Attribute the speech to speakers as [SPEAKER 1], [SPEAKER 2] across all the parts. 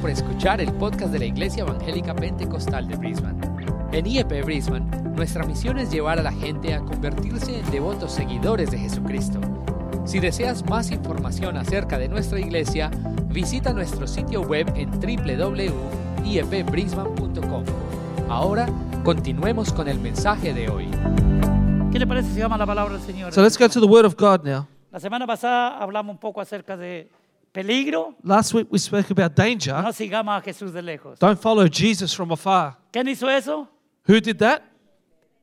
[SPEAKER 1] por escuchar el podcast de la Iglesia Evangélica Pentecostal de Brisbane. En IEP Brisbane, nuestra misión es llevar a la gente a convertirse en devotos seguidores de Jesucristo. Si deseas más información acerca de nuestra iglesia, visita nuestro sitio web en E www.iepbrisbane.com. Ahora, continuemos con el mensaje de hoy.
[SPEAKER 2] ¿Qué le parece si vamos a la palabra del Señor?
[SPEAKER 3] So let's go to the Word of God now.
[SPEAKER 2] La semana pasada hablamos un poco acerca de peligro,
[SPEAKER 3] Last week we spoke about danger.
[SPEAKER 2] no sigamos a Jesús de lejos.
[SPEAKER 3] Don't follow Jesus from afar.
[SPEAKER 2] ¿Quién hizo eso?
[SPEAKER 3] Who did that?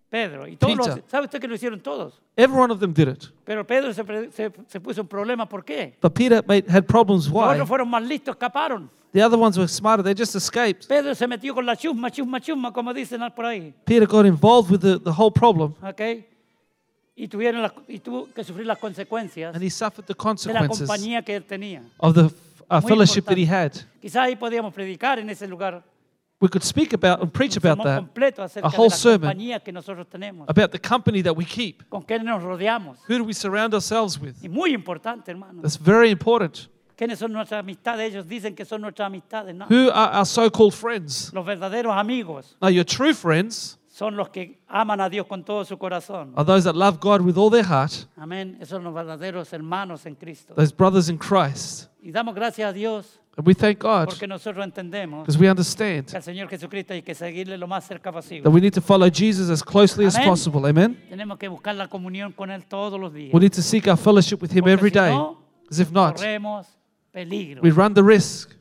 [SPEAKER 2] Pedro. Y todos
[SPEAKER 3] Peter.
[SPEAKER 2] los- ¿Sabe usted que lo hicieron todos?
[SPEAKER 3] Every one of them did it.
[SPEAKER 2] Pero Pedro se, pre- se- se puso un problema. ¿Por qué?
[SPEAKER 3] But Peter made, had problems.
[SPEAKER 2] Los
[SPEAKER 3] Why?
[SPEAKER 2] otros fueron más listos, escaparon.
[SPEAKER 3] The other ones were smarter. They just escaped.
[SPEAKER 2] Pedro se metió con la chusma, chusma, chusma, como dicen por ahí.
[SPEAKER 3] Peter got involved with the, the whole problem
[SPEAKER 2] ¿Ok? Y, tuvieron las- y tuvo que sufrir las consecuencias
[SPEAKER 3] and he suffered the
[SPEAKER 2] de la
[SPEAKER 3] consequences
[SPEAKER 2] compañía que él tenía.
[SPEAKER 3] of the uh,
[SPEAKER 2] Muy
[SPEAKER 3] fellowship that he
[SPEAKER 2] importante.
[SPEAKER 3] had.
[SPEAKER 2] Quizás ahí podíamos predicar en ese lugar.
[SPEAKER 3] We could speak about and preach about
[SPEAKER 2] Somos
[SPEAKER 3] that,
[SPEAKER 2] completo acerca
[SPEAKER 3] a
[SPEAKER 2] de
[SPEAKER 3] whole
[SPEAKER 2] las
[SPEAKER 3] sermon,
[SPEAKER 2] compañías que nosotros tenemos,
[SPEAKER 3] about the company that we keep.
[SPEAKER 2] con quiénes nos rodeamos.
[SPEAKER 3] Who do we surround ourselves with?
[SPEAKER 2] Y muy importante, hermano.
[SPEAKER 3] That's very important.
[SPEAKER 2] ¿Quiénes son nuestras amistades? Ellos dicen que son nuestras amistades. No.
[SPEAKER 3] Who are our so called friends?
[SPEAKER 2] Los verdaderos amigos
[SPEAKER 3] Now, your true friends
[SPEAKER 2] son los que aman a Dios con todo su corazón.
[SPEAKER 3] are those that love God with all their heart,
[SPEAKER 2] Amén. Esos son los verdaderos hermanos en Cristo.
[SPEAKER 3] those brothers in Christ.
[SPEAKER 2] Y damos gracias a Dios
[SPEAKER 3] And we thank God
[SPEAKER 2] porque nosotros entendemos
[SPEAKER 3] because we understand
[SPEAKER 2] que al Señor Jesucristo hay que seguirle lo más cerca
[SPEAKER 3] that
[SPEAKER 2] posible.
[SPEAKER 3] we need to follow Jesus as closely as
[SPEAKER 2] Amén.
[SPEAKER 3] possible. Amen.
[SPEAKER 2] Tenemos que buscar la comunión con Él todos los días.
[SPEAKER 3] We need to seek our fellowship with Him
[SPEAKER 2] Porque
[SPEAKER 3] every
[SPEAKER 2] si
[SPEAKER 3] day.
[SPEAKER 2] no,
[SPEAKER 3] Because if not,
[SPEAKER 2] Corremos peligro,
[SPEAKER 3] we run the risk,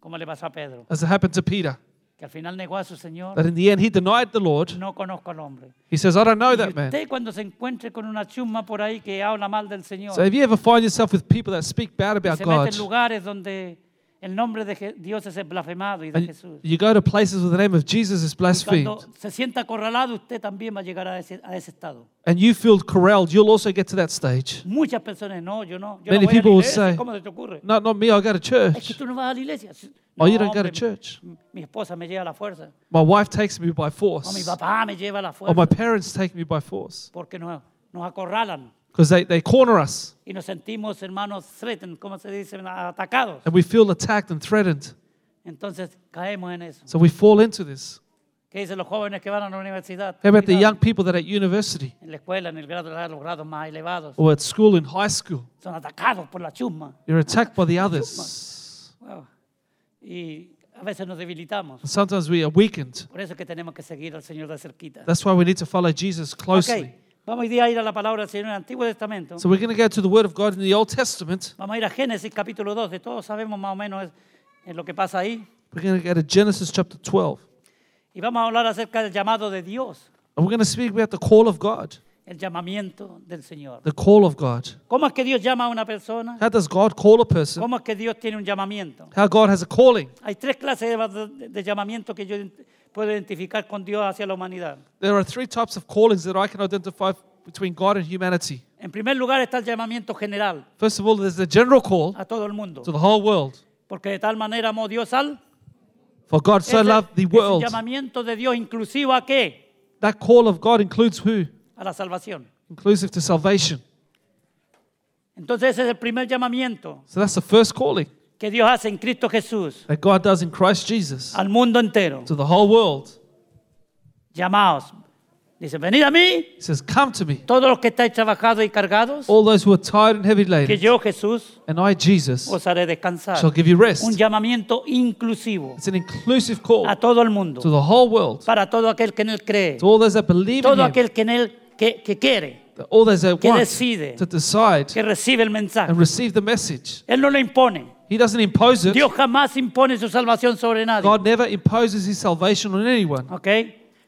[SPEAKER 2] como le pasó a Pedro,
[SPEAKER 3] as it happened to Peter,
[SPEAKER 2] que al final negó a su Señor,
[SPEAKER 3] that in the end he denied the Lord.
[SPEAKER 2] no conozco al hombre.
[SPEAKER 3] He says, I don't know
[SPEAKER 2] Y
[SPEAKER 3] that man.
[SPEAKER 2] usted cuando se encuentre con una chusma por ahí que habla mal del Señor,
[SPEAKER 3] So if you ever find yourself with people that speak bad
[SPEAKER 2] y
[SPEAKER 3] about
[SPEAKER 2] se mete
[SPEAKER 3] God,
[SPEAKER 2] en lugares donde el nombre de Je- Dios es blasfemado y de
[SPEAKER 3] and
[SPEAKER 2] Jesús.
[SPEAKER 3] you go to places where the name of Jesus is blasphemed,
[SPEAKER 2] Cuando se sienta acorralado, usted también va a llegar a ese, a ese estado.
[SPEAKER 3] and you feel corralled, you'll also get to that stage.
[SPEAKER 2] Muchas personas, no, yo no. Yo
[SPEAKER 3] Many
[SPEAKER 2] no voy a la
[SPEAKER 3] people will
[SPEAKER 2] iglesia,
[SPEAKER 3] say,
[SPEAKER 2] ¿Cómo se te ocurre?
[SPEAKER 3] No, not me, I go to
[SPEAKER 2] Es que
[SPEAKER 3] church.
[SPEAKER 2] tú no vas a la iglesia. Si-
[SPEAKER 3] Oh, you
[SPEAKER 2] "No,
[SPEAKER 3] don't go to
[SPEAKER 2] hombre,
[SPEAKER 3] church.
[SPEAKER 2] mi- Mi esposa me lleva a la fuerza.
[SPEAKER 3] My wife takes me
[SPEAKER 2] O
[SPEAKER 3] by
[SPEAKER 2] mi
[SPEAKER 3] force,
[SPEAKER 2] papá me lleva a la
[SPEAKER 3] or my
[SPEAKER 2] fuerza.
[SPEAKER 3] parents take me by force
[SPEAKER 2] Porque nos, nos acorralan.
[SPEAKER 3] because they, they corner us.
[SPEAKER 2] y nos sentimos, hermanos, threatened, como se dice, atacados.
[SPEAKER 3] and we feel attacked and threatened.
[SPEAKER 2] Entonces caemos en eso.
[SPEAKER 3] So we fall into this.
[SPEAKER 2] ¿Qué dicen los jóvenes que van a la universidad?
[SPEAKER 3] How about the
[SPEAKER 2] Cuidado.
[SPEAKER 3] young people that are at university
[SPEAKER 2] En la escuela, en el grado, los grados más elevados,
[SPEAKER 3] or at school, in high school?
[SPEAKER 2] son atacados por la chusma.
[SPEAKER 3] You're attacked by the others.
[SPEAKER 2] Wow. Y a veces nos debilitamos.
[SPEAKER 3] And sometimes we are weakened.
[SPEAKER 2] Por eso es que tenemos que seguir al Señor de cerquita.
[SPEAKER 3] That's why we need to follow Jesus
[SPEAKER 2] Ok,
[SPEAKER 3] closely.
[SPEAKER 2] vamos hoy día a ir a la palabra del Señor en el Antiguo Testamento.
[SPEAKER 3] So we're going to go to the Word of God in the Old Testament.
[SPEAKER 2] Vamos a ir a Génesis capítulo 2, de todos sabemos más o menos es- en lo que pasa ahí.
[SPEAKER 3] We're going to go to Genesis chapter 12.
[SPEAKER 2] Y vamos a hablar acerca del llamado de Dios,
[SPEAKER 3] And we're going to speak about the call of God.
[SPEAKER 2] el llamamiento del Señor.
[SPEAKER 3] The call of God.
[SPEAKER 2] ¿Cómo es que Dios llama a una persona?
[SPEAKER 3] How does God call a person?
[SPEAKER 2] ¿Cómo es que Dios tiene un llamamiento?
[SPEAKER 3] How God has a calling.
[SPEAKER 2] Hay tres clases de, de- de llamamiento que yo ident- puedo identificar con Dios hacia la humanidad.
[SPEAKER 3] There are three types of callings that I can identify between God and humanity.
[SPEAKER 2] En primer lugar está el llamamiento general
[SPEAKER 3] First of all, there's the general call
[SPEAKER 2] a todo el mundo,
[SPEAKER 3] to the whole world.
[SPEAKER 2] porque de tal manera amó Dios al
[SPEAKER 3] For God so
[SPEAKER 2] el-
[SPEAKER 3] loved the
[SPEAKER 2] es el
[SPEAKER 3] world.
[SPEAKER 2] llamamiento de Dios inclusivo a qué?
[SPEAKER 3] That call of God includes who?
[SPEAKER 2] A la salvación.
[SPEAKER 3] Inclusive to salvation.
[SPEAKER 2] Entonces ese es el primer llamamiento
[SPEAKER 3] So that's the first calling
[SPEAKER 2] que Dios hace en Cristo Jesús
[SPEAKER 3] that God does in Christ Jesus
[SPEAKER 2] al mundo entero.
[SPEAKER 3] to the whole world.
[SPEAKER 2] Llamaos. Dice, venid a mí
[SPEAKER 3] He says, Come to me,
[SPEAKER 2] todos los que estáis trabajados y cargados,
[SPEAKER 3] all those who are tired and heavy
[SPEAKER 2] que
[SPEAKER 3] laden,
[SPEAKER 2] yo Jesús
[SPEAKER 3] and I, Jesus,
[SPEAKER 2] os haré descansar.
[SPEAKER 3] shall give you
[SPEAKER 2] un
[SPEAKER 3] rest.
[SPEAKER 2] llamamiento inclusivo
[SPEAKER 3] It's an inclusive call
[SPEAKER 2] a todo el
[SPEAKER 3] to
[SPEAKER 2] mundo,
[SPEAKER 3] the whole world,
[SPEAKER 2] para todo aquel que en él cree,
[SPEAKER 3] to all those that believe in
[SPEAKER 2] todo
[SPEAKER 3] Him,
[SPEAKER 2] aquel que en él que, que quiere,
[SPEAKER 3] to all those that
[SPEAKER 2] que
[SPEAKER 3] want
[SPEAKER 2] decide.
[SPEAKER 3] to decide
[SPEAKER 2] que recibe el mensaje.
[SPEAKER 3] and receive the message.
[SPEAKER 2] Él no lo impone.
[SPEAKER 3] He doesn't impose it.
[SPEAKER 2] Dios jamás impone su salvación sobre nadie.
[SPEAKER 3] God never imposes His salvation on anyone.
[SPEAKER 2] ¿Ok?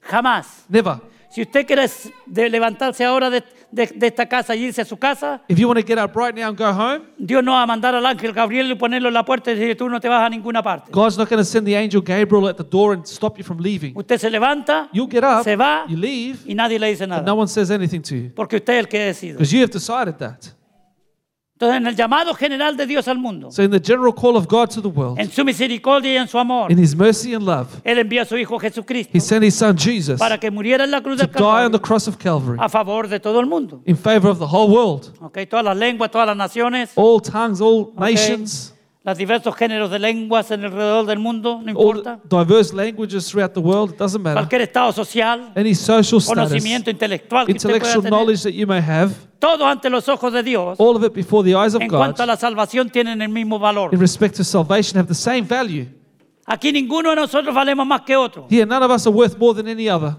[SPEAKER 2] Jamás.
[SPEAKER 3] Never.
[SPEAKER 2] Si usted quiere s- de levantarse ahora de, de- de esta casa y irse a su casa,
[SPEAKER 3] If you want to get up right now and go home,
[SPEAKER 2] Dios no va a mandar al ángel Gabriel y ponerlo en la puerta y decir, tú no te vas a ninguna parte.
[SPEAKER 3] God's not going to send the angel Gabriel at the door and stop you from leaving.
[SPEAKER 2] Usted se levanta
[SPEAKER 3] You get up,
[SPEAKER 2] Se va.
[SPEAKER 3] you leave,
[SPEAKER 2] y nadie le dice
[SPEAKER 3] and no
[SPEAKER 2] nada,
[SPEAKER 3] one says anything to you
[SPEAKER 2] porque usted es el que decide.
[SPEAKER 3] because you have decided that.
[SPEAKER 2] Entonces, en el llamado general de Dios al mundo,
[SPEAKER 3] So, in the general call of God to the world,
[SPEAKER 2] en su misericordia y en su amor,
[SPEAKER 3] in His mercy and love,
[SPEAKER 2] Él envió a su Hijo
[SPEAKER 3] He
[SPEAKER 2] Jesucristo
[SPEAKER 3] sent His Son Jesus
[SPEAKER 2] para
[SPEAKER 3] to
[SPEAKER 2] que Ah. muriera en la cruz del
[SPEAKER 3] die on the
[SPEAKER 2] Calvario
[SPEAKER 3] cross of Calvary
[SPEAKER 2] a favor de todo el mundo.
[SPEAKER 3] in favor of the whole world, Oh.
[SPEAKER 2] ¿ok? Todas las lenguas, todas las naciones,
[SPEAKER 3] all tongues, all
[SPEAKER 2] ¿ok?
[SPEAKER 3] nations,
[SPEAKER 2] los diversos géneros de lenguas en alrededor del mundo, no
[SPEAKER 3] All
[SPEAKER 2] importa.
[SPEAKER 3] the diverse languages throughout the world, it doesn't matter.
[SPEAKER 2] Cualquier estado social,
[SPEAKER 3] Any social status,
[SPEAKER 2] conocimiento intelectual que usted pueda
[SPEAKER 3] intellectual
[SPEAKER 2] tener,
[SPEAKER 3] knowledge that you may have,
[SPEAKER 2] todo ante los ojos de Dios,
[SPEAKER 3] all of it before the eyes of
[SPEAKER 2] en cuanto a
[SPEAKER 3] God,
[SPEAKER 2] la salvación, tienen el mismo valor.
[SPEAKER 3] in respect to salvation, have the same value.
[SPEAKER 2] Aquí ninguno de nosotros valemos más que otro,
[SPEAKER 3] Here, none of us are worth more than any other,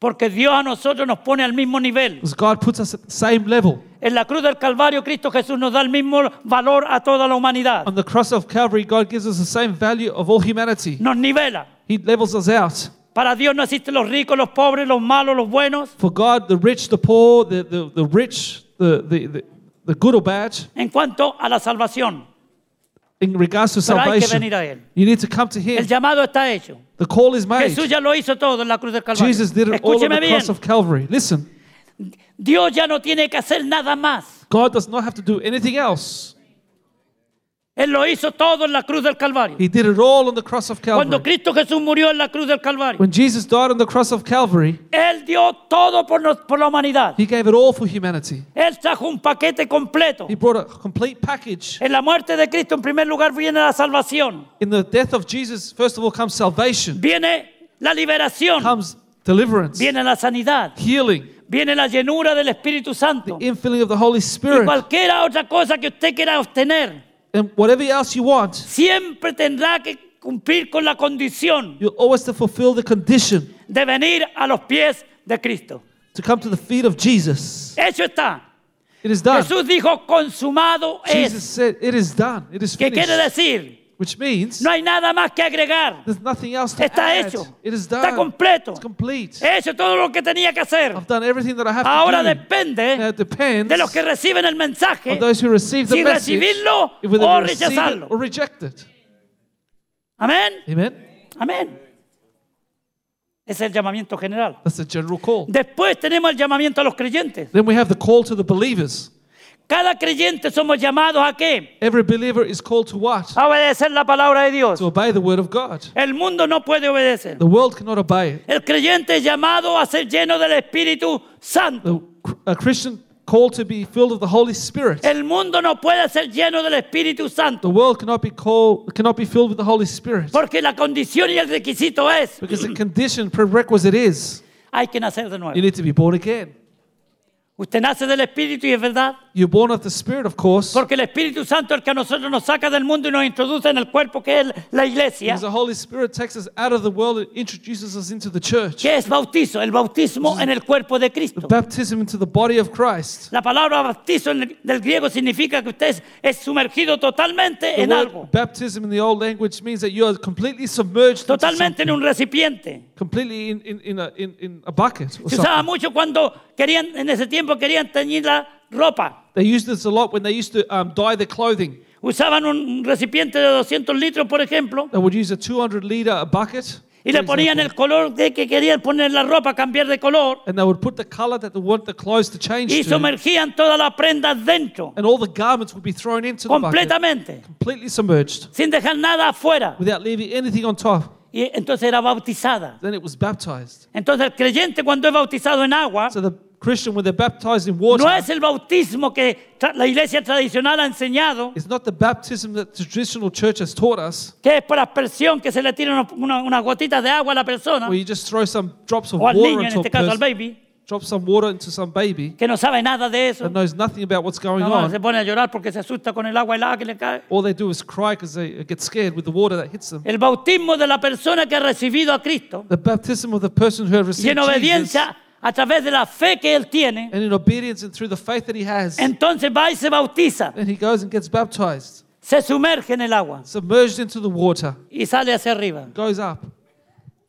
[SPEAKER 2] porque Dios a nosotros nos pone al mismo nivel.
[SPEAKER 3] because God puts us at the same level.
[SPEAKER 2] En la cruz del Calvario, Cristo Jesús nos da el mismo valor a toda la humanidad.
[SPEAKER 3] On the cross of Calvary, God gives us the same value of all humanity.
[SPEAKER 2] Nos nivela.
[SPEAKER 3] He levels us out.
[SPEAKER 2] Para Dios no existen los ricos, los pobres, los malos, los buenos.
[SPEAKER 3] For God, the rich, the poor, the, the, the rich, the, the, the, the good or bad,
[SPEAKER 2] En cuanto a la salvación,
[SPEAKER 3] in regards to
[SPEAKER 2] Pero hay que
[SPEAKER 3] salvation,
[SPEAKER 2] venir a él.
[SPEAKER 3] you need to come to Him.
[SPEAKER 2] el llamado está hecho.
[SPEAKER 3] The call is made.
[SPEAKER 2] Jesús ya lo hizo todo en la cruz del Calvario.
[SPEAKER 3] Jesus did it all on
[SPEAKER 2] Escúcheme
[SPEAKER 3] the
[SPEAKER 2] bien.
[SPEAKER 3] cross of Calvary. Listen,
[SPEAKER 2] Dios ya no tiene que hacer nada más.
[SPEAKER 3] God does not have to do anything else.
[SPEAKER 2] Él lo hizo todo en la cruz del Calvario.
[SPEAKER 3] He did it all on the cross of
[SPEAKER 2] Cuando
[SPEAKER 3] Calvary.
[SPEAKER 2] Cristo Jesús murió en la cruz del Calvario,
[SPEAKER 3] When Jesus died on the cross of Calvary,
[SPEAKER 2] Él dio todo por, nos- por la humanidad.
[SPEAKER 3] He gave it all for humanity.
[SPEAKER 2] Él trajo un paquete completo.
[SPEAKER 3] He brought a complete package.
[SPEAKER 2] En la muerte de Cristo, en primer lugar, viene la salvación.
[SPEAKER 3] In the death of Jesus, first of all comes salvation,
[SPEAKER 2] Viene la liberación.
[SPEAKER 3] comes deliverance,
[SPEAKER 2] Viene la sanidad.
[SPEAKER 3] healing,
[SPEAKER 2] Viene la llenura del Espíritu Santo.
[SPEAKER 3] infilling of the Holy
[SPEAKER 2] Y
[SPEAKER 3] Spirit,
[SPEAKER 2] cualquier otra cosa que usted quiera obtener,
[SPEAKER 3] and whatever else you want.
[SPEAKER 2] siempre tendrá que cumplir con la condición
[SPEAKER 3] You'll always to fulfill the condition
[SPEAKER 2] de venir a los pies de Cristo.
[SPEAKER 3] to come to the feet of Jesus.
[SPEAKER 2] Eso está.
[SPEAKER 3] It is done.
[SPEAKER 2] Jesús dijo, consumado
[SPEAKER 3] Jesus
[SPEAKER 2] es.
[SPEAKER 3] said, It is done. It is
[SPEAKER 2] ¿Qué quiere
[SPEAKER 3] finished.
[SPEAKER 2] decir?
[SPEAKER 3] Which means
[SPEAKER 2] No hay nada más que agregar.
[SPEAKER 3] there's nothing else to
[SPEAKER 2] Está
[SPEAKER 3] add.
[SPEAKER 2] hecho.
[SPEAKER 3] It is
[SPEAKER 2] Está
[SPEAKER 3] done.
[SPEAKER 2] completo.
[SPEAKER 3] It's complete.
[SPEAKER 2] He hecho todo lo que tenía que hacer.
[SPEAKER 3] I've done everything that I have
[SPEAKER 2] Ahora
[SPEAKER 3] to do. Now
[SPEAKER 2] depende
[SPEAKER 3] it depends
[SPEAKER 2] de los que reciben el mensaje.
[SPEAKER 3] of those who receive the
[SPEAKER 2] si
[SPEAKER 3] message
[SPEAKER 2] recibirlo
[SPEAKER 3] if whether
[SPEAKER 2] o
[SPEAKER 3] they receive it
[SPEAKER 2] rechazarlo.
[SPEAKER 3] or reject it.
[SPEAKER 2] Amén.
[SPEAKER 3] Amen.
[SPEAKER 2] Amén. Es el llamamiento general.
[SPEAKER 3] That's the general call.
[SPEAKER 2] Después tenemos el llamamiento a los creyentes.
[SPEAKER 3] Then we have the call to the believers.
[SPEAKER 2] Cada creyente somos llamados a qué?
[SPEAKER 3] Every believer is called to what?
[SPEAKER 2] A obedecer la palabra de Dios.
[SPEAKER 3] To obey the word of God.
[SPEAKER 2] El mundo no puede obedecer.
[SPEAKER 3] The world cannot obey it.
[SPEAKER 2] El creyente es llamado a ser lleno del Espíritu Santo.
[SPEAKER 3] The, a Christian called to be filled with the Holy Spirit.
[SPEAKER 2] El mundo no puede ser lleno del Espíritu
[SPEAKER 3] The
[SPEAKER 2] Santo
[SPEAKER 3] world cannot be called, cannot be filled with the Holy Spirit
[SPEAKER 2] porque la condición y el requisito es
[SPEAKER 3] because the condition prerequisite is
[SPEAKER 2] hay que nacer de
[SPEAKER 3] you
[SPEAKER 2] nuevo.
[SPEAKER 3] need to be born again.
[SPEAKER 2] Usted nace del Espíritu y es verdad.
[SPEAKER 3] You're born of the Spirit, of course.
[SPEAKER 2] Porque el Espíritu Santo es el que a nosotros nos saca del mundo y nos introduce en el cuerpo que es la iglesia,
[SPEAKER 3] Because the Holy Spirit takes us out of the world and introduces us into the church.
[SPEAKER 2] que es bautizo, el bautismo en el cuerpo de Cristo.
[SPEAKER 3] Baptism into the body of Christ.
[SPEAKER 2] La palabra bautizo en el- del griego significa que usted es, es sumergido totalmente
[SPEAKER 3] The
[SPEAKER 2] en algo,
[SPEAKER 3] word baptism in the old language means that you are completely submerged, into
[SPEAKER 2] totalmente
[SPEAKER 3] something,
[SPEAKER 2] en un recipiente.
[SPEAKER 3] completely in, in, in, a, in, in a bucket or
[SPEAKER 2] Se usaba
[SPEAKER 3] something.
[SPEAKER 2] mucho cuando querían, en ese tiempo querían teñir la ropa.
[SPEAKER 3] They used this a lot when they used to um, dye their clothing.
[SPEAKER 2] Usaban un recipiente de 200 litros, por ejemplo,
[SPEAKER 3] They would use a 200 liter bucket.
[SPEAKER 2] y
[SPEAKER 3] for
[SPEAKER 2] le ponían
[SPEAKER 3] example.
[SPEAKER 2] el color de que querían poner la ropa, cambiar de color,
[SPEAKER 3] and they would put the color that they want the clothes to change
[SPEAKER 2] y
[SPEAKER 3] to,
[SPEAKER 2] sumergían toda la prenda dentro,
[SPEAKER 3] and all the garments would be thrown into the bucket,
[SPEAKER 2] completamente,
[SPEAKER 3] completely submerged,
[SPEAKER 2] sin dejar nada afuera.
[SPEAKER 3] without leaving anything on top.
[SPEAKER 2] Y entonces era bautizada.
[SPEAKER 3] Then it was baptized.
[SPEAKER 2] Entonces el creyente cuando es bautizado en agua,
[SPEAKER 3] So the Christian, when they're baptized in water,
[SPEAKER 2] no es el bautismo que tra- la iglesia tradicional ha enseñado,
[SPEAKER 3] it's not the baptism that the traditional church has taught us,
[SPEAKER 2] que es por aspersión, que se le tiran unos- una- unas gotitas de agua a la persona,
[SPEAKER 3] where you just throw some drops of
[SPEAKER 2] o al
[SPEAKER 3] water
[SPEAKER 2] niño, en
[SPEAKER 3] into a
[SPEAKER 2] este caso al
[SPEAKER 3] person,
[SPEAKER 2] baby.
[SPEAKER 3] drop some water into some baby
[SPEAKER 2] que no sabe nada de eso.
[SPEAKER 3] that knows nothing about what's going
[SPEAKER 2] No, no, se
[SPEAKER 3] on.
[SPEAKER 2] pone a llorar porque se asusta con el agua helada que le cae.
[SPEAKER 3] All they do is cry because they get scared with the water that hits them.
[SPEAKER 2] El bautismo de la persona que ha recibido a Cristo
[SPEAKER 3] The baptism of the person who has
[SPEAKER 2] y en
[SPEAKER 3] received Jesus,
[SPEAKER 2] obediencia a través de la fe que él tiene,
[SPEAKER 3] and in obedience and through the faith that he has,
[SPEAKER 2] entonces va y se bautiza,
[SPEAKER 3] And he goes and gets baptized,
[SPEAKER 2] se sumerge en el agua
[SPEAKER 3] submerged into the water,
[SPEAKER 2] y sale hacia arriba,
[SPEAKER 3] goes up,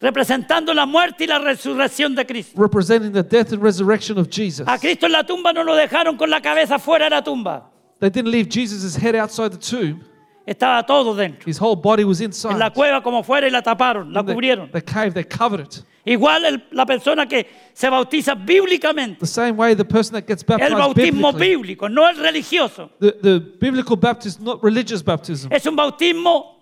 [SPEAKER 2] representando la muerte y la resurrección de Cristo.
[SPEAKER 3] representing the death and resurrection of Jesus.
[SPEAKER 2] A Cristo en la tumba no lo dejaron con la cabeza fuera de la tumba,
[SPEAKER 3] They didn't leave Jesus' head outside the tomb,
[SPEAKER 2] estaba todo dentro.
[SPEAKER 3] his whole body was
[SPEAKER 2] En la
[SPEAKER 3] inside.
[SPEAKER 2] cueva como fuera y la taparon, la
[SPEAKER 3] The,
[SPEAKER 2] cubrieron.
[SPEAKER 3] the cave, they covered it.
[SPEAKER 2] Igual el- la persona que se bautiza bíblicamente.
[SPEAKER 3] The same way the person that gets
[SPEAKER 2] El
[SPEAKER 3] baptized
[SPEAKER 2] bautismo
[SPEAKER 3] biblically,
[SPEAKER 2] bíblico, no el religioso.
[SPEAKER 3] the, the biblical baptism, not religious baptism.
[SPEAKER 2] Es un bautismo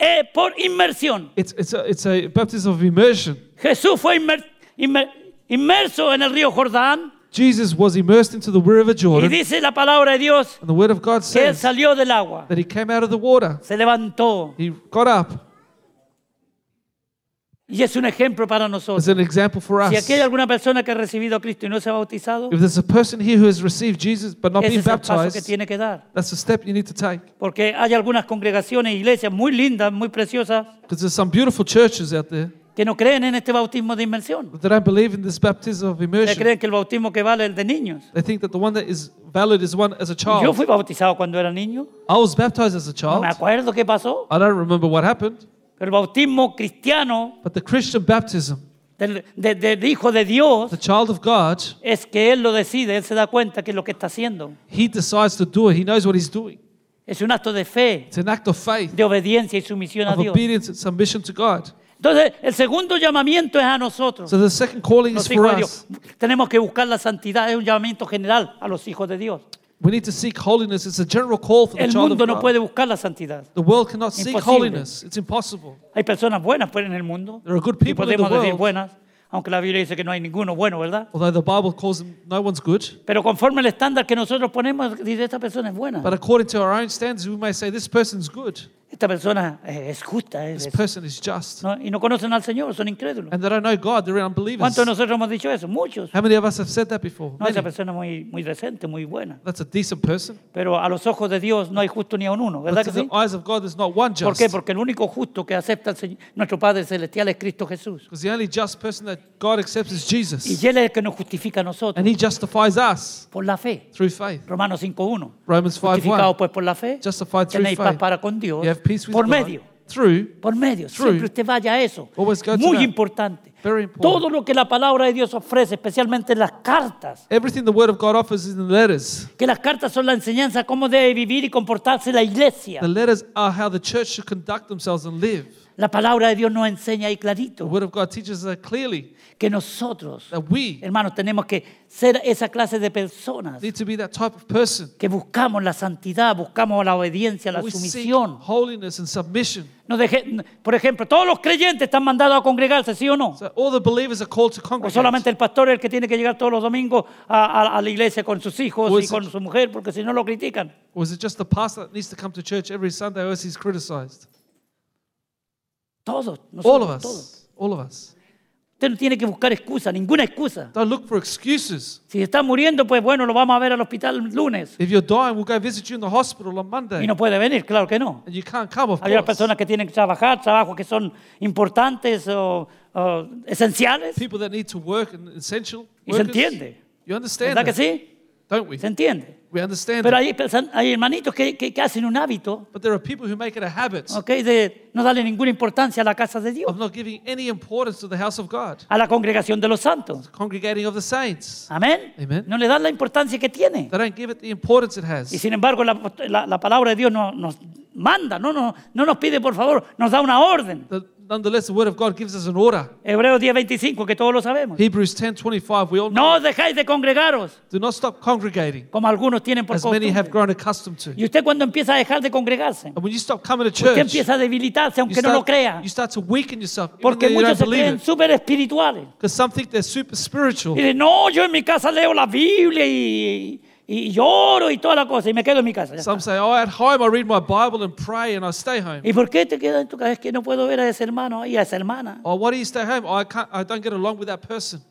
[SPEAKER 2] eh, por inmersión.
[SPEAKER 3] It's, it's, a, it's a baptism of immersion.
[SPEAKER 2] Jesús fue inmer- inmer- inmerso en el río Jordán
[SPEAKER 3] Jesus was immersed into the river
[SPEAKER 2] Y
[SPEAKER 3] Jordan,
[SPEAKER 2] dice la palabra de Dios
[SPEAKER 3] and the word of God
[SPEAKER 2] que él
[SPEAKER 3] says
[SPEAKER 2] salió del agua,
[SPEAKER 3] that he came out of the water.
[SPEAKER 2] se levantó.
[SPEAKER 3] He got up.
[SPEAKER 2] Y es un ejemplo para
[SPEAKER 3] It's
[SPEAKER 2] nosotros.
[SPEAKER 3] an example for
[SPEAKER 2] Si
[SPEAKER 3] us.
[SPEAKER 2] aquí hay alguna persona que ha recibido a Cristo y no se ha bautizado,
[SPEAKER 3] If there's a person here who has received Jesus but not
[SPEAKER 2] ese
[SPEAKER 3] been
[SPEAKER 2] es el paso que
[SPEAKER 3] baptized,
[SPEAKER 2] tiene que dar.
[SPEAKER 3] that's a step you need to take.
[SPEAKER 2] Porque hay algunas congregaciones, iglesias muy lindas, muy preciosas,
[SPEAKER 3] Because there's some beautiful churches out there
[SPEAKER 2] que no creen en este bautismo de inmersión.
[SPEAKER 3] that don't believe in this baptism of
[SPEAKER 2] Que
[SPEAKER 3] immersion.
[SPEAKER 2] creen que el bautismo que vale es el de niños.
[SPEAKER 3] They think that the one that is valid is one as a
[SPEAKER 2] Yo
[SPEAKER 3] child.
[SPEAKER 2] fui bautizado cuando era niño.
[SPEAKER 3] I was baptized as a
[SPEAKER 2] No me
[SPEAKER 3] child.
[SPEAKER 2] acuerdo qué pasó.
[SPEAKER 3] I don't remember what happened,
[SPEAKER 2] Pero el bautismo cristiano
[SPEAKER 3] but the Christian baptism,
[SPEAKER 2] del, de- del Hijo de Dios
[SPEAKER 3] the child of God,
[SPEAKER 2] es que Él lo decide, Él se da cuenta que es lo que está haciendo.
[SPEAKER 3] he decides to do it. He knows what he's doing.
[SPEAKER 2] Es un acto de fe,
[SPEAKER 3] It's an act of faith,
[SPEAKER 2] de obediencia y sumisión a
[SPEAKER 3] of
[SPEAKER 2] Dios.
[SPEAKER 3] obedience and submission to God.
[SPEAKER 2] Entonces, el segundo llamamiento es a nosotros,
[SPEAKER 3] So the second calling is
[SPEAKER 2] los
[SPEAKER 3] for
[SPEAKER 2] hijos de
[SPEAKER 3] us.
[SPEAKER 2] Dios. Tenemos que buscar la santidad, es un llamamiento general a los hijos de Dios.
[SPEAKER 3] We need to seek holiness. It's a general call for the
[SPEAKER 2] El
[SPEAKER 3] child of
[SPEAKER 2] mundo no
[SPEAKER 3] God.
[SPEAKER 2] puede buscar la santidad.
[SPEAKER 3] The world cannot seek
[SPEAKER 2] Imposible.
[SPEAKER 3] holiness. It's impossible.
[SPEAKER 2] Hay personas buenas pues, en el mundo.
[SPEAKER 3] There are good
[SPEAKER 2] Y
[SPEAKER 3] people in the
[SPEAKER 2] podemos decir
[SPEAKER 3] world,
[SPEAKER 2] buenas, aunque la Biblia dice que no hay ninguno bueno, ¿verdad?
[SPEAKER 3] although the Bible calls them no one's good.
[SPEAKER 2] Pero conforme al estándar que nosotros ponemos, dice, esta persona es buena.
[SPEAKER 3] But according to our own standards, we may say this person's good.
[SPEAKER 2] Esta persona eh, es justa. es-
[SPEAKER 3] This
[SPEAKER 2] es-
[SPEAKER 3] person is just.
[SPEAKER 2] no, y no conocen al Señor, son incrédulos.
[SPEAKER 3] And they don't know God. They're unbelievers.
[SPEAKER 2] ¿Cuántos de nosotros hemos dicho eso? Muchos.
[SPEAKER 3] How many of us have said that before?
[SPEAKER 2] No, esa
[SPEAKER 3] Many.
[SPEAKER 2] persona es muy, muy decente, muy buena.
[SPEAKER 3] That's a decent person.
[SPEAKER 2] Pero a los ojos de Dios no hay justo ni a un uno, ¿verdad
[SPEAKER 3] But
[SPEAKER 2] que
[SPEAKER 3] to
[SPEAKER 2] sí?
[SPEAKER 3] the eyes of God, there's not one
[SPEAKER 2] ¿Por
[SPEAKER 3] just.
[SPEAKER 2] qué? Porque el único justo que acepta el Señor- nuestro Padre Celestial es Cristo Jesús.
[SPEAKER 3] Because the only just person that God accepts is
[SPEAKER 2] Y
[SPEAKER 3] Jesus.
[SPEAKER 2] Él es el que nos justifica a nosotros
[SPEAKER 3] And he justifies us
[SPEAKER 2] por la fe.
[SPEAKER 3] through faith.
[SPEAKER 2] Romanos 5.1.
[SPEAKER 3] Romans 5
[SPEAKER 2] Justificados
[SPEAKER 3] 1.
[SPEAKER 2] pues por la fe,
[SPEAKER 3] Justified through
[SPEAKER 2] tenéis paz
[SPEAKER 3] faith.
[SPEAKER 2] para con Dios
[SPEAKER 3] You have peace with
[SPEAKER 2] por
[SPEAKER 3] God
[SPEAKER 2] medio.
[SPEAKER 3] through
[SPEAKER 2] Por medio,
[SPEAKER 3] Through.
[SPEAKER 2] siempre usted vaya a eso.
[SPEAKER 3] Always go to
[SPEAKER 2] Muy
[SPEAKER 3] that.
[SPEAKER 2] importante.
[SPEAKER 3] Very important.
[SPEAKER 2] Todo lo que la palabra de Dios ofrece, especialmente las cartas,
[SPEAKER 3] everything the Word of God offers is in the letters.
[SPEAKER 2] que las cartas son la enseñanza cómo debe vivir y comportarse la iglesia.
[SPEAKER 3] The letters are how the church should conduct themselves and live.
[SPEAKER 2] La palabra de Dios nos enseña ahí
[SPEAKER 3] The
[SPEAKER 2] clarito
[SPEAKER 3] Word of God teaches us clearly
[SPEAKER 2] que nosotros,
[SPEAKER 3] that we
[SPEAKER 2] hermanos, tenemos que ser esa clase de personas
[SPEAKER 3] need to be that type of person.
[SPEAKER 2] que buscamos la santidad, buscamos la obediencia, la
[SPEAKER 3] We seek
[SPEAKER 2] sumisión.
[SPEAKER 3] holiness and submission.
[SPEAKER 2] No deje- por ejemplo, todos los creyentes están mandados a congregarse, ¿sí o no?
[SPEAKER 3] So all the believers are called to
[SPEAKER 2] O
[SPEAKER 3] congregate.
[SPEAKER 2] solamente el pastor es el que tiene que llegar todos los domingos a, a- a la iglesia con sus hijos
[SPEAKER 3] O
[SPEAKER 2] y
[SPEAKER 3] es-
[SPEAKER 2] con su mujer, porque si no lo critican.
[SPEAKER 3] Or is it just the pastor that needs to come to church every Sunday or else he's criticized?
[SPEAKER 2] Todos, nosotros,
[SPEAKER 3] All of
[SPEAKER 2] todos.
[SPEAKER 3] us. All of us.
[SPEAKER 2] Usted no tiene que buscar excusa, ninguna excusa.
[SPEAKER 3] Don't look for excuses.
[SPEAKER 2] Si está muriendo, pues bueno, lo vamos a ver al hospital el lunes.
[SPEAKER 3] If you're dying, we'll go visit you in the hospital on Monday.
[SPEAKER 2] Y no puede venir, claro que no.
[SPEAKER 3] and you can't come, of
[SPEAKER 2] Hay otras
[SPEAKER 3] course.
[SPEAKER 2] personas que tienen que trabajar, trabajos que son importantes o, o esenciales.
[SPEAKER 3] People that need to work and essential
[SPEAKER 2] Y se
[SPEAKER 3] workers.
[SPEAKER 2] entiende.
[SPEAKER 3] You understand
[SPEAKER 2] ¿Verdad que
[SPEAKER 3] that,
[SPEAKER 2] sí?
[SPEAKER 3] don't we?
[SPEAKER 2] Se entiende.
[SPEAKER 3] We understand
[SPEAKER 2] Pero
[SPEAKER 3] that.
[SPEAKER 2] hay, perso- hay hermanitos que, que- que hacen un hábito
[SPEAKER 3] But there are people who make it a habit
[SPEAKER 2] ¿ok? de no darle ninguna importancia a la casa de Dios,
[SPEAKER 3] of not giving any importance to the house of God,
[SPEAKER 2] a la congregación de los santos.
[SPEAKER 3] congregating of the saints.
[SPEAKER 2] Amén.
[SPEAKER 3] Amén.
[SPEAKER 2] No le dan la importancia que tiene.
[SPEAKER 3] They don't give it the importance it has.
[SPEAKER 2] Y sin embargo, la, la- la palabra de Dios no- nos manda, no, no, no nos pide, por favor, nos da una orden.
[SPEAKER 3] The- nonetheless, the word of God gives us an order.
[SPEAKER 2] Hebreos 10:25, que todos lo sabemos.
[SPEAKER 3] Hebrews 10:25. We all know.
[SPEAKER 2] No os dejáis de congregaros,
[SPEAKER 3] Do not stop congregating,
[SPEAKER 2] como algunos tienen por
[SPEAKER 3] as many have
[SPEAKER 2] costumbre.
[SPEAKER 3] grown accustomed to.
[SPEAKER 2] Y usted cuando empieza a dejar de congregarse,
[SPEAKER 3] And when you stop coming to
[SPEAKER 2] usted
[SPEAKER 3] church,
[SPEAKER 2] empieza a debilitarse,
[SPEAKER 3] you
[SPEAKER 2] aunque no lo crea,
[SPEAKER 3] start, you start to weaken yourself, even though
[SPEAKER 2] porque
[SPEAKER 3] you
[SPEAKER 2] muchos
[SPEAKER 3] don't
[SPEAKER 2] se
[SPEAKER 3] believe
[SPEAKER 2] creen
[SPEAKER 3] it.
[SPEAKER 2] súper espirituales.
[SPEAKER 3] Because some think they're super spiritual.
[SPEAKER 2] Y dicen, no, yo en mi casa leo la Biblia y, y lloro y toda la cosa, y me quedo en mi casa. ya
[SPEAKER 3] Some
[SPEAKER 2] está.
[SPEAKER 3] say, "Oh, at home I read my Bible and pray and I stay home."
[SPEAKER 2] ¿Y por qué te quedas en tu casa? Es que no puedo ver a ese hermano y a esa hermana.
[SPEAKER 3] Oh, why do you stay home? Oh, I can't. I don't get along with that person.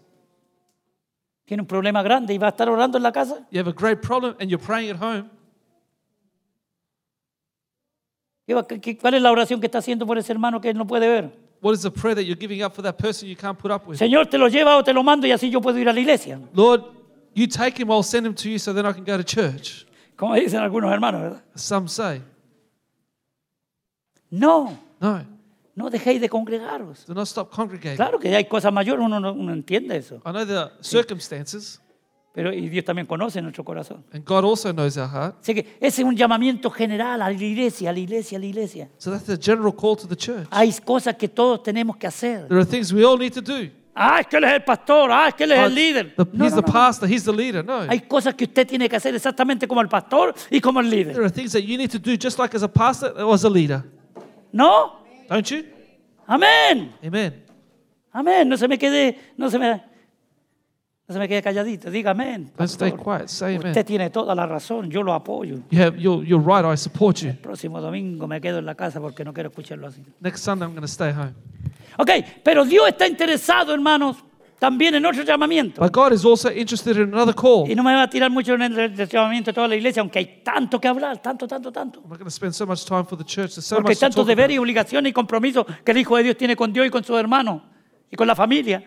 [SPEAKER 2] tiene un problema grande y va a estar orando en la casa,
[SPEAKER 3] You have a great problem and you're praying at home.
[SPEAKER 2] ¿Qué va- qué- qué- ¿cuál es la oración que está haciendo por ese hermano que él no puede ver?
[SPEAKER 3] What is the prayer that you're giving up for that person you can't put up with?
[SPEAKER 2] Señor, te lo lleva o te lo mando y así yo puedo ir a la iglesia.
[SPEAKER 3] Lord, you take him. I'll send him to you, so then I can go to church.
[SPEAKER 2] Como dicen algunos hermanos, ¿verdad?
[SPEAKER 3] Some say,
[SPEAKER 2] No,
[SPEAKER 3] "No,
[SPEAKER 2] no dejéis de congregaros.
[SPEAKER 3] do not stop congregating."
[SPEAKER 2] Claro que hay cosas mayores, uno no uno entiende eso.
[SPEAKER 3] I know the circumstances,
[SPEAKER 2] Pero y Dios también conoce nuestro corazón.
[SPEAKER 3] and God also knows our heart.
[SPEAKER 2] Así que ese es un llamamiento general a la iglesia, a la iglesia, a la iglesia.
[SPEAKER 3] So that's the general call to the church.
[SPEAKER 2] Hay cosas que todos tenemos que hacer.
[SPEAKER 3] There are things we all need to do.
[SPEAKER 2] Ah, es que él es el pastor, ah, es que él es
[SPEAKER 3] Oh,
[SPEAKER 2] el líder.
[SPEAKER 3] the-
[SPEAKER 2] No,
[SPEAKER 3] he's
[SPEAKER 2] no,
[SPEAKER 3] the
[SPEAKER 2] no.
[SPEAKER 3] pastor. He's the leader. No,
[SPEAKER 2] Hay cosas que usted tiene que hacer exactamente como el pastor y como el líder.
[SPEAKER 3] there are things that you need to do, just like as a pastor or as a leader,
[SPEAKER 2] ¿No?
[SPEAKER 3] don't you?
[SPEAKER 2] Amén.
[SPEAKER 3] Amen.
[SPEAKER 2] Amén. No se me quede, no se me No se me quede calladito, dígame.
[SPEAKER 3] Let's stay quiet. Say
[SPEAKER 2] Usted
[SPEAKER 3] amen.
[SPEAKER 2] tiene toda la razón, yo lo apoyo.
[SPEAKER 3] You have, you're, you're right. I support you.
[SPEAKER 2] Próximo domingo me quedo en la casa porque no quiero escucharlo así.
[SPEAKER 3] Next Sunday, I'm going to stay home.
[SPEAKER 2] Ok, pero Dios está interesado, hermanos, también en otro llamamiento.
[SPEAKER 3] But God is also interested in another call.
[SPEAKER 2] Y no me va a tirar mucho en el el llamamiento de toda la iglesia, aunque hay tanto que hablar, tanto, tanto, tanto.
[SPEAKER 3] I'm not going to spend so much time for the church. There's so
[SPEAKER 2] Porque hay
[SPEAKER 3] much to
[SPEAKER 2] tantos
[SPEAKER 3] talk about.
[SPEAKER 2] deberes y obligaciones y compromisos que el Hijo de Dios tiene con Dios y con sus hermanos y con la familia.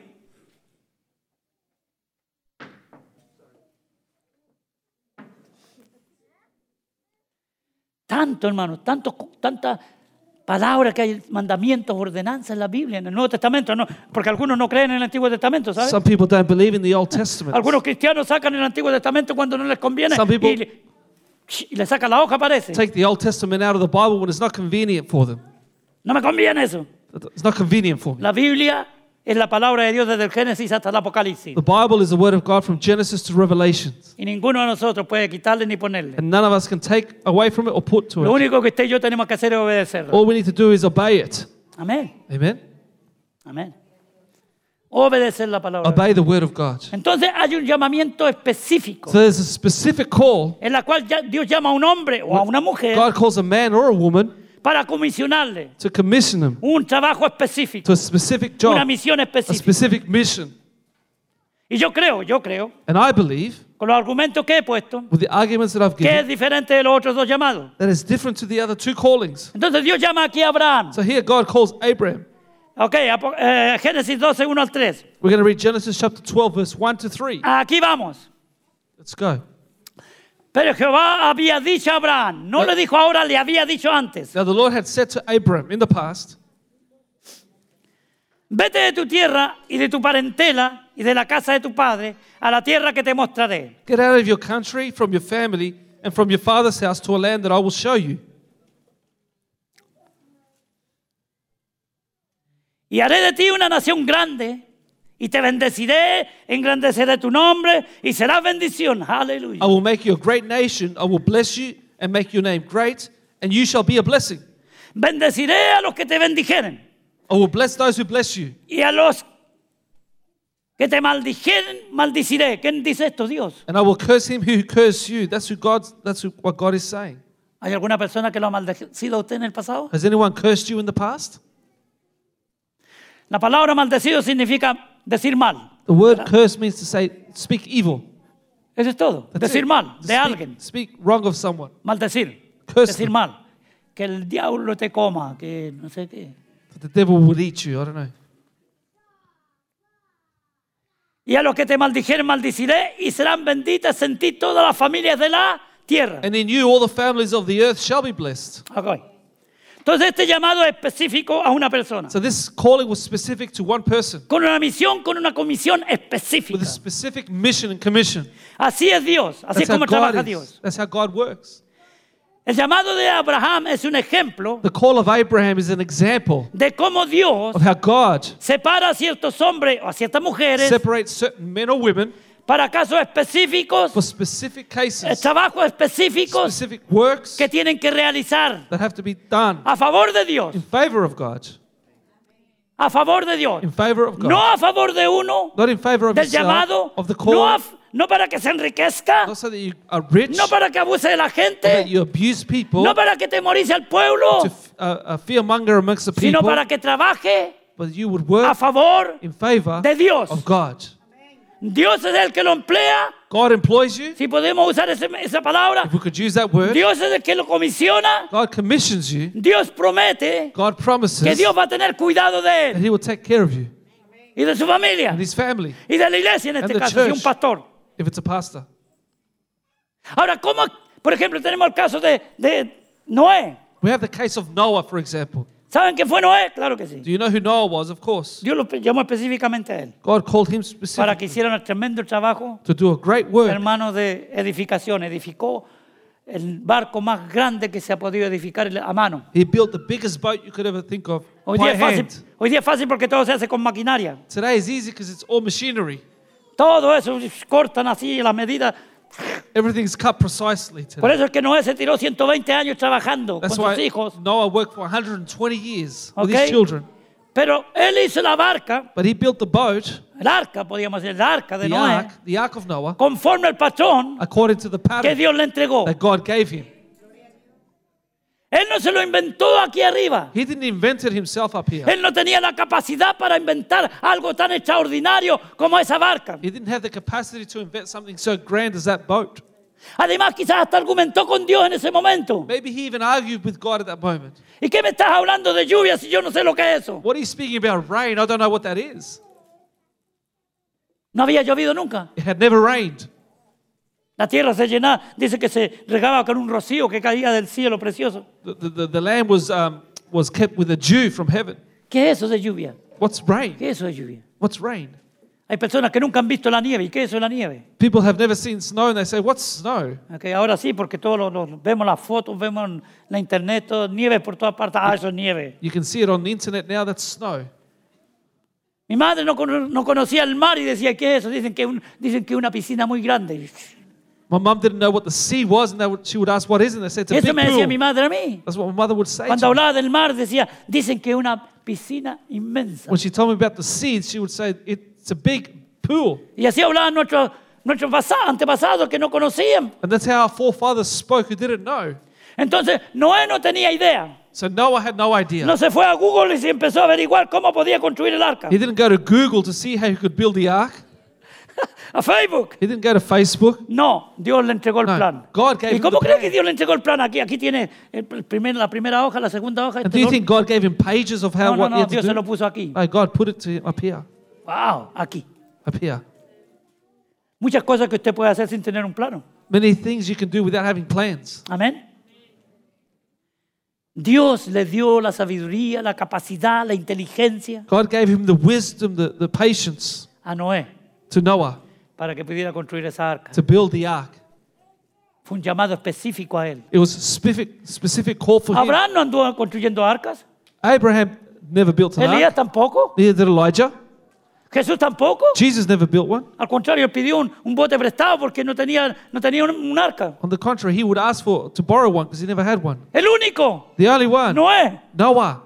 [SPEAKER 2] Tanto, hermanos, tantos, tantas palabras que hay, mandamientos, ordenanzas en la Biblia, en el Nuevo Testamento, no, porque algunos no creen en el Antiguo Testamento, ¿sabes?
[SPEAKER 3] Some people don't believe in the Old Testament.
[SPEAKER 2] Algunos cristianos sacan el Antiguo Testamento cuando no les conviene
[SPEAKER 3] Some people-
[SPEAKER 2] y, le, y le sacan la hoja, parece.
[SPEAKER 3] Take the Old Testament out of the Bible when it's not convenient for them.
[SPEAKER 2] No me conviene eso.
[SPEAKER 3] It's not convenient for me.
[SPEAKER 2] La Biblia es la palabra de Dios desde el Génesis hasta el Apocalipsis.
[SPEAKER 3] The Bible is the Word of God from Genesis to Revelation.
[SPEAKER 2] Y ninguno de nosotros puede quitarle ni ponerle.
[SPEAKER 3] And none of us can take away from it or put to
[SPEAKER 2] Lo
[SPEAKER 3] it.
[SPEAKER 2] único que usted y yo tenemos que hacer es obedecerlo.
[SPEAKER 3] All we need to do is obey it.
[SPEAKER 2] Amén.
[SPEAKER 3] Amen?
[SPEAKER 2] Amén. Obedecer la palabra.
[SPEAKER 3] Obey the Word of God.
[SPEAKER 2] Entonces hay un llamamiento específico
[SPEAKER 3] So there's a specific call.
[SPEAKER 2] en la cual ya- Dios llama a un hombre o a una mujer
[SPEAKER 3] God calls a man or a woman
[SPEAKER 2] para comisionarle
[SPEAKER 3] to commission them
[SPEAKER 2] un trabajo específico,
[SPEAKER 3] to a specific
[SPEAKER 2] una
[SPEAKER 3] job,
[SPEAKER 2] misión
[SPEAKER 3] a
[SPEAKER 2] específica.
[SPEAKER 3] specific mission.
[SPEAKER 2] Y yo creo, yo creo,
[SPEAKER 3] And I believe,
[SPEAKER 2] con los argumentos que he puesto,
[SPEAKER 3] with the arguments that I've
[SPEAKER 2] que es
[SPEAKER 3] given,
[SPEAKER 2] diferente de los otros dos llamados.
[SPEAKER 3] that is different to the other two callings.
[SPEAKER 2] Entonces Dios llama aquí a Abraham.
[SPEAKER 3] So here God calls Abraham.
[SPEAKER 2] Ok, Apo- eh, Génesis 12, 1 al 3.
[SPEAKER 3] We're going to read Genesis chapter 12, verse 1 to 3.
[SPEAKER 2] Aquí vamos.
[SPEAKER 3] Let's go.
[SPEAKER 2] Pero Jehová había dicho a Abraham, no le dijo ahora, le había dicho antes,
[SPEAKER 3] Now the Lord had said to Abraham in the past,
[SPEAKER 2] vete de tu tierra y de tu parentela y de la casa de tu padre a la tierra que te mostraré.
[SPEAKER 3] Get out of your country, from your family, and from your father's house to a land that I will show you.
[SPEAKER 2] Y haré de ti una nación grande y te bendeciré, engrandeceré tu nombre y serás bendición. Aleluya.
[SPEAKER 3] I will make you a great nation. I will bless you and make your name great, and you shall be a blessing.
[SPEAKER 2] Bendeciré a los que te bendijeren
[SPEAKER 3] I will bless those who bless you,
[SPEAKER 2] y a los que te maldijeren, maldiciré. ¿Quién dice esto? Dios.
[SPEAKER 3] and I will curse him who curses you. That's who God. That's who, what God is saying.
[SPEAKER 2] ¿Hay alguna persona que lo ha maldecido a usted en el pasado?
[SPEAKER 3] Has anyone cursed you in the past?
[SPEAKER 2] La palabra maldecido significa decir mal.
[SPEAKER 3] The word curse means to say speak evil.
[SPEAKER 2] Eso es todo.
[SPEAKER 3] That's
[SPEAKER 2] decir
[SPEAKER 3] it.
[SPEAKER 2] mal
[SPEAKER 3] To
[SPEAKER 2] de
[SPEAKER 3] speak-
[SPEAKER 2] alguien.
[SPEAKER 3] Speak wrong of someone.
[SPEAKER 2] Maldecir.
[SPEAKER 3] Curse
[SPEAKER 2] Decir
[SPEAKER 3] them.
[SPEAKER 2] mal. Que el diablo te coma, que no sé qué.
[SPEAKER 3] That the devil would eat you. I don't know.
[SPEAKER 2] Y a los que te maldijeren, maldiciré y serán benditas en ti todas las familias de la tierra.
[SPEAKER 3] And in you, all the families of the earth shall be blessed.
[SPEAKER 2] Ok. Entonces este llamado es específico a una persona.
[SPEAKER 3] So this calling was specific to one person
[SPEAKER 2] Con una misión, con una comisión
[SPEAKER 3] with
[SPEAKER 2] específica.
[SPEAKER 3] a specific mission and commission.
[SPEAKER 2] Así es Dios. Así es
[SPEAKER 3] That's how
[SPEAKER 2] como trabaja
[SPEAKER 3] God is.
[SPEAKER 2] Dios.
[SPEAKER 3] That's how God works.
[SPEAKER 2] El llamado de Abraham es un ejemplo
[SPEAKER 3] The call of Abraham is an example
[SPEAKER 2] de cómo Dios
[SPEAKER 3] of how God
[SPEAKER 2] separa a ciertos hombres o a ciertas mujeres
[SPEAKER 3] separates certain men or women
[SPEAKER 2] para casos específicos,
[SPEAKER 3] for specific
[SPEAKER 2] eh,
[SPEAKER 3] cases,
[SPEAKER 2] trabajos específicos
[SPEAKER 3] specific works
[SPEAKER 2] que tienen que realizar
[SPEAKER 3] that have to be done
[SPEAKER 2] a favor de Dios,
[SPEAKER 3] in favor of God.
[SPEAKER 2] a favor de Dios,
[SPEAKER 3] In favor of
[SPEAKER 2] no
[SPEAKER 3] God.
[SPEAKER 2] a favor de uno,
[SPEAKER 3] Not in favor of
[SPEAKER 2] del
[SPEAKER 3] yourself,
[SPEAKER 2] llamado,
[SPEAKER 3] of the
[SPEAKER 2] no, a
[SPEAKER 3] call,
[SPEAKER 2] f- no para que se enriquezca,
[SPEAKER 3] not so that you are rich,
[SPEAKER 2] no
[SPEAKER 3] or
[SPEAKER 2] para que abuse de la
[SPEAKER 3] that
[SPEAKER 2] gente,
[SPEAKER 3] you abuse people,
[SPEAKER 2] no para que temorice al pueblo,
[SPEAKER 3] to f- uh, uh, fearmonger amongst the
[SPEAKER 2] sino para
[SPEAKER 3] people,
[SPEAKER 2] que trabaje
[SPEAKER 3] but you would
[SPEAKER 2] a
[SPEAKER 3] work
[SPEAKER 2] favor.
[SPEAKER 3] in favor
[SPEAKER 2] de Dios.
[SPEAKER 3] of God.
[SPEAKER 2] Dios es el que lo emplea,
[SPEAKER 3] God employs you.
[SPEAKER 2] si podemos usar ese- esa palabra,
[SPEAKER 3] If we could use that word,
[SPEAKER 2] Dios es el que lo comisiona,
[SPEAKER 3] God commissions you.
[SPEAKER 2] Dios promete
[SPEAKER 3] God promises
[SPEAKER 2] que Dios va a tener cuidado de él.
[SPEAKER 3] that He will take care of you
[SPEAKER 2] y de su familia
[SPEAKER 3] and His family,
[SPEAKER 2] y de la iglesia en este
[SPEAKER 3] the
[SPEAKER 2] caso, de un
[SPEAKER 3] church.
[SPEAKER 2] pastor.
[SPEAKER 3] if it's a pastor.
[SPEAKER 2] Ahora, ¿cómo? Por ejemplo, tenemos el caso de, de Noé.
[SPEAKER 3] We have the case of Noah, for example.
[SPEAKER 2] ¿Saben quién fue Noé? Claro que sí.
[SPEAKER 3] Do you know who Noah was? Of course.
[SPEAKER 2] Dios lo pe- llamó específicamente a él
[SPEAKER 3] God called him
[SPEAKER 2] para que
[SPEAKER 3] specifically
[SPEAKER 2] hiciera un tremendo trabajo,
[SPEAKER 3] to do a great work,
[SPEAKER 2] hermano, de edificación. Edificó el barco más grande que se ha podido edificar a mano.
[SPEAKER 3] he built the biggest boat you could ever think of
[SPEAKER 2] Hoy
[SPEAKER 3] by
[SPEAKER 2] día, es fácil,
[SPEAKER 3] hand.
[SPEAKER 2] hoy día es fácil porque todo se hace con maquinaria.
[SPEAKER 3] Today is easy because it's all machinery.
[SPEAKER 2] Todo eso cortan así las medidas.
[SPEAKER 3] Everything's cut precisely
[SPEAKER 2] Por
[SPEAKER 3] today.
[SPEAKER 2] eso es que Noé se tiró 120 años trabajando
[SPEAKER 3] That's
[SPEAKER 2] con
[SPEAKER 3] why
[SPEAKER 2] sus hijos
[SPEAKER 3] Noah worked for 120 years with
[SPEAKER 2] Okay.
[SPEAKER 3] his children
[SPEAKER 2] Pero él hizo la barca,
[SPEAKER 3] But he built the boat,
[SPEAKER 2] el arca, podríamos decir, el arca de
[SPEAKER 3] the
[SPEAKER 2] Noé,
[SPEAKER 3] ark, the ark of Noah,
[SPEAKER 2] conforme al patrón
[SPEAKER 3] according to the
[SPEAKER 2] que
[SPEAKER 3] pattern
[SPEAKER 2] Dios le entregó.
[SPEAKER 3] that God gave him.
[SPEAKER 2] Él no se lo inventó aquí arriba.
[SPEAKER 3] He didn't invent it himself up here.
[SPEAKER 2] Él no tenía la capacidad para inventar algo tan extraordinario como esa barca.
[SPEAKER 3] He didn't have the capacity to invent something so grand as that boat.
[SPEAKER 2] Además, quizás hasta argumentó con Dios en ese momento.
[SPEAKER 3] Maybe he even argued with God at that moment.
[SPEAKER 2] ¿Y qué me estás hablando de lluvia si yo no sé lo que es eso?
[SPEAKER 3] What are you speaking about? Rain? I don't know what that is.
[SPEAKER 2] No había llovido nunca.
[SPEAKER 3] It had never rained.
[SPEAKER 2] La tierra se llenaba, dice que se regaba con un rocío que caía del cielo precioso.
[SPEAKER 3] The, the, the, the land was, um, was kept with a dew from heaven.
[SPEAKER 2] ¿Qué es eso de lluvia?
[SPEAKER 3] What's rain?
[SPEAKER 2] ¿Qué es eso de lluvia?
[SPEAKER 3] What's rain?
[SPEAKER 2] Hay personas que nunca han visto la nieve. ¿Y qué es eso de la nieve?
[SPEAKER 3] People have never seen snow and they say, What's snow?
[SPEAKER 2] Ok, ahora sí, porque todos los, los- vemos las fotos, vemos en la internet, todo, nieve por todas partes. Ah, eso es nieve.
[SPEAKER 3] You can see it on the internet now, that's snow.
[SPEAKER 2] Mi madre no, cono- no conocía el mar y decía, ¿qué es eso? Dicen que, un- dicen que una piscina muy grande. Y
[SPEAKER 3] My mum didn't know what the sea was, and they would, she would ask, What is it? And they said, It's a
[SPEAKER 2] Eso
[SPEAKER 3] big
[SPEAKER 2] me decía mi
[SPEAKER 3] pool.
[SPEAKER 2] madre a mí.
[SPEAKER 3] That's what my mother would say.
[SPEAKER 2] Cuando
[SPEAKER 3] To me.
[SPEAKER 2] hablaba del mar decía, dicen que una piscina inmensa.
[SPEAKER 3] When she told me about the sea, she would say, It's a big pool.
[SPEAKER 2] Y así hablaban nuestros, nuestros basa- antepasados que no conocían.
[SPEAKER 3] And that's how our forefathers spoke who didn't know.
[SPEAKER 2] Entonces Noé no tenía idea.
[SPEAKER 3] So Noah had no idea.
[SPEAKER 2] No se fue a Google y se empezó a averiguar cómo podía construir el arca.
[SPEAKER 3] He didn't go to Google to see how he could build the ark.
[SPEAKER 2] A Facebook.
[SPEAKER 3] He didn't go to Facebook.
[SPEAKER 2] No, Dios le entregó el
[SPEAKER 3] No,
[SPEAKER 2] plan.
[SPEAKER 3] God gave
[SPEAKER 2] ¿Y
[SPEAKER 3] him
[SPEAKER 2] cómo
[SPEAKER 3] the
[SPEAKER 2] cree
[SPEAKER 3] plan.
[SPEAKER 2] que Dios le entregó el plan? Aquí, aquí tiene el primer- la primera hoja, la segunda hoja.
[SPEAKER 3] And
[SPEAKER 2] este
[SPEAKER 3] do you
[SPEAKER 2] otro.
[SPEAKER 3] think God gave him pages of
[SPEAKER 2] no, no,
[SPEAKER 3] how what he
[SPEAKER 2] no,
[SPEAKER 3] had to
[SPEAKER 2] Dios se lo
[SPEAKER 3] do? Ah.
[SPEAKER 2] puso aquí.
[SPEAKER 3] No, God put it to him up here,
[SPEAKER 2] Wow, aquí.
[SPEAKER 3] up here.
[SPEAKER 2] Muchas cosas que usted puede hacer sin tener un plano.
[SPEAKER 3] Many things you can do without having plans.
[SPEAKER 2] Amén. Dios le dio la sabiduría, la capacidad, la inteligencia
[SPEAKER 3] God gave him the wisdom, the, the patience
[SPEAKER 2] a Noé
[SPEAKER 3] to Noah
[SPEAKER 2] para que pudiera construir esa arca.
[SPEAKER 3] to build the ark.
[SPEAKER 2] Fue un llamado específico a él.
[SPEAKER 3] It was a specific, specific call for him.
[SPEAKER 2] Abraham no anduvo construyendo arcas.
[SPEAKER 3] Abraham never built an
[SPEAKER 2] Elías
[SPEAKER 3] ark.
[SPEAKER 2] tampoco.
[SPEAKER 3] Neither did Elijah.
[SPEAKER 2] Jesús tampoco.
[SPEAKER 3] Jesus never built one.
[SPEAKER 2] Al contrario, él pidió un, un bote prestado porque no tenía, no tenía un, un arca.
[SPEAKER 3] On the contrary, he would ask for to borrow one because he never had one.
[SPEAKER 2] El único,
[SPEAKER 3] The only one,
[SPEAKER 2] Noé.
[SPEAKER 3] Noah.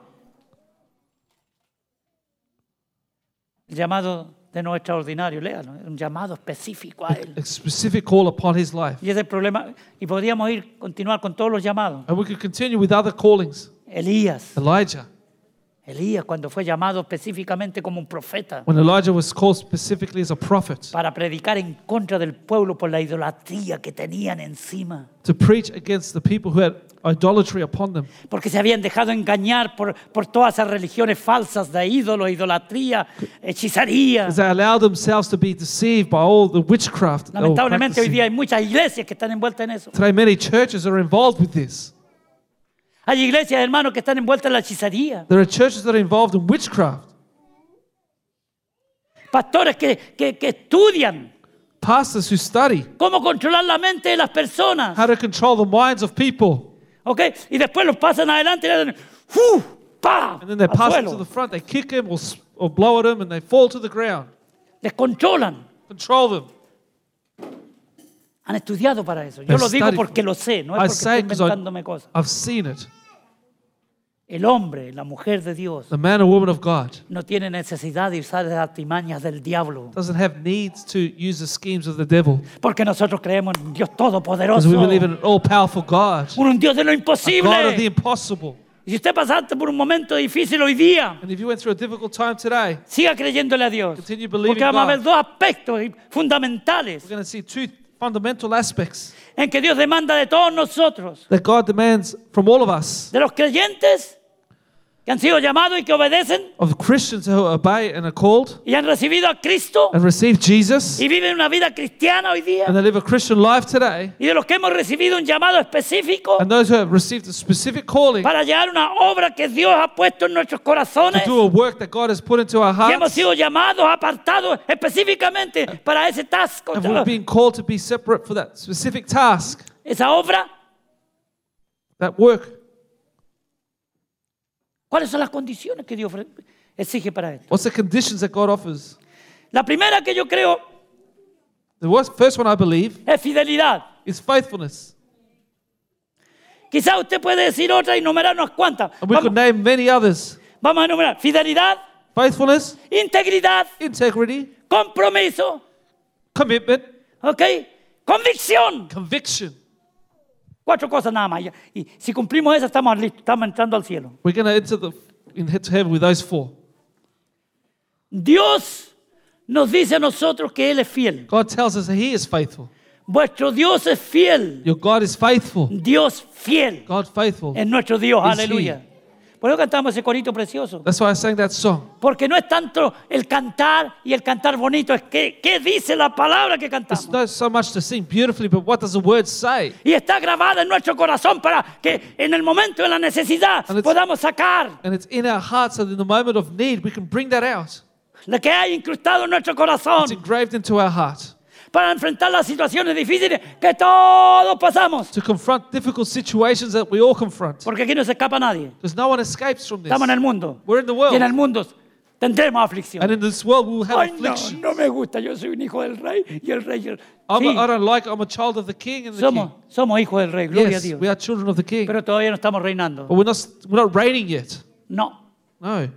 [SPEAKER 2] El llamado de Noé extraordinario, léalo. Un llamado específico a él.
[SPEAKER 3] A specific call upon his life.
[SPEAKER 2] Y ese es el problema. Y podríamos ir, continuar con todos los llamados.
[SPEAKER 3] And we could continue with other callings.
[SPEAKER 2] Elías.
[SPEAKER 3] Elijah.
[SPEAKER 2] Elías cuando fue llamado específicamente como un profeta
[SPEAKER 3] When Elijah was called specifically as a prophet
[SPEAKER 2] para predicar en contra del pueblo por la idolatría que tenían encima,
[SPEAKER 3] to preach against the people who had idolatry upon them
[SPEAKER 2] porque se habían dejado engañar por, por todas esas religiones falsas de ídolo, idolatría, hechicería.
[SPEAKER 3] because they allowed themselves to be deceived by all the witchcraft. that they were
[SPEAKER 2] Lamentablemente hoy
[SPEAKER 3] practicing.
[SPEAKER 2] día hay muchas iglesias que están envueltas en eso.
[SPEAKER 3] Today, many churches are involved with this.
[SPEAKER 2] Hay iglesias, hermanos, que están envueltas en la hechicería.
[SPEAKER 3] There are churches that are involved in witchcraft,
[SPEAKER 2] Pastores que, que- que estudian
[SPEAKER 3] pastors who study
[SPEAKER 2] cómo controlar la mente de las personas.
[SPEAKER 3] how to control the minds of people.
[SPEAKER 2] ¿ok? Y después los pasan adelante y le dan... ¡fu! ¡Pa!
[SPEAKER 3] And then they
[SPEAKER 2] Al
[SPEAKER 3] pass them
[SPEAKER 2] suelo.
[SPEAKER 3] to the front, they kick them or, s- or blow at them, and they fall to the ground.
[SPEAKER 2] Les controlan.
[SPEAKER 3] Control them.
[SPEAKER 2] Han estudiado para eso. Yo
[SPEAKER 3] They've
[SPEAKER 2] lo digo
[SPEAKER 3] studied
[SPEAKER 2] porque
[SPEAKER 3] for it.
[SPEAKER 2] lo sé, no es
[SPEAKER 3] I
[SPEAKER 2] porque estoy
[SPEAKER 3] say it because
[SPEAKER 2] inventándome
[SPEAKER 3] I-
[SPEAKER 2] cosas.
[SPEAKER 3] I've seen it.
[SPEAKER 2] El hombre, la mujer de Dios,
[SPEAKER 3] The man or woman of God
[SPEAKER 2] no tiene necesidad de usar las artimañas del diablo.
[SPEAKER 3] doesn't have needs to use the schemes of the devil
[SPEAKER 2] Porque nosotros creemos en un Dios
[SPEAKER 3] because
[SPEAKER 2] todopoderoso.
[SPEAKER 3] we believe in an all powerful God,
[SPEAKER 2] Un Dios de lo
[SPEAKER 3] a God of the
[SPEAKER 2] imposible.
[SPEAKER 3] impossible.
[SPEAKER 2] Y si usted pasaste por un momento difícil hoy día,
[SPEAKER 3] And if you went through a difficult time today,
[SPEAKER 2] siga creyéndole a Dios.
[SPEAKER 3] Continue believing
[SPEAKER 2] Porque vamos a
[SPEAKER 3] God.
[SPEAKER 2] ver dos aspectos fundamentales
[SPEAKER 3] we're going to see two fundamental aspects
[SPEAKER 2] en que Dios demanda de todos nosotros,
[SPEAKER 3] that God demands from all of us,
[SPEAKER 2] de los creyentes que han sido llamados y que obedecen
[SPEAKER 3] of Christians who obey and are called
[SPEAKER 2] y han recibido a Cristo
[SPEAKER 3] and receive Jesus,
[SPEAKER 2] y viven una vida cristiana hoy día.
[SPEAKER 3] and they live a Christian life today,
[SPEAKER 2] y de los que hemos recibido un llamado específico
[SPEAKER 3] and those who have received a specific calling
[SPEAKER 2] para llegar a una obra que Dios ha puesto en nuestros
[SPEAKER 3] to
[SPEAKER 2] corazones
[SPEAKER 3] do a work that God has put into our
[SPEAKER 2] y hemos
[SPEAKER 3] hearts,
[SPEAKER 2] sido llamados, apartados específicamente para ese task,
[SPEAKER 3] and we're being called to be separate for that specific task,
[SPEAKER 2] esa obra.
[SPEAKER 3] that work.
[SPEAKER 2] ¿Cuáles son las condiciones que Dios ofre- exige para esto?
[SPEAKER 3] What's the conditions that God offers?
[SPEAKER 2] La primera que yo creo
[SPEAKER 3] The worst- first one I believe
[SPEAKER 2] es fidelidad.
[SPEAKER 3] is faithfulness.
[SPEAKER 2] Quizás usted puede decir otra y enumerar unas cuantas.
[SPEAKER 3] And we could
[SPEAKER 2] Vamos,
[SPEAKER 3] name many others.
[SPEAKER 2] Vamos a enumerar. Fidelidad,
[SPEAKER 3] faithfulness,
[SPEAKER 2] integridad,
[SPEAKER 3] integrity,
[SPEAKER 2] compromiso,
[SPEAKER 3] commitment,
[SPEAKER 2] ¿ok? Convicción.
[SPEAKER 3] conviction.
[SPEAKER 2] Cuatro cosas nada más. Y si cumplimos esas, estamos listos, estamos entrando al cielo.
[SPEAKER 3] We're going to enter the in hit heaven with those four.
[SPEAKER 2] Dios nos dice a nosotros que Él es fiel.
[SPEAKER 3] God tells us that He is faithful.
[SPEAKER 2] Vuestro Dios es fiel.
[SPEAKER 3] Your God is faithful.
[SPEAKER 2] Dios fiel
[SPEAKER 3] God faithful.
[SPEAKER 2] es nuestro Dios.
[SPEAKER 3] Is he.
[SPEAKER 2] Aleluya. Por eso cantamos ese corito precioso.
[SPEAKER 3] That's why I sang that song.
[SPEAKER 2] Porque no es tanto el cantar y el cantar bonito, es que qué dice la palabra que
[SPEAKER 3] It's
[SPEAKER 2] cantamos.
[SPEAKER 3] not so much to sing beautifully, but what does the word say?
[SPEAKER 2] Y está grabada en nuestro corazón para que en el momento de la necesidad
[SPEAKER 3] And it's-
[SPEAKER 2] podamos sacar
[SPEAKER 3] And it's in our hearts that in the moment of need we can bring that out.
[SPEAKER 2] lo que hay incrustado en nuestro
[SPEAKER 3] It's
[SPEAKER 2] corazón
[SPEAKER 3] engraved into our heart
[SPEAKER 2] para enfrentar las situaciones difíciles que todos pasamos.
[SPEAKER 3] to confront difficult situations that we all confront.
[SPEAKER 2] Porque aquí no se escapa nadie.
[SPEAKER 3] Because no one escapes from this.
[SPEAKER 2] Estamos en el mundo.
[SPEAKER 3] We're in the world.
[SPEAKER 2] Y en el mundo tendremos aflicción.
[SPEAKER 3] And in this world we will have
[SPEAKER 2] Ay, no,
[SPEAKER 3] affliction.
[SPEAKER 2] no me gusta. Yo soy un hijo del rey y el rey. y el-
[SPEAKER 3] I'm
[SPEAKER 2] Sí,
[SPEAKER 3] a, I don't like. I'm a child of the King and the
[SPEAKER 2] somos, somos hijos del rey.
[SPEAKER 3] King.
[SPEAKER 2] Gloria a
[SPEAKER 3] Yes,
[SPEAKER 2] Dios.
[SPEAKER 3] we are Oh. children of the King,
[SPEAKER 2] Pero todavía no estamos
[SPEAKER 3] but
[SPEAKER 2] reinando.
[SPEAKER 3] we're not. We're not reigning yet.
[SPEAKER 2] No.
[SPEAKER 3] No.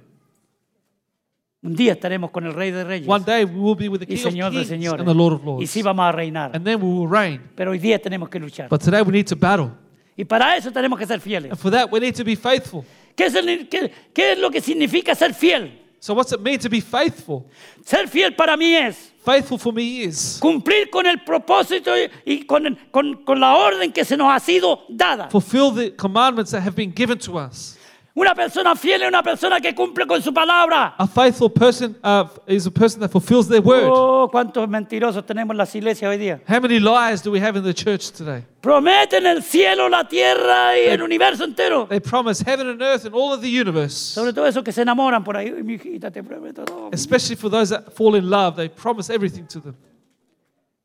[SPEAKER 2] Un día estaremos con el rey de reyes
[SPEAKER 3] One day we will be with the
[SPEAKER 2] y
[SPEAKER 3] King
[SPEAKER 2] señor
[SPEAKER 3] of
[SPEAKER 2] de
[SPEAKER 3] Kings
[SPEAKER 2] señores.
[SPEAKER 3] and the Lord of
[SPEAKER 2] Y
[SPEAKER 3] Lords,
[SPEAKER 2] sí vamos a reinar.
[SPEAKER 3] and then we will reign.
[SPEAKER 2] Pero hoy día tenemos que luchar.
[SPEAKER 3] But today we need to battle,
[SPEAKER 2] Y para eso tenemos que ser fieles.
[SPEAKER 3] and for that we need to be faithful.
[SPEAKER 2] ¿Qué es, el- qué- qué es lo que significa ser fiel?
[SPEAKER 3] So what's it mean to be faithful?
[SPEAKER 2] Ser fiel para mí es
[SPEAKER 3] Faithful for me is
[SPEAKER 2] cumplir con el propósito y- y con, con- con la orden que se nos ha sido dada.
[SPEAKER 3] fulfill the commandments that have been given to us.
[SPEAKER 2] Una persona fiel es una persona que cumple con su palabra.
[SPEAKER 3] A faithful person uh, is a person that fulfills their word.
[SPEAKER 2] Oh, cuántos mentirosos tenemos en las iglesias hoy día.
[SPEAKER 3] How many lies do we have in the church today?
[SPEAKER 2] Prometen el cielo, la tierra y el universo entero.
[SPEAKER 3] They promise heaven and earth and all of the universe.
[SPEAKER 2] Sobre todo esos que se enamoran por ahí. "Ay, Mi hijita, te prometo todo.
[SPEAKER 3] Especially for those that fall in love, they promise everything to them.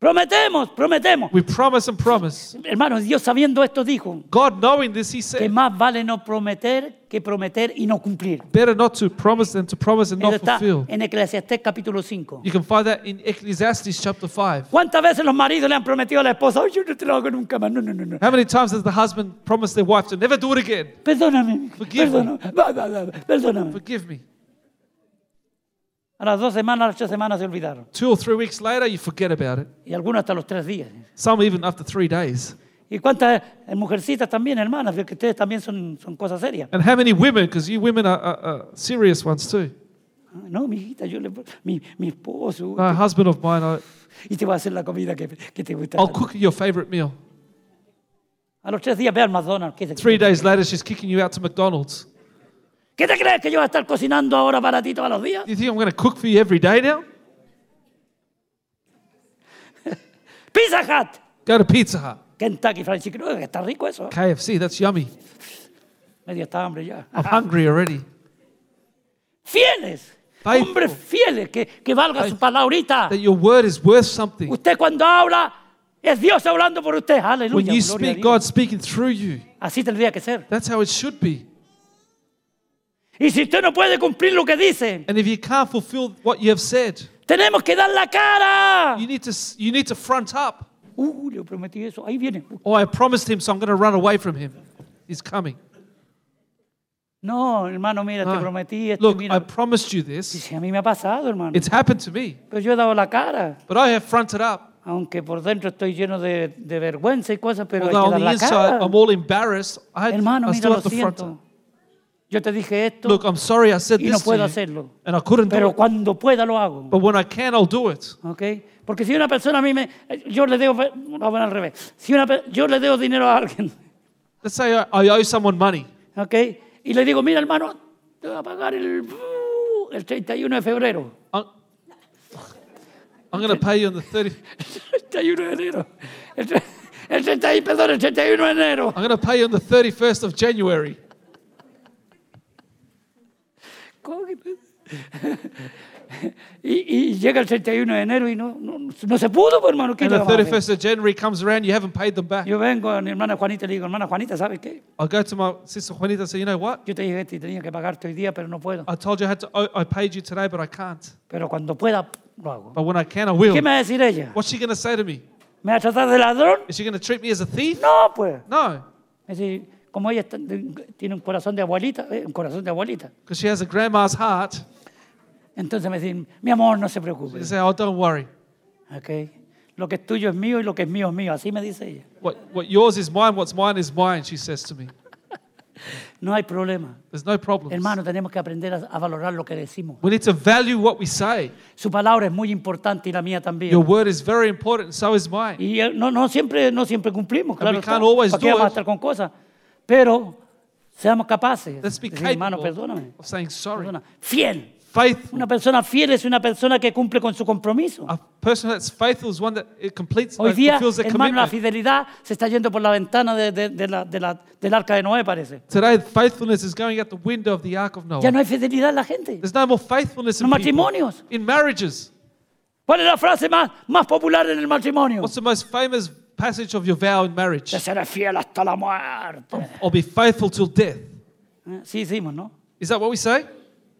[SPEAKER 2] Prometemos, prometemos.
[SPEAKER 3] We promise and promise.
[SPEAKER 2] Hermanos, Dios sabiendo esto dijo
[SPEAKER 3] God knowing this, He
[SPEAKER 2] que
[SPEAKER 3] said,
[SPEAKER 2] más vale no prometer que prometer y no cumplir.
[SPEAKER 3] better not to promise than to promise and
[SPEAKER 2] Eso
[SPEAKER 3] not
[SPEAKER 2] está
[SPEAKER 3] fulfill.
[SPEAKER 2] en Eclesiastés capítulo 5.
[SPEAKER 3] You can find that in Ecclesiastes chapter 5.
[SPEAKER 2] ¿Cuántas veces los maridos le han prometido a la esposa, "Ay, yo no te lo hago nunca más? No, no, no, no.
[SPEAKER 3] How many times has the husband promised their wife to never do it again?
[SPEAKER 2] Perdóname,
[SPEAKER 3] Forgive
[SPEAKER 2] perdóname, va, va, va, perdóname.
[SPEAKER 3] Forgive me.
[SPEAKER 2] A las dos semanas, a las ocho semanas se olvidaron.
[SPEAKER 3] Two or three weeks later, you forget about it.
[SPEAKER 2] Y algunos hasta los tres días.
[SPEAKER 3] Some even after three days.
[SPEAKER 2] ¿Y cuántas eh, mujercitas también, hermanas? Que ustedes también son, son cosas serias.
[SPEAKER 3] And how many women, because you women are, are, are serious ones too.
[SPEAKER 2] Ah, No, mi hijita, yo le. Mi, mi esposo.
[SPEAKER 3] No, a husband of mine, I,
[SPEAKER 2] Y te voy a hacer la comida que, que te gusta.
[SPEAKER 3] I'll cook you your favorite meal.
[SPEAKER 2] A los tres días ve al McDonald's. ¿Qué te,
[SPEAKER 3] Three days later, she's kicking you out to McDonald's.
[SPEAKER 2] ¿Qué te crees que yo voy a estar cocinando ahora para ti todos los días?
[SPEAKER 3] Do you think I'm going to cook for you every day now?
[SPEAKER 2] Pizza Hut.
[SPEAKER 3] Go to Pizza Hut,
[SPEAKER 2] Kentucky Fried Chicken. Uy, está rico eso.
[SPEAKER 3] KFC, that's yummy.
[SPEAKER 2] Medio está hambre ya.
[SPEAKER 3] I'm hungry already.
[SPEAKER 2] Fieles.
[SPEAKER 3] Faithful.
[SPEAKER 2] Hombres fieles que, que valga su palabrita.
[SPEAKER 3] That your word is worth something.
[SPEAKER 2] Usted cuando habla, es Dios hablando por usted.
[SPEAKER 3] When
[SPEAKER 2] Aleluya. gloria a
[SPEAKER 3] you speak,
[SPEAKER 2] Dios.
[SPEAKER 3] God's speaking through you.
[SPEAKER 2] Así tendría que ser.
[SPEAKER 3] That's how it should be.
[SPEAKER 2] Y si usted no puede cumplir lo que dice,
[SPEAKER 3] And if you can't fulfill what you have said,
[SPEAKER 2] tenemos que dar la cara.
[SPEAKER 3] you need to, s- you need to front up.
[SPEAKER 2] Uh, le prometí eso. Ahí viene. Uh,
[SPEAKER 3] Oh, I promised him, so I'm going to run away from him. He's coming.
[SPEAKER 2] No, hermano, mira, te
[SPEAKER 3] No.
[SPEAKER 2] prometí esto.
[SPEAKER 3] Ah. Look,
[SPEAKER 2] mira.
[SPEAKER 3] I promised you this.
[SPEAKER 2] Dice, a mí me ha pasado, hermano.
[SPEAKER 3] It's happened to me,
[SPEAKER 2] Pero Pues yo he dado la cara.
[SPEAKER 3] but I have fronted up.
[SPEAKER 2] Aunque por dentro estoy lleno de, de vergüenza y cosas, pero hay
[SPEAKER 3] Although
[SPEAKER 2] que
[SPEAKER 3] on
[SPEAKER 2] dar
[SPEAKER 3] the
[SPEAKER 2] la
[SPEAKER 3] inside,
[SPEAKER 2] cara.
[SPEAKER 3] I'm all embarrassed. I,
[SPEAKER 2] Hermano,
[SPEAKER 3] I
[SPEAKER 2] mira,
[SPEAKER 3] still
[SPEAKER 2] lo
[SPEAKER 3] have to front up.
[SPEAKER 2] siento. Yo te dije esto,
[SPEAKER 3] Look, I'm sorry I said
[SPEAKER 2] Y no
[SPEAKER 3] this to
[SPEAKER 2] puedo
[SPEAKER 3] you,
[SPEAKER 2] hacerlo.
[SPEAKER 3] and I couldn't do
[SPEAKER 2] pero
[SPEAKER 3] it.
[SPEAKER 2] cuando pueda lo hago.
[SPEAKER 3] But when I can, I'll do it.
[SPEAKER 2] ¿Ok? Porque si una persona a mí me... Yo le debo... Vamos a poner al revés. Si una, per- yo le debo dinero a alguien,
[SPEAKER 3] Let's say I, I owe someone money,
[SPEAKER 2] ¿ok? Y le digo, mira, hermano, te voy a pagar el, uh, el 31 de febrero.
[SPEAKER 3] I'm, I'm going to pay you on the 30.
[SPEAKER 2] El 31 de enero. El, tre- el 30 y- perdón, el 31 de enero.
[SPEAKER 3] I'm going to pay you on the 31st of January.
[SPEAKER 2] ¿Cómo que- Y, y llega el 31 de enero y no, no, no se pudo, pues, hermano. ¿qué
[SPEAKER 3] And
[SPEAKER 2] le
[SPEAKER 3] the
[SPEAKER 2] vamos a hacer?
[SPEAKER 3] 31st of January comes around, you haven't paid them back.
[SPEAKER 2] Yo vengo a mi hermana Juanita y le digo, hermana Juanita, ¿sabes qué?
[SPEAKER 3] I go to my sister Juanita and say, you know what?
[SPEAKER 2] Yo te dije que tenía que pagarte hoy día, pero no puedo.
[SPEAKER 3] I told you I had to. owe- I paid you today, but I can't.
[SPEAKER 2] Pero cuando pueda, lo hago.
[SPEAKER 3] But when I can, I will.
[SPEAKER 2] ¿Qué me va a decir ella?
[SPEAKER 3] What's she going to say to me?
[SPEAKER 2] ¿Me va a tratar de ladrón?
[SPEAKER 3] Is she going to treat me as a thief?
[SPEAKER 2] No, pues.
[SPEAKER 3] No.
[SPEAKER 2] Es decir, como ella está- tiene un corazón de abuelita, eh, un corazón de abuelita.
[SPEAKER 3] because she has a grandma's heart.
[SPEAKER 2] Entonces me dicen, mi amor, no se preocupe.
[SPEAKER 3] She said, "Oh, don't worry.
[SPEAKER 2] Ok. Lo que es tuyo es mío y lo que es mío es mío. Así me dice ella.
[SPEAKER 3] What, what yours is mine. What's mine is mine." She says to me,
[SPEAKER 2] No hay problema.
[SPEAKER 3] "There's no problem.
[SPEAKER 2] Hermano, tenemos que aprender a, a valorar lo que decimos.
[SPEAKER 3] We need to value what we say.
[SPEAKER 2] Su palabra es muy importante y la mía también.
[SPEAKER 3] Your word is very important, and so is mine.
[SPEAKER 2] Y eh, no, no, siempre, no siempre cumplimos, claro.
[SPEAKER 3] we
[SPEAKER 2] está.
[SPEAKER 3] can't always
[SPEAKER 2] ¿Para qué
[SPEAKER 3] do
[SPEAKER 2] vamos a
[SPEAKER 3] it?
[SPEAKER 2] estar con cosas? Pero seamos capaces.
[SPEAKER 3] Let's be
[SPEAKER 2] Decir, hermano, perdóname.
[SPEAKER 3] capable of saying sorry.
[SPEAKER 2] Perdona. Fiel.
[SPEAKER 3] Faithful.
[SPEAKER 2] Una persona fiel es una persona que cumple con su compromiso.
[SPEAKER 3] A person that's faithful is one that it completes,
[SPEAKER 2] Hoy
[SPEAKER 3] uh,
[SPEAKER 2] día,
[SPEAKER 3] fulfills their
[SPEAKER 2] hermano, la
[SPEAKER 3] commitment.
[SPEAKER 2] fidelidad se está yendo por la ventana de- de- de la- de la- del arca de Noé, parece.
[SPEAKER 3] Today, faithfulness is going out the window of the Ark of Noah.
[SPEAKER 2] Ya no hay fidelidad en la gente.
[SPEAKER 3] There's no more faithfulness in
[SPEAKER 2] Los
[SPEAKER 3] people.
[SPEAKER 2] matrimonios.
[SPEAKER 3] in marriages.
[SPEAKER 2] ¿Cuál es la frase más, más popular en el matrimonio?
[SPEAKER 3] What's the most famous passage of your vow in marriage?
[SPEAKER 2] Te seré fiel hasta la muerte.
[SPEAKER 3] I'll be faithful till death.
[SPEAKER 2] Eh, Sí hicimos, ¿no?
[SPEAKER 3] Is that what we say?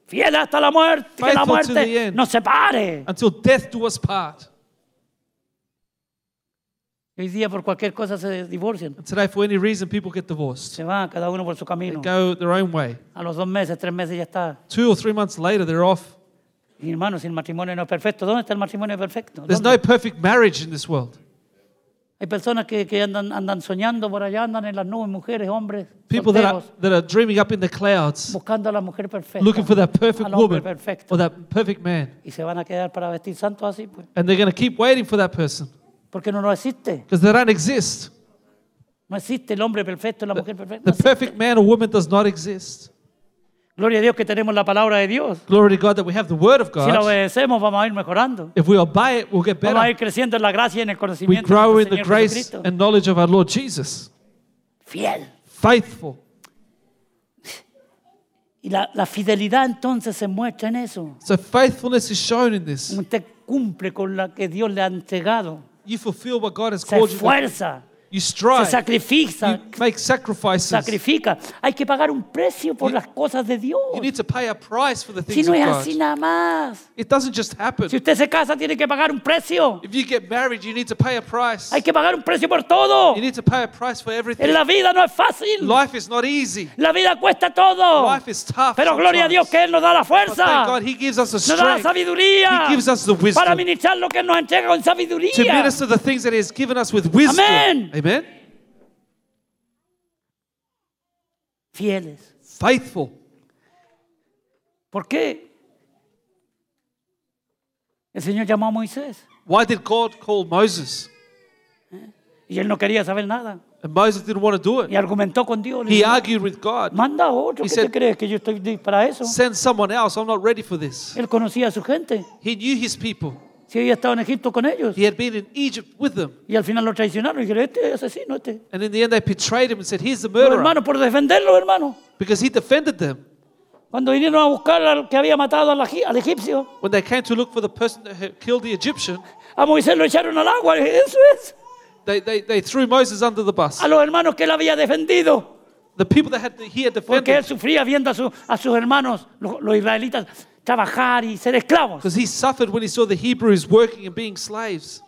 [SPEAKER 2] Fiel hasta la muerte, que la
[SPEAKER 3] Faithful to the
[SPEAKER 2] muerte
[SPEAKER 3] end.
[SPEAKER 2] nos separe.
[SPEAKER 3] Until death do us part.
[SPEAKER 2] Hoy día por cualquier cosa se divorcian.
[SPEAKER 3] And today, for any reason, people get divorced.
[SPEAKER 2] Se van cada uno por su camino.
[SPEAKER 3] Go their own way.
[SPEAKER 2] A los dos meses, tres meses ya está.
[SPEAKER 3] Two or three months later, they're off.
[SPEAKER 2] Y hermano, si el matrimonio no es perfecto, ¿dónde está el matrimonio perfecto?
[SPEAKER 3] There's
[SPEAKER 2] ¿Dónde?
[SPEAKER 3] Pues no perfect marriage in this world.
[SPEAKER 2] Hay personas que, que andan, andan soñando por allá, andan en las nubes, mujeres, hombres,
[SPEAKER 3] People that are,
[SPEAKER 2] solteros,
[SPEAKER 3] that are dreaming up in the clouds,
[SPEAKER 2] buscando a la mujer perfecta,
[SPEAKER 3] looking for that perfect
[SPEAKER 2] al hombre
[SPEAKER 3] woman
[SPEAKER 2] perfecto.
[SPEAKER 3] or that perfect man.
[SPEAKER 2] Y se van a quedar para vestir santos así, pues,
[SPEAKER 3] And they're going to keep waiting for that person
[SPEAKER 2] porque no, no existe.
[SPEAKER 3] because they don't exist.
[SPEAKER 2] No existe el hombre perfecto, la mujer perfecta.
[SPEAKER 3] The
[SPEAKER 2] no existe.
[SPEAKER 3] perfect man or woman does not exist.
[SPEAKER 2] Gloria a Dios que tenemos la palabra de Dios.
[SPEAKER 3] Glory to God that we have the Word of
[SPEAKER 2] Si la
[SPEAKER 3] God.
[SPEAKER 2] obedecemos, vamos a ir mejorando.
[SPEAKER 3] If we obey it, we'll get
[SPEAKER 2] Vamos a
[SPEAKER 3] better.
[SPEAKER 2] ir creciendo en la gracia y en el conocimiento
[SPEAKER 3] We
[SPEAKER 2] del
[SPEAKER 3] grow in the
[SPEAKER 2] Señor
[SPEAKER 3] grace
[SPEAKER 2] Jesucristo.
[SPEAKER 3] and knowledge of our Lord Jesus.
[SPEAKER 2] Fiel.
[SPEAKER 3] Faithful.
[SPEAKER 2] Y la, la fidelidad entonces se muestra en eso.
[SPEAKER 3] So faithfulness is shown in this.
[SPEAKER 2] Usted cumple con la que Dios le ha entregado.
[SPEAKER 3] You fulfill what God has
[SPEAKER 2] Se
[SPEAKER 3] called you to.
[SPEAKER 2] esfuerza,
[SPEAKER 3] You
[SPEAKER 2] se
[SPEAKER 3] strive.
[SPEAKER 2] sacrifica,
[SPEAKER 3] You make sacrifices.
[SPEAKER 2] sacrifica. Hay que pagar un precio por las cosas de Dios.
[SPEAKER 3] You need to pay a price for the
[SPEAKER 2] Si
[SPEAKER 3] things
[SPEAKER 2] no
[SPEAKER 3] of
[SPEAKER 2] es así
[SPEAKER 3] God.
[SPEAKER 2] nada más.
[SPEAKER 3] It doesn't just
[SPEAKER 2] Si
[SPEAKER 3] happen.
[SPEAKER 2] usted se casa, tiene que pagar un precio.
[SPEAKER 3] If you get married, you need to pay a price.
[SPEAKER 2] Hay que pagar un precio por todo.
[SPEAKER 3] You need to pay a price for
[SPEAKER 2] En
[SPEAKER 3] everything.
[SPEAKER 2] la vida no es fácil.
[SPEAKER 3] Life is not easy.
[SPEAKER 2] La vida cuesta todo.
[SPEAKER 3] Life is tough.
[SPEAKER 2] Oh, Pero gloria a Dios
[SPEAKER 3] sometimes.
[SPEAKER 2] que Él nos da la
[SPEAKER 3] But
[SPEAKER 2] fuerza.
[SPEAKER 3] thank God He gives us the
[SPEAKER 2] Nos da la
[SPEAKER 3] strength
[SPEAKER 2] sabiduría.
[SPEAKER 3] He gives us the wisdom.
[SPEAKER 2] Para ministrar lo que Él nos entrega con
[SPEAKER 3] to
[SPEAKER 2] sabiduría.
[SPEAKER 3] minister the things that He has given us with wisdom.
[SPEAKER 2] Amen.
[SPEAKER 3] Amen.
[SPEAKER 2] Fieles.
[SPEAKER 3] Faithful.
[SPEAKER 2] ¿Por qué? El Señor llamó a Moisés
[SPEAKER 3] Why did God call Moses?
[SPEAKER 2] y él no quería saber nada.
[SPEAKER 3] And Moses didn't want to do
[SPEAKER 2] Y
[SPEAKER 3] it.
[SPEAKER 2] argumentó con Dios. Le
[SPEAKER 3] He
[SPEAKER 2] dijo,
[SPEAKER 3] argued with God.
[SPEAKER 2] Manda a otro.
[SPEAKER 3] He
[SPEAKER 2] ¿Qué
[SPEAKER 3] said-
[SPEAKER 2] te crees que yo estoy de- para eso?
[SPEAKER 3] Send someone else. I'm not ready for this.
[SPEAKER 2] Él conocía a su gente.
[SPEAKER 3] He knew his people.
[SPEAKER 2] Si había estado en Egipto con ellos.
[SPEAKER 3] He had been in Egypt with them.
[SPEAKER 2] Y al final lo traicionaron. Y dijeron, este es asesino, este.
[SPEAKER 3] And in the end, they betrayed him and said, Here's the
[SPEAKER 2] Pero,
[SPEAKER 3] murderer.
[SPEAKER 2] hermano, por defenderlo, hermano.
[SPEAKER 3] Because he defended them.
[SPEAKER 2] Cuando vinieron a buscar al que había matado al agi- al egipcio.
[SPEAKER 3] When they came to look for the person that had killed the Egyptian,
[SPEAKER 2] A Moisés lo echaron al agua, eso es.
[SPEAKER 3] they, they, they threw Moses under the bus.
[SPEAKER 2] A los hermanos que él había defendido.
[SPEAKER 3] The people that had, he had
[SPEAKER 2] Porque él
[SPEAKER 3] defended.
[SPEAKER 2] sufría viendo a, su- a sus hermanos, lo- los, israelitas, trabajar y ser esclavos.
[SPEAKER 3] Because he suffered when he saw the Hebrews working and being slaves.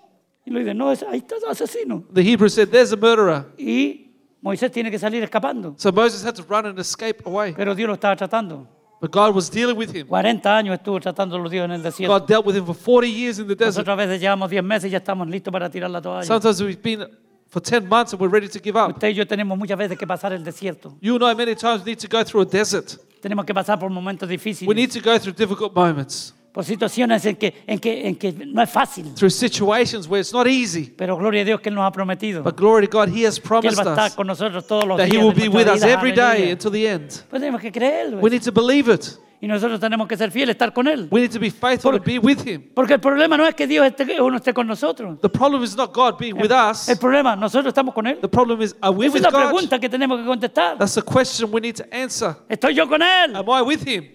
[SPEAKER 2] Y lo dice, no, es- ahí está el asesino.
[SPEAKER 3] The Hebrews said, There's a murderer.
[SPEAKER 2] Y Moisés tiene que salir escapando.
[SPEAKER 3] So Moses had to run and escape away.
[SPEAKER 2] Pero Dios lo estaba tratando.
[SPEAKER 3] But God was dealing with him.
[SPEAKER 2] 40 años estuvo tratando los Dios en el desierto.
[SPEAKER 3] God dealt with him for 40 years in the desert.
[SPEAKER 2] Nosotros a veces llevamos 10 meses y ya estamos listos para tirar la toalla.
[SPEAKER 3] Sometimes we've been for 10 months and we're ready to give up.
[SPEAKER 2] Usted y yo tenemos muchas veces que pasar el desierto.
[SPEAKER 3] You and I many times need to go through a desert.
[SPEAKER 2] Tenemos que pasar por momentos
[SPEAKER 3] We
[SPEAKER 2] difíciles,
[SPEAKER 3] need to go through difficult moments,
[SPEAKER 2] por situaciones en que, en que, en que no es fácil.
[SPEAKER 3] through situations where it's not easy.
[SPEAKER 2] Pero gloria a Dios que Él nos ha prometido.
[SPEAKER 3] But glory to God, He has
[SPEAKER 2] que Él
[SPEAKER 3] promised
[SPEAKER 2] va a
[SPEAKER 3] us
[SPEAKER 2] estar con nosotros todos los
[SPEAKER 3] that
[SPEAKER 2] días.
[SPEAKER 3] He
[SPEAKER 2] de
[SPEAKER 3] will be
[SPEAKER 2] nuestras
[SPEAKER 3] with us
[SPEAKER 2] vidas.
[SPEAKER 3] every day
[SPEAKER 2] Aleluya.
[SPEAKER 3] until the end.
[SPEAKER 2] Pues tenemos que creerlo.
[SPEAKER 3] We need to believe it.
[SPEAKER 2] Y nosotros tenemos que ser fieles, estar con Él.
[SPEAKER 3] We need to be faithful to be with Him.
[SPEAKER 2] Porque el problema no es que Dios esté, uno esté con nosotros.
[SPEAKER 3] The problem is not God being with us.
[SPEAKER 2] El problema, nosotros estamos con Él.
[SPEAKER 3] The problem is, are we
[SPEAKER 2] Esa es la
[SPEAKER 3] with God?
[SPEAKER 2] pregunta que tenemos que contestar.
[SPEAKER 3] That's the question we need to answer.
[SPEAKER 2] ¿Estoy yo con Él?
[SPEAKER 3] Am I with Him?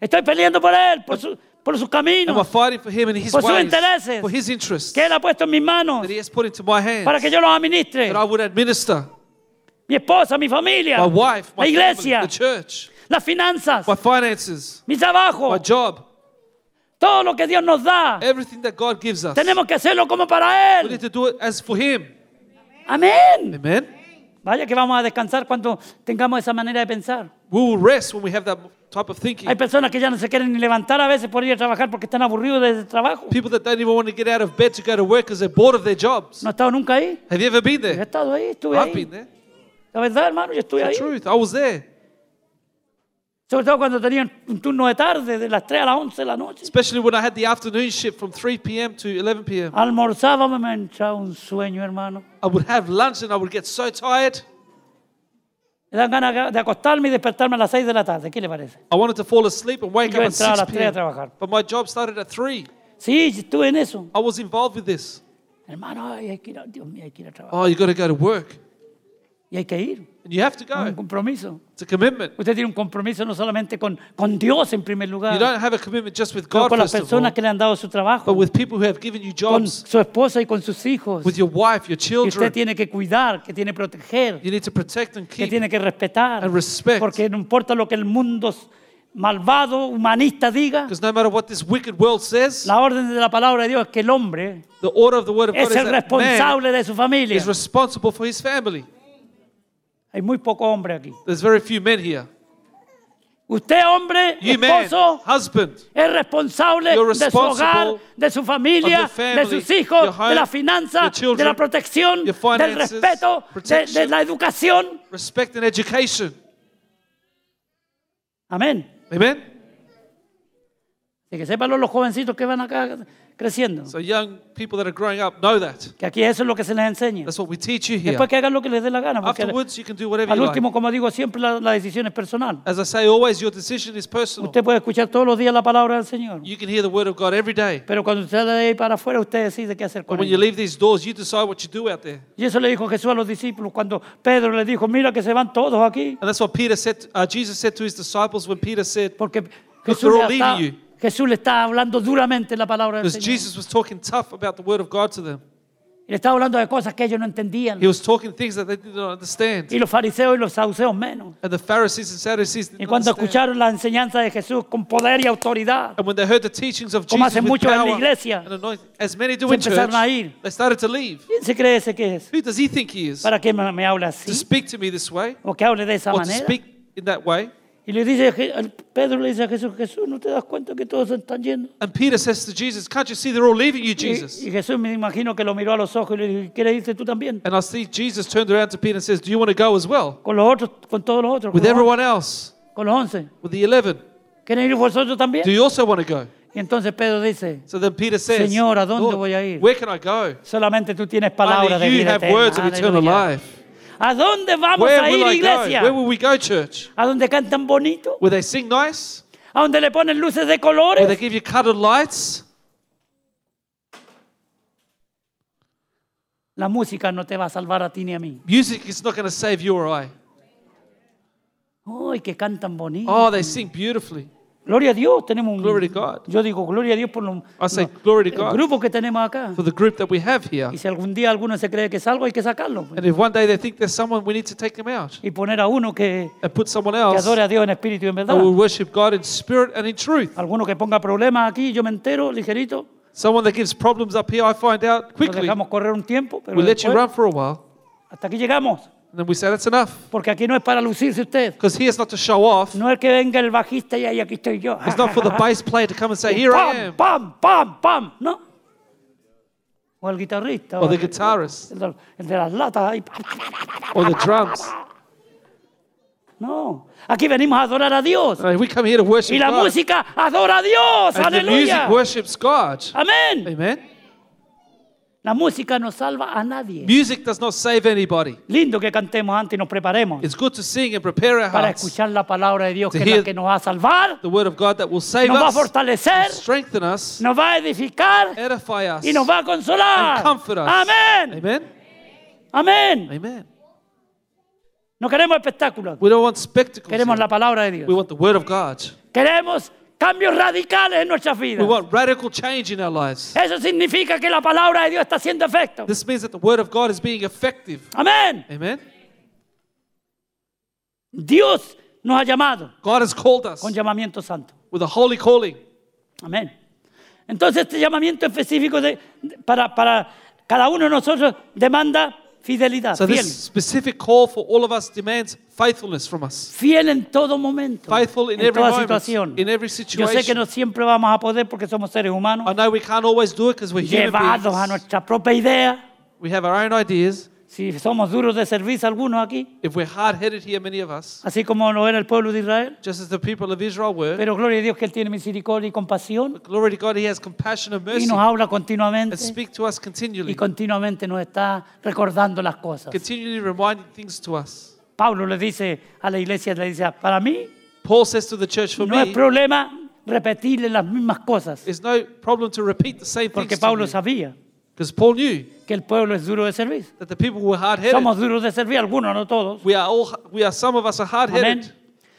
[SPEAKER 2] ¿Estoy peleando por Él? Por, su, por sus
[SPEAKER 3] Am I
[SPEAKER 2] caminos
[SPEAKER 3] fighting for Him and His
[SPEAKER 2] Por sus
[SPEAKER 3] ways?
[SPEAKER 2] intereses.
[SPEAKER 3] For His interests
[SPEAKER 2] que Él
[SPEAKER 3] that
[SPEAKER 2] ha puesto en mis manos
[SPEAKER 3] He has put into my hands
[SPEAKER 2] para que yo los administre.
[SPEAKER 3] that I would administer.
[SPEAKER 2] Mi esposa, mi familia,
[SPEAKER 3] My wife, my
[SPEAKER 2] la iglesia,
[SPEAKER 3] family, the church,
[SPEAKER 2] las finanzas,
[SPEAKER 3] my finances,
[SPEAKER 2] mi trabajo,
[SPEAKER 3] my job,
[SPEAKER 2] todo lo que Dios nos da.
[SPEAKER 3] everything that God gives us.
[SPEAKER 2] Tenemos que hacerlo como para
[SPEAKER 3] We
[SPEAKER 2] Él.
[SPEAKER 3] need to do it as for Him.
[SPEAKER 2] Amén.
[SPEAKER 3] Amen.
[SPEAKER 2] Vaya que vamos a descansar cuando tengamos esa manera de pensar.
[SPEAKER 3] We will rest when we have that type of
[SPEAKER 2] Hay
[SPEAKER 3] thinking.
[SPEAKER 2] personas que ya no se quieren ni levantar a veces por ir a trabajar porque están aburridos de ese trabajo.
[SPEAKER 3] People that don't even want to get out of bed to go to work because they're bored of their jobs.
[SPEAKER 2] No he estado nunca ahí.
[SPEAKER 3] Have you ever been
[SPEAKER 2] Yo he
[SPEAKER 3] there?
[SPEAKER 2] estado ahí, estuve
[SPEAKER 3] I've
[SPEAKER 2] ahí.
[SPEAKER 3] been there.
[SPEAKER 2] La verdad, hermano, yo estuve
[SPEAKER 3] The
[SPEAKER 2] ahí.
[SPEAKER 3] truth, I was there.
[SPEAKER 2] Sobre todo cuando tenían un turno de tarde, de las 3 a las 11 de la noche.
[SPEAKER 3] Especially when I had the afternoon shift from 3 p.m. to 11 p.m.
[SPEAKER 2] Almorzábamos, me entraba un sueño, hermano.
[SPEAKER 3] I would have lunch and I would get so tired.
[SPEAKER 2] Me dan ganas de acostarme y despertarme a las 6 de la tarde. ¿Qué le parece?
[SPEAKER 3] I wanted to fall asleep and wake
[SPEAKER 2] Yo
[SPEAKER 3] up at
[SPEAKER 2] entraba a
[SPEAKER 3] 6
[SPEAKER 2] las 3 a
[SPEAKER 3] p.m.
[SPEAKER 2] trabajar.
[SPEAKER 3] But my job started at 3.
[SPEAKER 2] Sí, estuve en eso.
[SPEAKER 3] I was involved with this.
[SPEAKER 2] Hermano, ay, hay que ir a, Dios mío, hay que ir a trabajar.
[SPEAKER 3] Oh, you got to go to work.
[SPEAKER 2] Y hay que ir.
[SPEAKER 3] And you have to
[SPEAKER 2] Es un
[SPEAKER 3] go.
[SPEAKER 2] compromiso.
[SPEAKER 3] It's a commitment.
[SPEAKER 2] Usted tiene un compromiso no solamente con, con Dios en primer
[SPEAKER 3] You
[SPEAKER 2] lugar,
[SPEAKER 3] don't have a commitment just with
[SPEAKER 2] sino
[SPEAKER 3] God,
[SPEAKER 2] con las
[SPEAKER 3] first of all,
[SPEAKER 2] personas que le han dado su
[SPEAKER 3] but
[SPEAKER 2] trabajo,
[SPEAKER 3] with people who have given you
[SPEAKER 2] con
[SPEAKER 3] jobs,
[SPEAKER 2] su esposa y con sus hijos.
[SPEAKER 3] with your wife, your
[SPEAKER 2] Que usted
[SPEAKER 3] children.
[SPEAKER 2] tiene que cuidar, que tiene que proteger,
[SPEAKER 3] You need to protect and
[SPEAKER 2] que
[SPEAKER 3] keep.
[SPEAKER 2] tiene que respetar.
[SPEAKER 3] and respect.
[SPEAKER 2] Porque no importa lo que el mundo malvado, humanista diga,
[SPEAKER 3] Because no matter what this wicked world says,
[SPEAKER 2] la orden de la palabra de Dios es que el hombre
[SPEAKER 3] the order of the word of God
[SPEAKER 2] es
[SPEAKER 3] is
[SPEAKER 2] el
[SPEAKER 3] that man
[SPEAKER 2] responsable de su familia.
[SPEAKER 3] is responsible for his family.
[SPEAKER 2] Hay muy poco hombre aquí.
[SPEAKER 3] There's very few men here.
[SPEAKER 2] Usted, hombre,
[SPEAKER 3] You man,
[SPEAKER 2] esposo,
[SPEAKER 3] husband,
[SPEAKER 2] es responsable
[SPEAKER 3] You're
[SPEAKER 2] de su hogar,
[SPEAKER 3] responsible
[SPEAKER 2] de su familia,
[SPEAKER 3] of your family,
[SPEAKER 2] de sus
[SPEAKER 3] your
[SPEAKER 2] hijos,
[SPEAKER 3] home,
[SPEAKER 2] de la finanza,
[SPEAKER 3] your children,
[SPEAKER 2] de la protección,
[SPEAKER 3] your finances,
[SPEAKER 2] del respeto, de, de
[SPEAKER 3] protection.
[SPEAKER 2] la educación.
[SPEAKER 3] respect and education.
[SPEAKER 2] Amén.
[SPEAKER 3] Amen?
[SPEAKER 2] De que sepan los, los jovencitos que van acá creciendo,
[SPEAKER 3] So young people that are growing up know that.
[SPEAKER 2] que aquí eso es lo que se les enseña.
[SPEAKER 3] That's what we teach you here.
[SPEAKER 2] Después que hagan lo que les dé la gana, porque
[SPEAKER 3] Afterwards, you can do whatever
[SPEAKER 2] al
[SPEAKER 3] you like.
[SPEAKER 2] último, como digo, siempre la, la decisión es personal.
[SPEAKER 3] As I say always, your decision is personal.
[SPEAKER 2] Usted puede escuchar todos los días la palabra del Señor,
[SPEAKER 3] You can hear the word of God every day.
[SPEAKER 2] pero cuando usted sale de ahí para afuera, usted decide qué hacer
[SPEAKER 3] But
[SPEAKER 2] con
[SPEAKER 3] when you
[SPEAKER 2] ella.
[SPEAKER 3] leave these doors, you decide what you do out there.
[SPEAKER 2] Y eso le dijo Jesús a los discípulos cuando Pedro le dijo, mira que se van todos aquí.
[SPEAKER 3] And that's what Peter said. Uh, Jesus said to his disciples when Peter said,
[SPEAKER 2] Porque Jesús
[SPEAKER 3] all
[SPEAKER 2] le, está,
[SPEAKER 3] leaving
[SPEAKER 2] Jesús le está hablando duramente la palabra del
[SPEAKER 3] because
[SPEAKER 2] Señor.
[SPEAKER 3] Jesus was talking tough about the word of God to them.
[SPEAKER 2] Y le está hablando de cosas que ellos no entendían.
[SPEAKER 3] He was talking things that they did not understand,
[SPEAKER 2] Y los fariseos y los saduceos menos.
[SPEAKER 3] and the Pharisees and Sadducees did
[SPEAKER 2] Y
[SPEAKER 3] not
[SPEAKER 2] cuando
[SPEAKER 3] understand.
[SPEAKER 2] escucharon la enseñanza de Jesús con poder y autoridad,
[SPEAKER 3] And when they heard the teachings of
[SPEAKER 2] Como
[SPEAKER 3] Jesus
[SPEAKER 2] hacen
[SPEAKER 3] with
[SPEAKER 2] muchos en la
[SPEAKER 3] power
[SPEAKER 2] iglesia,
[SPEAKER 3] and anointing, as many do
[SPEAKER 2] se
[SPEAKER 3] in church,
[SPEAKER 2] empezaron a ir.
[SPEAKER 3] they started to leave.
[SPEAKER 2] ¿quién se cree ese que es?
[SPEAKER 3] Who does he think he is
[SPEAKER 2] ¿Para qué me me habla
[SPEAKER 3] to
[SPEAKER 2] así?
[SPEAKER 3] speak to me this way
[SPEAKER 2] ¿O que hable de esa
[SPEAKER 3] or to
[SPEAKER 2] manera?
[SPEAKER 3] speak in that way?
[SPEAKER 2] Y le dice, Je- al- Pedro le dice a Jesús, Jesús, ¿no te das cuenta que todos se están yendo?
[SPEAKER 3] And Peter says to Jesus, "Can't you see they're all leaving you,
[SPEAKER 2] Y,
[SPEAKER 3] Jesus?"
[SPEAKER 2] y Jesús me imagino que lo miró a los ojos y le dijo, ¿quieres irte tú también?
[SPEAKER 3] And I see Jesus turned around to Peter and says, "Do you want to go as well
[SPEAKER 2] Con los otros, con todos los otros, con
[SPEAKER 3] with
[SPEAKER 2] los,
[SPEAKER 3] everyone else,
[SPEAKER 2] con los once.
[SPEAKER 3] with the eleven?
[SPEAKER 2] ¿Quieren ir vosotros también?
[SPEAKER 3] Do you also want to go?"
[SPEAKER 2] Y entonces Pedro dice,
[SPEAKER 3] So then Peter says,
[SPEAKER 2] Señor, ¿a dónde
[SPEAKER 3] "Lord,
[SPEAKER 2] voy a ir?"
[SPEAKER 3] Where can I go?
[SPEAKER 2] solamente tú tienes palabras de
[SPEAKER 3] Only you
[SPEAKER 2] vida
[SPEAKER 3] have words of
[SPEAKER 2] eterna.
[SPEAKER 3] eternal
[SPEAKER 2] Aleluya.
[SPEAKER 3] life.
[SPEAKER 2] ¿A dónde vamos
[SPEAKER 3] Where
[SPEAKER 2] a
[SPEAKER 3] will
[SPEAKER 2] ir,
[SPEAKER 3] I go? Where
[SPEAKER 2] iglesia?
[SPEAKER 3] will we go, church?
[SPEAKER 2] ¿A dónde cantan bonito?
[SPEAKER 3] Will they sing nice?
[SPEAKER 2] ¿A dónde le ponen luces de
[SPEAKER 3] Will they
[SPEAKER 2] colores?
[SPEAKER 3] give you colored lights?
[SPEAKER 2] La música no te va a salvar a ti ni a mí.
[SPEAKER 3] Music is not going to save you or I.
[SPEAKER 2] ¡Ay, que cantan bonito!
[SPEAKER 3] Oh, they sing beautifully.
[SPEAKER 2] Gloria a Dios, tenemos un
[SPEAKER 3] Glory to God.
[SPEAKER 2] Yo digo gloria a Dios por los,
[SPEAKER 3] I say,
[SPEAKER 2] los-
[SPEAKER 3] "Glory to
[SPEAKER 2] el
[SPEAKER 3] God."
[SPEAKER 2] grupo que tenemos acá.
[SPEAKER 3] For the group that we have here.
[SPEAKER 2] Y si algún día alguno se cree que es algo, hay que sacarlo. pues.
[SPEAKER 3] And if one day they think there's someone, we need to take them out
[SPEAKER 2] Y poner a uno que,
[SPEAKER 3] and put someone
[SPEAKER 2] que
[SPEAKER 3] else
[SPEAKER 2] adore a Dios en espíritu y en
[SPEAKER 3] that
[SPEAKER 2] verdad.
[SPEAKER 3] will worship God in spirit and in truth.
[SPEAKER 2] Alguno que ponga problemas aquí, yo me entero, ligerito.
[SPEAKER 3] Someone that gives problems up here, I find out
[SPEAKER 2] Lo
[SPEAKER 3] quickly.
[SPEAKER 2] dejamos correr un tiempo, pero
[SPEAKER 3] We let you
[SPEAKER 2] después-
[SPEAKER 3] run for a while.
[SPEAKER 2] hasta aquí llegamos.
[SPEAKER 3] And then we say, that's enough.
[SPEAKER 2] Porque aquí no es para lucirse usted.
[SPEAKER 3] Because here's not to show off.
[SPEAKER 2] No es que venga el bajista y ahí aquí estoy yo.
[SPEAKER 3] It's not for the bass player to come and say, here
[SPEAKER 2] pam,
[SPEAKER 3] I am.
[SPEAKER 2] pam, pam, pam. No. O el guitarrista.
[SPEAKER 3] Or the
[SPEAKER 2] el,
[SPEAKER 3] guitarist.
[SPEAKER 2] el de- el de las latas. ahí, pa, pa, pa.
[SPEAKER 3] Or the drums.
[SPEAKER 2] No. Aquí venimos a adorar a Dios.
[SPEAKER 3] No, we come here to
[SPEAKER 2] Y
[SPEAKER 3] worship
[SPEAKER 2] la
[SPEAKER 3] God.
[SPEAKER 2] música adora a Dios.
[SPEAKER 3] And the music
[SPEAKER 2] Aleluya.
[SPEAKER 3] worships God.
[SPEAKER 2] Amén.
[SPEAKER 3] Amen.
[SPEAKER 2] La música no salva a nadie.
[SPEAKER 3] Music does not save anybody.
[SPEAKER 2] Lindo que cantemos antes y nos preparemos
[SPEAKER 3] It's good to sing and prepare our
[SPEAKER 2] para
[SPEAKER 3] hearts.
[SPEAKER 2] escuchar la palabra de Dios
[SPEAKER 3] To
[SPEAKER 2] que es la
[SPEAKER 3] hear-
[SPEAKER 2] que nos va a salvar,
[SPEAKER 3] The word of God that will save
[SPEAKER 2] nos va a
[SPEAKER 3] us,
[SPEAKER 2] fortalecer,
[SPEAKER 3] strengthen us,
[SPEAKER 2] nos va a edificar
[SPEAKER 3] edify us,
[SPEAKER 2] y nos va a consolar.
[SPEAKER 3] and comfort us.
[SPEAKER 2] Amén.
[SPEAKER 3] Amen.
[SPEAKER 2] Amén.
[SPEAKER 3] Amen.
[SPEAKER 2] No queremos espectáculos.
[SPEAKER 3] We don't want spectacles.
[SPEAKER 2] Queremos
[SPEAKER 3] here.
[SPEAKER 2] la palabra de
[SPEAKER 3] We
[SPEAKER 2] Dios.
[SPEAKER 3] want the word of God.
[SPEAKER 2] Queremos cambios radicales en nuestras
[SPEAKER 3] We
[SPEAKER 2] vidas.
[SPEAKER 3] want radical change in our lives.
[SPEAKER 2] Eso significa que la palabra de Dios está haciendo efecto.
[SPEAKER 3] This means that the word of God is being effective.
[SPEAKER 2] Amén.
[SPEAKER 3] Amen.
[SPEAKER 2] Dios nos ha llamado
[SPEAKER 3] God has called us
[SPEAKER 2] con llamamiento santo.
[SPEAKER 3] with a holy calling.
[SPEAKER 2] Amén. Entonces este llamamiento específico de- de- para, para cada uno de nosotros demanda Fidelidad,
[SPEAKER 3] So
[SPEAKER 2] fiel.
[SPEAKER 3] this specific call for all of us demands faithfulness from us.
[SPEAKER 2] Fiel en todo momento.
[SPEAKER 3] Faithful in
[SPEAKER 2] en
[SPEAKER 3] every
[SPEAKER 2] toda
[SPEAKER 3] moment,
[SPEAKER 2] situación.
[SPEAKER 3] in every
[SPEAKER 2] Yo sé que
[SPEAKER 3] situation.
[SPEAKER 2] no siempre vamos a poder porque somos seres humanos.
[SPEAKER 3] I know we can't always do it because we're human
[SPEAKER 2] llevados a
[SPEAKER 3] beings.
[SPEAKER 2] nuestra propia idea.
[SPEAKER 3] We have our own ideas.
[SPEAKER 2] Si somos duros de servicio algunos aquí,
[SPEAKER 3] If we're hard-headed here, many of us,
[SPEAKER 2] así como lo era el pueblo de Israel.
[SPEAKER 3] just as the people of Israel were,
[SPEAKER 2] Pero gloria a Dios que Él tiene misericordia y compasión
[SPEAKER 3] glory to God, He has compassion and
[SPEAKER 2] y
[SPEAKER 3] mercy
[SPEAKER 2] nos habla
[SPEAKER 3] and
[SPEAKER 2] continuamente
[SPEAKER 3] Pues speak to us
[SPEAKER 2] y
[SPEAKER 3] continually,
[SPEAKER 2] continuamente nos está recordando las cosas.
[SPEAKER 3] continually reminding things to us.
[SPEAKER 2] Pablo le dice a la iglesia, le dice, para mí
[SPEAKER 3] Paul says to the church, for
[SPEAKER 2] no es
[SPEAKER 3] me,
[SPEAKER 2] problema repetirle las mismas cosas,
[SPEAKER 3] it's no problem to repeat the same
[SPEAKER 2] porque
[SPEAKER 3] things
[SPEAKER 2] Pablo sabía
[SPEAKER 3] because Paul knew
[SPEAKER 2] que el pueblo es duro de servir.
[SPEAKER 3] that the people were hard-headed.
[SPEAKER 2] Somos duros de servir, algunos, no todos.
[SPEAKER 3] We are all, we are, some of us are hard-headed,
[SPEAKER 2] Amén.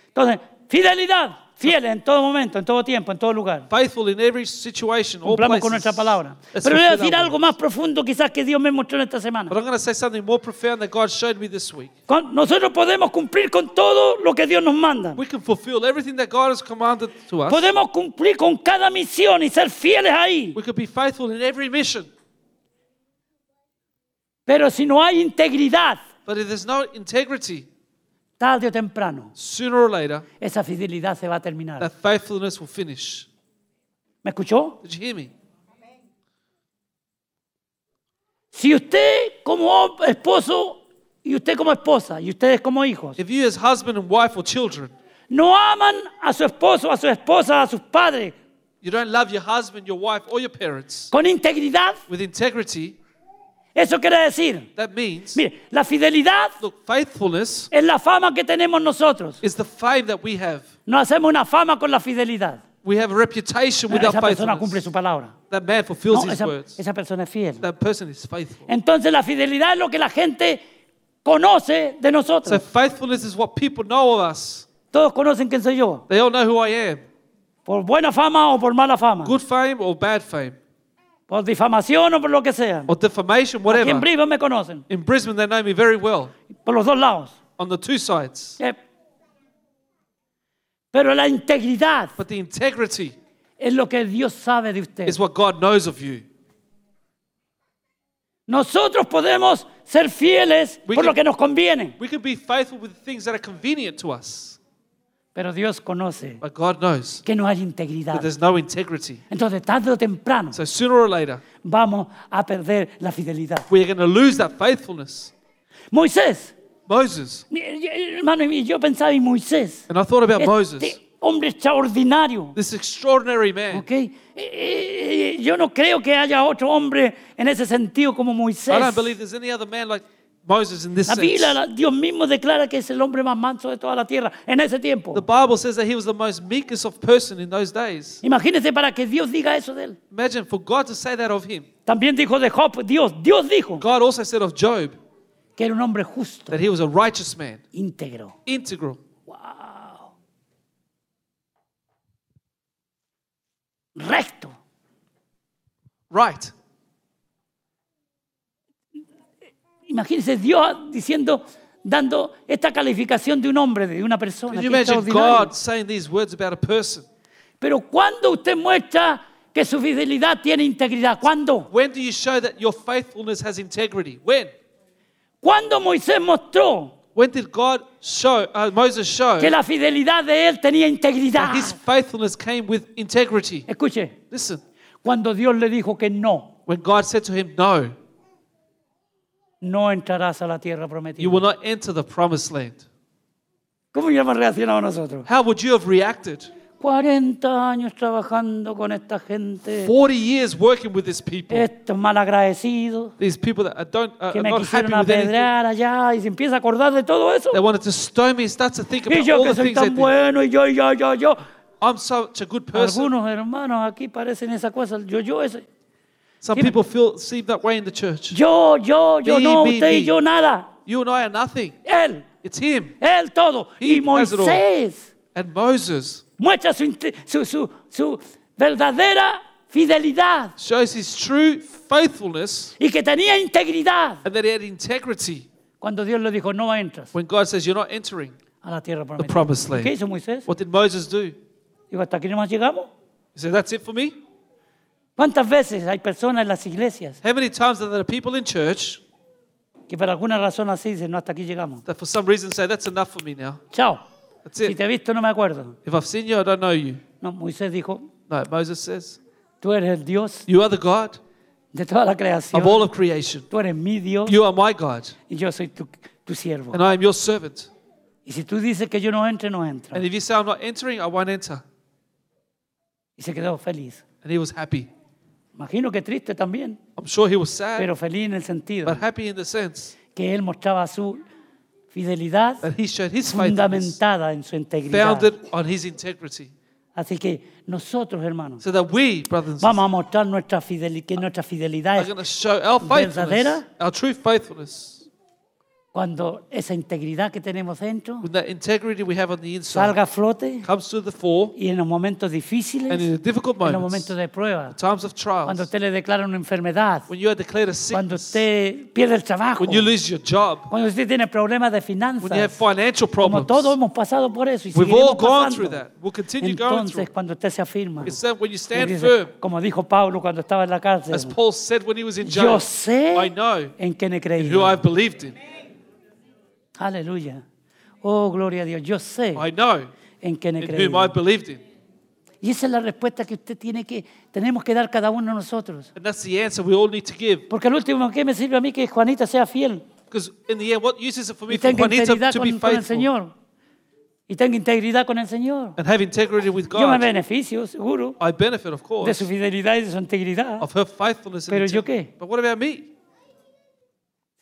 [SPEAKER 2] Entonces, fidelidad, fieles en todo momento, en todo tiempo, en todo lugar.
[SPEAKER 3] faithful in every situation, all
[SPEAKER 2] Cumplamos
[SPEAKER 3] places.
[SPEAKER 2] con nuestra palabra.
[SPEAKER 3] Let's
[SPEAKER 2] Pero voy a
[SPEAKER 3] fulfill
[SPEAKER 2] decir
[SPEAKER 3] our
[SPEAKER 2] algo más profundo quizás que Dios me mostró en esta semana.
[SPEAKER 3] But I'm going to say something more profound that God showed me this week.
[SPEAKER 2] Con- Nosotros podemos cumplir con todo lo que Dios nos manda.
[SPEAKER 3] We can fulfill everything that God has commanded to us.
[SPEAKER 2] Podemos cumplir con cada misión y ser fieles ahí.
[SPEAKER 3] We can be faithful in every mission.
[SPEAKER 2] Pero si no hay integridad,
[SPEAKER 3] But if there's no integrity,
[SPEAKER 2] tarde o temprano,
[SPEAKER 3] sooner or later,
[SPEAKER 2] esa fidelidad se va a terminar.
[SPEAKER 3] that faithfulness will finish.
[SPEAKER 2] ¿Me escuchó?
[SPEAKER 3] Did you hear me?
[SPEAKER 2] Si usted como esposo y usted como esposa y ustedes como hijos
[SPEAKER 3] If you, as husband and wife or children,
[SPEAKER 2] no aman a su esposo, a su esposa, a sus padres
[SPEAKER 3] you don't love your husband, your wife, or your parents
[SPEAKER 2] con integridad,
[SPEAKER 3] with integrity,
[SPEAKER 2] eso quiere decir,
[SPEAKER 3] that means,
[SPEAKER 2] mire, la fidelidad
[SPEAKER 3] look, faithfulness
[SPEAKER 2] es la fama que tenemos nosotros.
[SPEAKER 3] is the fame that we have.
[SPEAKER 2] No hacemos una fama con la fidelidad.
[SPEAKER 3] We have a reputation with our
[SPEAKER 2] Esa persona cumple
[SPEAKER 3] faithfulness.
[SPEAKER 2] su palabra.
[SPEAKER 3] That man fulfills
[SPEAKER 2] No,
[SPEAKER 3] his
[SPEAKER 2] esa,
[SPEAKER 3] words.
[SPEAKER 2] esa persona es fiel.
[SPEAKER 3] That person is faithful.
[SPEAKER 2] Entonces la fidelidad es lo que la gente conoce de
[SPEAKER 3] So
[SPEAKER 2] nosotros.
[SPEAKER 3] faithfulness is what people know of us.
[SPEAKER 2] Todos conocen quién soy yo,
[SPEAKER 3] They all know who I am.
[SPEAKER 2] por buena fama o por mala fama,
[SPEAKER 3] Good fame or bad fame.
[SPEAKER 2] por difamación o por lo que sea.
[SPEAKER 3] Or defamation,
[SPEAKER 2] Aquí en
[SPEAKER 3] whatever.
[SPEAKER 2] Brisbane me conocen,
[SPEAKER 3] In Brisbane, they know me very well.
[SPEAKER 2] por los dos lados.
[SPEAKER 3] On the two sides.
[SPEAKER 2] Eh, Pero la integridad
[SPEAKER 3] But the integrity
[SPEAKER 2] es lo que Dios sabe de usted.
[SPEAKER 3] is what God knows of you.
[SPEAKER 2] Nosotros podemos ser fieles
[SPEAKER 3] We
[SPEAKER 2] por lo
[SPEAKER 3] can-
[SPEAKER 2] que nos conviene,
[SPEAKER 3] We can be faithful with things that are convenient to us.
[SPEAKER 2] pero Dios conoce
[SPEAKER 3] But God knows
[SPEAKER 2] que no hay
[SPEAKER 3] that
[SPEAKER 2] integridad.
[SPEAKER 3] there's no integrity.
[SPEAKER 2] Entonces, tarde o temprano,
[SPEAKER 3] So sooner or later,
[SPEAKER 2] vamos a perder la fidelidad.
[SPEAKER 3] we're going to lose that faithfulness.
[SPEAKER 2] Moisés,
[SPEAKER 3] Moses.
[SPEAKER 2] mi- y- hermano, y yo pensaba en Moisés,
[SPEAKER 3] And I thought about Moses,
[SPEAKER 2] este hombre extraordinario,
[SPEAKER 3] this extraordinary man.
[SPEAKER 2] ¿ok? Eh, eh, eh, Yo no creo que haya otro hombre en ese sentido como Moisés.
[SPEAKER 3] I don't believe there's any other man like Moses in this
[SPEAKER 2] La
[SPEAKER 3] sense.
[SPEAKER 2] Biblia, la- Dios mismo declara que es el hombre más manso de toda la tierra en ese
[SPEAKER 3] The
[SPEAKER 2] tiempo.
[SPEAKER 3] Bible says that he was the most meekest of person in those days.
[SPEAKER 2] Imagínese para que Dios diga eso de él.
[SPEAKER 3] Imagine for God to say that of him.
[SPEAKER 2] También dijo de Job, Dios, Dios dijo
[SPEAKER 3] God also said of Job
[SPEAKER 2] que era un hombre justo,
[SPEAKER 3] that he was a righteous man,
[SPEAKER 2] íntegro.
[SPEAKER 3] integral,
[SPEAKER 2] recto.
[SPEAKER 3] right.
[SPEAKER 2] Imagínense Dios diciendo, dando esta calificación de un hombre, de una persona.
[SPEAKER 3] Can you
[SPEAKER 2] que es
[SPEAKER 3] imagine
[SPEAKER 2] extraordinario.
[SPEAKER 3] God saying these words about a person?
[SPEAKER 2] Pero cuando usted muestra que su fidelidad tiene integridad, ¿cuándo?
[SPEAKER 3] When do you show that your faithfulness has integrity? When?
[SPEAKER 2] Cuando Moisés mostró
[SPEAKER 3] When did God show, uh, Moses show
[SPEAKER 2] que la fidelidad de él tenía integridad.
[SPEAKER 3] that his faithfulness came with integrity?
[SPEAKER 2] Escuche,
[SPEAKER 3] Listen,
[SPEAKER 2] cuando Dios le dijo que no,
[SPEAKER 3] when God said to him, No,
[SPEAKER 2] no entrarás a la tierra
[SPEAKER 3] you
[SPEAKER 2] prometida.
[SPEAKER 3] will not enter the promised land.
[SPEAKER 2] ¿Cómo hubiéramos reaccionado nosotros?
[SPEAKER 3] How would you have reacted?
[SPEAKER 2] 40 años trabajando con esta gente,
[SPEAKER 3] 40 years working with these people,
[SPEAKER 2] estos malagradecidos.
[SPEAKER 3] these people that are, don't, are
[SPEAKER 2] que
[SPEAKER 3] are
[SPEAKER 2] me
[SPEAKER 3] not happy
[SPEAKER 2] quisieron
[SPEAKER 3] with anything.
[SPEAKER 2] apedrear allá y se empieza a acordar de todo eso.
[SPEAKER 3] They wanted to stone me. He starts to think
[SPEAKER 2] Y
[SPEAKER 3] about
[SPEAKER 2] yo
[SPEAKER 3] all
[SPEAKER 2] que
[SPEAKER 3] the
[SPEAKER 2] soy
[SPEAKER 3] things they
[SPEAKER 2] tan
[SPEAKER 3] did.
[SPEAKER 2] bueno y yo, y yo, yo, yo.
[SPEAKER 3] I'm such a good person.
[SPEAKER 2] Algunos hermanos aquí parecen esa cosa, el yo, yo, ese.
[SPEAKER 3] Some people feel seem that way in the church.
[SPEAKER 2] Yo, yo, yo,
[SPEAKER 3] Me,
[SPEAKER 2] no,
[SPEAKER 3] me,
[SPEAKER 2] usted
[SPEAKER 3] me.
[SPEAKER 2] y yo nada.
[SPEAKER 3] You and I are nothing.
[SPEAKER 2] Él,
[SPEAKER 3] It's him
[SPEAKER 2] él todo.
[SPEAKER 3] He
[SPEAKER 2] Y
[SPEAKER 3] has it all.
[SPEAKER 2] Moisés
[SPEAKER 3] and Moses.
[SPEAKER 2] muestra su, inte- su, su, su verdadera fidelidad
[SPEAKER 3] Shows his true faithfulness
[SPEAKER 2] y que tenía integridad
[SPEAKER 3] and that he had integrity
[SPEAKER 2] cuando Dios le dijo, no entras
[SPEAKER 3] when God says you're not entering
[SPEAKER 2] a la tierra
[SPEAKER 3] the
[SPEAKER 2] prometida.
[SPEAKER 3] promised
[SPEAKER 2] ¿Qué
[SPEAKER 3] land.
[SPEAKER 2] hizo Moisés?
[SPEAKER 3] What did Moses do? He
[SPEAKER 2] Digo, hasta aquí nomás llegamos.
[SPEAKER 3] said, That's it for me.
[SPEAKER 2] ¿Cuántas veces hay personas en las iglesias
[SPEAKER 3] How many times are there people in church
[SPEAKER 2] que por alguna razón así dicen, no, hasta aquí llegamos.
[SPEAKER 3] That for some reason say, that's enough for me now.
[SPEAKER 2] Chao.
[SPEAKER 3] That's
[SPEAKER 2] Si
[SPEAKER 3] it.
[SPEAKER 2] te he visto, no me acuerdo.
[SPEAKER 3] If I've seen you, I don't know you.
[SPEAKER 2] No, Moisés dijo,
[SPEAKER 3] No, Moses says,
[SPEAKER 2] tú eres el Dios
[SPEAKER 3] You are the God
[SPEAKER 2] de toda la
[SPEAKER 3] of
[SPEAKER 2] creación.
[SPEAKER 3] all of creation.
[SPEAKER 2] Tú eres mi Dios
[SPEAKER 3] You are my God,
[SPEAKER 2] y yo soy tu, tu siervo.
[SPEAKER 3] and I am your servant.
[SPEAKER 2] Y si tú dices que yo no entre, no entro.
[SPEAKER 3] And if you say, I'm not entering, I won't enter.
[SPEAKER 2] Y se quedó feliz.
[SPEAKER 3] And he was happy.
[SPEAKER 2] Imagino que triste también,
[SPEAKER 3] I'm sure he was sad,
[SPEAKER 2] pero feliz en el sentido
[SPEAKER 3] but happy in the sense
[SPEAKER 2] que él mostraba su fidelidad
[SPEAKER 3] that he showed his faithfulness,
[SPEAKER 2] fundamentada en su integridad.
[SPEAKER 3] founded on his integrity.
[SPEAKER 2] Así que nosotros, hermanos,
[SPEAKER 3] So that we, brothers and
[SPEAKER 2] vamos a mostrar nuestra fidelidad, que nuestra fidelidad
[SPEAKER 3] are
[SPEAKER 2] es
[SPEAKER 3] going to show our faithfulness,
[SPEAKER 2] verdadera.
[SPEAKER 3] our true faithfulness,
[SPEAKER 2] cuando esa integridad que tenemos dentro
[SPEAKER 3] with that integrity we have on the inside,
[SPEAKER 2] salga a flote
[SPEAKER 3] comes to the fore,
[SPEAKER 2] y en los momentos
[SPEAKER 3] and in
[SPEAKER 2] difíciles,
[SPEAKER 3] the difficult
[SPEAKER 2] en los
[SPEAKER 3] moments,
[SPEAKER 2] momentos de prueba,
[SPEAKER 3] times of
[SPEAKER 2] cuando
[SPEAKER 3] trials,
[SPEAKER 2] usted le declara una enfermedad,
[SPEAKER 3] when you are declared a
[SPEAKER 2] cuando
[SPEAKER 3] sickness,
[SPEAKER 2] usted pierde el trabajo,
[SPEAKER 3] when you lose your job,
[SPEAKER 2] cuando usted tiene problemas de
[SPEAKER 3] when you have
[SPEAKER 2] finanzas,
[SPEAKER 3] financial
[SPEAKER 2] como todos
[SPEAKER 3] problems.
[SPEAKER 2] hemos pasado por eso y
[SPEAKER 3] We've all
[SPEAKER 2] seguiremos
[SPEAKER 3] gone through
[SPEAKER 2] pasando.
[SPEAKER 3] that. We'll continue going through
[SPEAKER 2] Entonces,
[SPEAKER 3] it.
[SPEAKER 2] cuando usted se afirma,
[SPEAKER 3] It's that when you
[SPEAKER 2] y
[SPEAKER 3] stand
[SPEAKER 2] dice,
[SPEAKER 3] firm,
[SPEAKER 2] como dijo Pablo cuando estaba en la cárcel,
[SPEAKER 3] as Paul said when he was in
[SPEAKER 2] yo
[SPEAKER 3] jail,
[SPEAKER 2] sé
[SPEAKER 3] I know
[SPEAKER 2] en quién he
[SPEAKER 3] who
[SPEAKER 2] creído.
[SPEAKER 3] I've believed in.
[SPEAKER 2] Aleluya. Oh, gloria a Dios. Yo sé
[SPEAKER 3] I know
[SPEAKER 2] en quién he
[SPEAKER 3] in whom I
[SPEAKER 2] creído.
[SPEAKER 3] believed in.
[SPEAKER 2] Y esa es la respuesta que usted tiene que, tenemos que dar cada uno de nosotros.
[SPEAKER 3] And that's the answer we all need to give.
[SPEAKER 2] Porque al último, ¿qué me sirve a mí que Juanita sea fiel?
[SPEAKER 3] Because in the end, what use is it for me
[SPEAKER 2] Y
[SPEAKER 3] for
[SPEAKER 2] tenga
[SPEAKER 3] Juanita
[SPEAKER 2] integridad
[SPEAKER 3] to be
[SPEAKER 2] con, con el
[SPEAKER 3] faithful
[SPEAKER 2] Señor. Y tenga integridad con el Señor.
[SPEAKER 3] and have integrity with
[SPEAKER 2] Yo me
[SPEAKER 3] God?
[SPEAKER 2] beneficio, seguro,
[SPEAKER 3] I benefit, of
[SPEAKER 2] de
[SPEAKER 3] course,
[SPEAKER 2] su fidelidad y de su integridad.
[SPEAKER 3] of her faithfulness. And
[SPEAKER 2] Pero yo
[SPEAKER 3] integrity.
[SPEAKER 2] qué?
[SPEAKER 3] But what about me?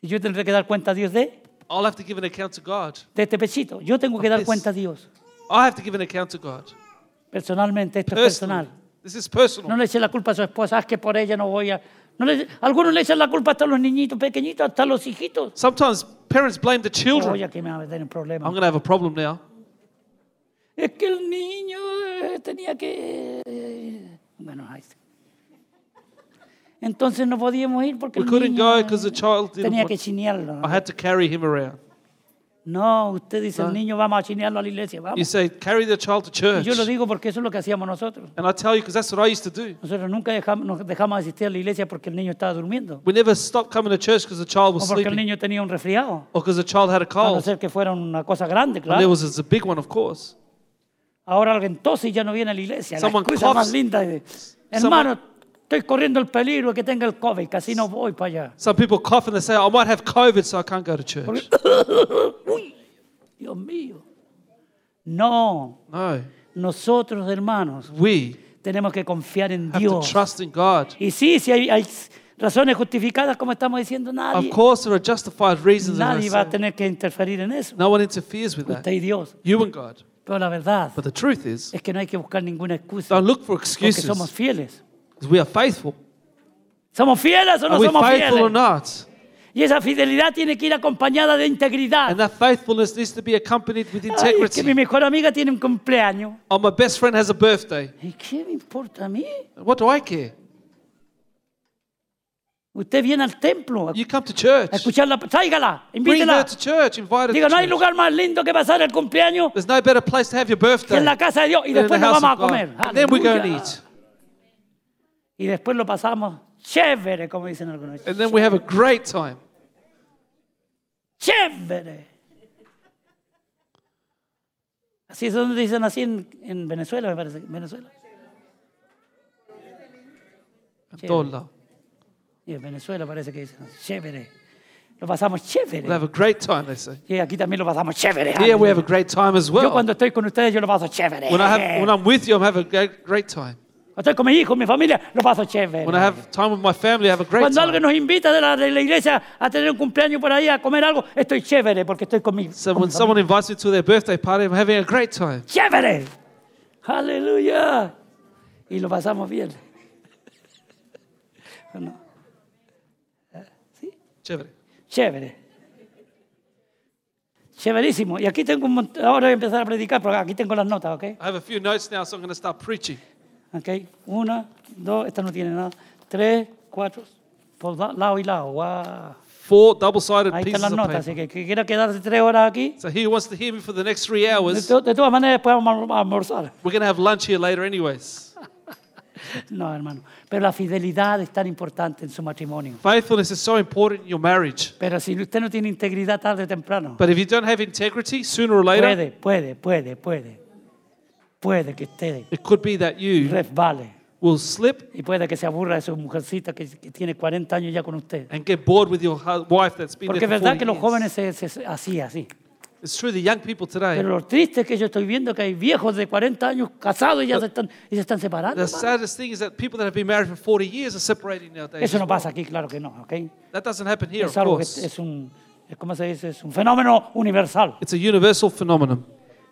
[SPEAKER 2] Y yo tendré que dar cuenta a Dios de,
[SPEAKER 3] I'll have to give an account to God.
[SPEAKER 2] de este pechito. Yo tengo que dar
[SPEAKER 3] Yes.
[SPEAKER 2] cuenta a Dios.
[SPEAKER 3] I have to give an account to God.
[SPEAKER 2] Personalmente, esto es
[SPEAKER 3] Personally.
[SPEAKER 2] personal.
[SPEAKER 3] This is
[SPEAKER 2] No
[SPEAKER 3] personal.
[SPEAKER 2] le eche la culpa a su esposa, "Ah, es que por ella no voy a... No le- algunos le echan la culpa hasta a los niñitos pequeñitos, hasta a los hijitos.
[SPEAKER 3] Sometimes parents blame the
[SPEAKER 2] Oye,
[SPEAKER 3] children.
[SPEAKER 2] que me va a meter en
[SPEAKER 3] I'm
[SPEAKER 2] problemas.
[SPEAKER 3] going to have a problem now.
[SPEAKER 2] Es que el niño eh, tenía que... eh, Bueno, ahí está. Entonces no podíamos ir porque
[SPEAKER 3] We
[SPEAKER 2] el
[SPEAKER 3] couldn't
[SPEAKER 2] niño
[SPEAKER 3] go because the child didn't
[SPEAKER 2] tenía que
[SPEAKER 3] want.
[SPEAKER 2] chinearlo.
[SPEAKER 3] I had Ah. to carry him around.
[SPEAKER 2] No, usted dice,
[SPEAKER 3] No.
[SPEAKER 2] el niño vamos a chinearlo a la iglesia,
[SPEAKER 3] You
[SPEAKER 2] vamos.
[SPEAKER 3] say, carry the child to
[SPEAKER 2] Y
[SPEAKER 3] church.
[SPEAKER 2] yo lo digo porque eso es lo que hacíamos nosotros.
[SPEAKER 3] And I tell you, because that's what I used to do.
[SPEAKER 2] Nosotros nunca dejamos, nos dejamos asistir a la iglesia porque el niño estaba durmiendo.
[SPEAKER 3] We never stopped coming to church because the child
[SPEAKER 2] O
[SPEAKER 3] was
[SPEAKER 2] porque el
[SPEAKER 3] sleeping
[SPEAKER 2] niño tenía un resfriado.
[SPEAKER 3] or because the child had
[SPEAKER 2] A
[SPEAKER 3] a
[SPEAKER 2] no
[SPEAKER 3] cold.
[SPEAKER 2] ser que fuera una cosa grande,
[SPEAKER 3] And there
[SPEAKER 2] claro.
[SPEAKER 3] was it's a big one, of course.
[SPEAKER 2] Ahora alguien tose y ya no viene a la iglesia. La
[SPEAKER 3] Someone
[SPEAKER 2] excusa más
[SPEAKER 3] coughs.
[SPEAKER 2] linda es, hermano, estoy corriendo el peligro de que tenga el COVID, casi no voy para allá.
[SPEAKER 3] Some people cough and they say, I might have COVID, so I can't go to church.
[SPEAKER 2] Uy, Dios mío. No,
[SPEAKER 3] No.
[SPEAKER 2] nosotros hermanos
[SPEAKER 3] We
[SPEAKER 2] tenemos que confiar en
[SPEAKER 3] have to
[SPEAKER 2] Dios.
[SPEAKER 3] trust in God.
[SPEAKER 2] Y sí, si hay, hay razones justificadas, como estamos diciendo,
[SPEAKER 3] Of
[SPEAKER 2] nadie,
[SPEAKER 3] course, there are justified reasons. and
[SPEAKER 2] nadie va a
[SPEAKER 3] I say,
[SPEAKER 2] tener que interferir en eso.
[SPEAKER 3] No one interferes with
[SPEAKER 2] Usted
[SPEAKER 3] that.
[SPEAKER 2] y Dios.
[SPEAKER 3] You and God.
[SPEAKER 2] Pero la verdad
[SPEAKER 3] But the truth is,
[SPEAKER 2] es que no hay que buscar ninguna excusa,
[SPEAKER 3] don't look for
[SPEAKER 2] porque
[SPEAKER 3] excuses
[SPEAKER 2] somos fieles.
[SPEAKER 3] because we are faithful.
[SPEAKER 2] ¿Somos fieles o
[SPEAKER 3] Are
[SPEAKER 2] no
[SPEAKER 3] we
[SPEAKER 2] somos
[SPEAKER 3] faithful or
[SPEAKER 2] fieles?
[SPEAKER 3] not?
[SPEAKER 2] Y esa fidelidad tiene que ir acompañada de integridad.
[SPEAKER 3] And that faithfulness needs to be accompanied with
[SPEAKER 2] Ah. Ay, es que mi
[SPEAKER 3] integrity.
[SPEAKER 2] mejor amiga tiene un cumpleaños.
[SPEAKER 3] Oh, my best friend has a birthday.
[SPEAKER 2] ¿Y qué me importa a mí?
[SPEAKER 3] What do I care?
[SPEAKER 2] Usted viene al templo a,
[SPEAKER 3] You come to church.
[SPEAKER 2] a escucharla. Tráigala,
[SPEAKER 3] Bring her
[SPEAKER 2] invítela.
[SPEAKER 3] to church. Invite her
[SPEAKER 2] Diga,
[SPEAKER 3] to
[SPEAKER 2] no hay
[SPEAKER 3] church.
[SPEAKER 2] lugar más lindo que pasar el cumpleaños
[SPEAKER 3] There's no better place to have your
[SPEAKER 2] que
[SPEAKER 3] birthday
[SPEAKER 2] en la casa de Dios. Y
[SPEAKER 3] than in the
[SPEAKER 2] después nos
[SPEAKER 3] house
[SPEAKER 2] vamos
[SPEAKER 3] of
[SPEAKER 2] a comer.
[SPEAKER 3] God. And then we go and
[SPEAKER 2] Aleluya.
[SPEAKER 3] eat.
[SPEAKER 2] Y después lo pasamos chévere, como dicen algunos.
[SPEAKER 3] And then we have a great time.
[SPEAKER 2] ¡Chévere! Así es donde dicen así en, en Venezuela, me parece. Venezuela.
[SPEAKER 3] Dollar.
[SPEAKER 2] Y en Venezuela parece que dicen así, chévere. Lo pasamos chévere.
[SPEAKER 3] We'll have a great time, they say.
[SPEAKER 2] Y aquí también lo pasamos chévere.
[SPEAKER 3] Here we
[SPEAKER 2] aleluya.
[SPEAKER 3] have a great time as
[SPEAKER 2] Yo
[SPEAKER 3] well.
[SPEAKER 2] cuando estoy con ustedes, yo lo paso chévere. Eh,
[SPEAKER 3] When, I have, when I'm with you, I'm having a great, great time.
[SPEAKER 2] Cuando estoy con mi hijo, mi familia, lo paso chévere.
[SPEAKER 3] When I have time with my family, I have a great
[SPEAKER 2] Cuando alguien
[SPEAKER 3] time.
[SPEAKER 2] nos invita de la, de la iglesia a tener un cumpleaños por ahí, a comer algo, estoy chévere porque estoy con mi,
[SPEAKER 3] So
[SPEAKER 2] con mi
[SPEAKER 3] when someone invites me to their birthday party, I'm having a great time.
[SPEAKER 2] ¡Chévere! ¡Aleluya! Y lo pasamos bien. ¿O no?
[SPEAKER 3] Chévere.
[SPEAKER 2] Chévere. Chéverísimo. Y aquí tengo un montón. Ahora voy a empezar a predicar, porque aquí tengo las notas, ¿ok?
[SPEAKER 3] I have a few notes now, so I'm going to start preaching.
[SPEAKER 2] ¿Ok? Una, dos, esta no tiene nada. Tres, cuatro, por la- lado y lado. ¡Guau!
[SPEAKER 3] Four double-sided
[SPEAKER 2] Ahí están
[SPEAKER 3] pieces
[SPEAKER 2] las
[SPEAKER 3] of
[SPEAKER 2] notas,
[SPEAKER 3] paper.
[SPEAKER 2] así que que quiera quedarse tres horas aquí.
[SPEAKER 3] So he wants to hear me for the next three
[SPEAKER 2] De,
[SPEAKER 3] hours.
[SPEAKER 2] to- de todas maneras, después vamos a almorzar.
[SPEAKER 3] We're going to have lunch here later anyways.
[SPEAKER 2] No, hermano. Pero la fidelidad es tan importante en su matrimonio.
[SPEAKER 3] Faithfulness is so important in your marriage.
[SPEAKER 2] Pero si usted no tiene integridad tarde o temprano,
[SPEAKER 3] But if you don't have integrity, sooner or later,
[SPEAKER 2] puede, puede, puede, puede. Puede que usted
[SPEAKER 3] it could be that you
[SPEAKER 2] resbale.
[SPEAKER 3] will slip
[SPEAKER 2] Y puede que se aburra de su mujercita que, que tiene 40 años ya con usted.
[SPEAKER 3] and get bored with your hu- wife that's been
[SPEAKER 2] Porque es
[SPEAKER 3] there for
[SPEAKER 2] verdad que los
[SPEAKER 3] 40
[SPEAKER 2] jóvenes
[SPEAKER 3] years.
[SPEAKER 2] se, se- se- así, así.
[SPEAKER 3] It's true, the young people today,
[SPEAKER 2] Pero lo triste es que yo estoy viendo que hay viejos de 40 años casados y ya se están, y se están separando.
[SPEAKER 3] the
[SPEAKER 2] hermano.
[SPEAKER 3] saddest thing is that people that have been married for 40 years are separating nowadays.
[SPEAKER 2] Eso no
[SPEAKER 3] as well.
[SPEAKER 2] pasa aquí, claro que no, ¿ok?
[SPEAKER 3] That doesn't happen here, of
[SPEAKER 2] Es algo que
[SPEAKER 3] course.
[SPEAKER 2] es un, es como se dice, es un fenómeno universal.
[SPEAKER 3] It's a universal phenomenon.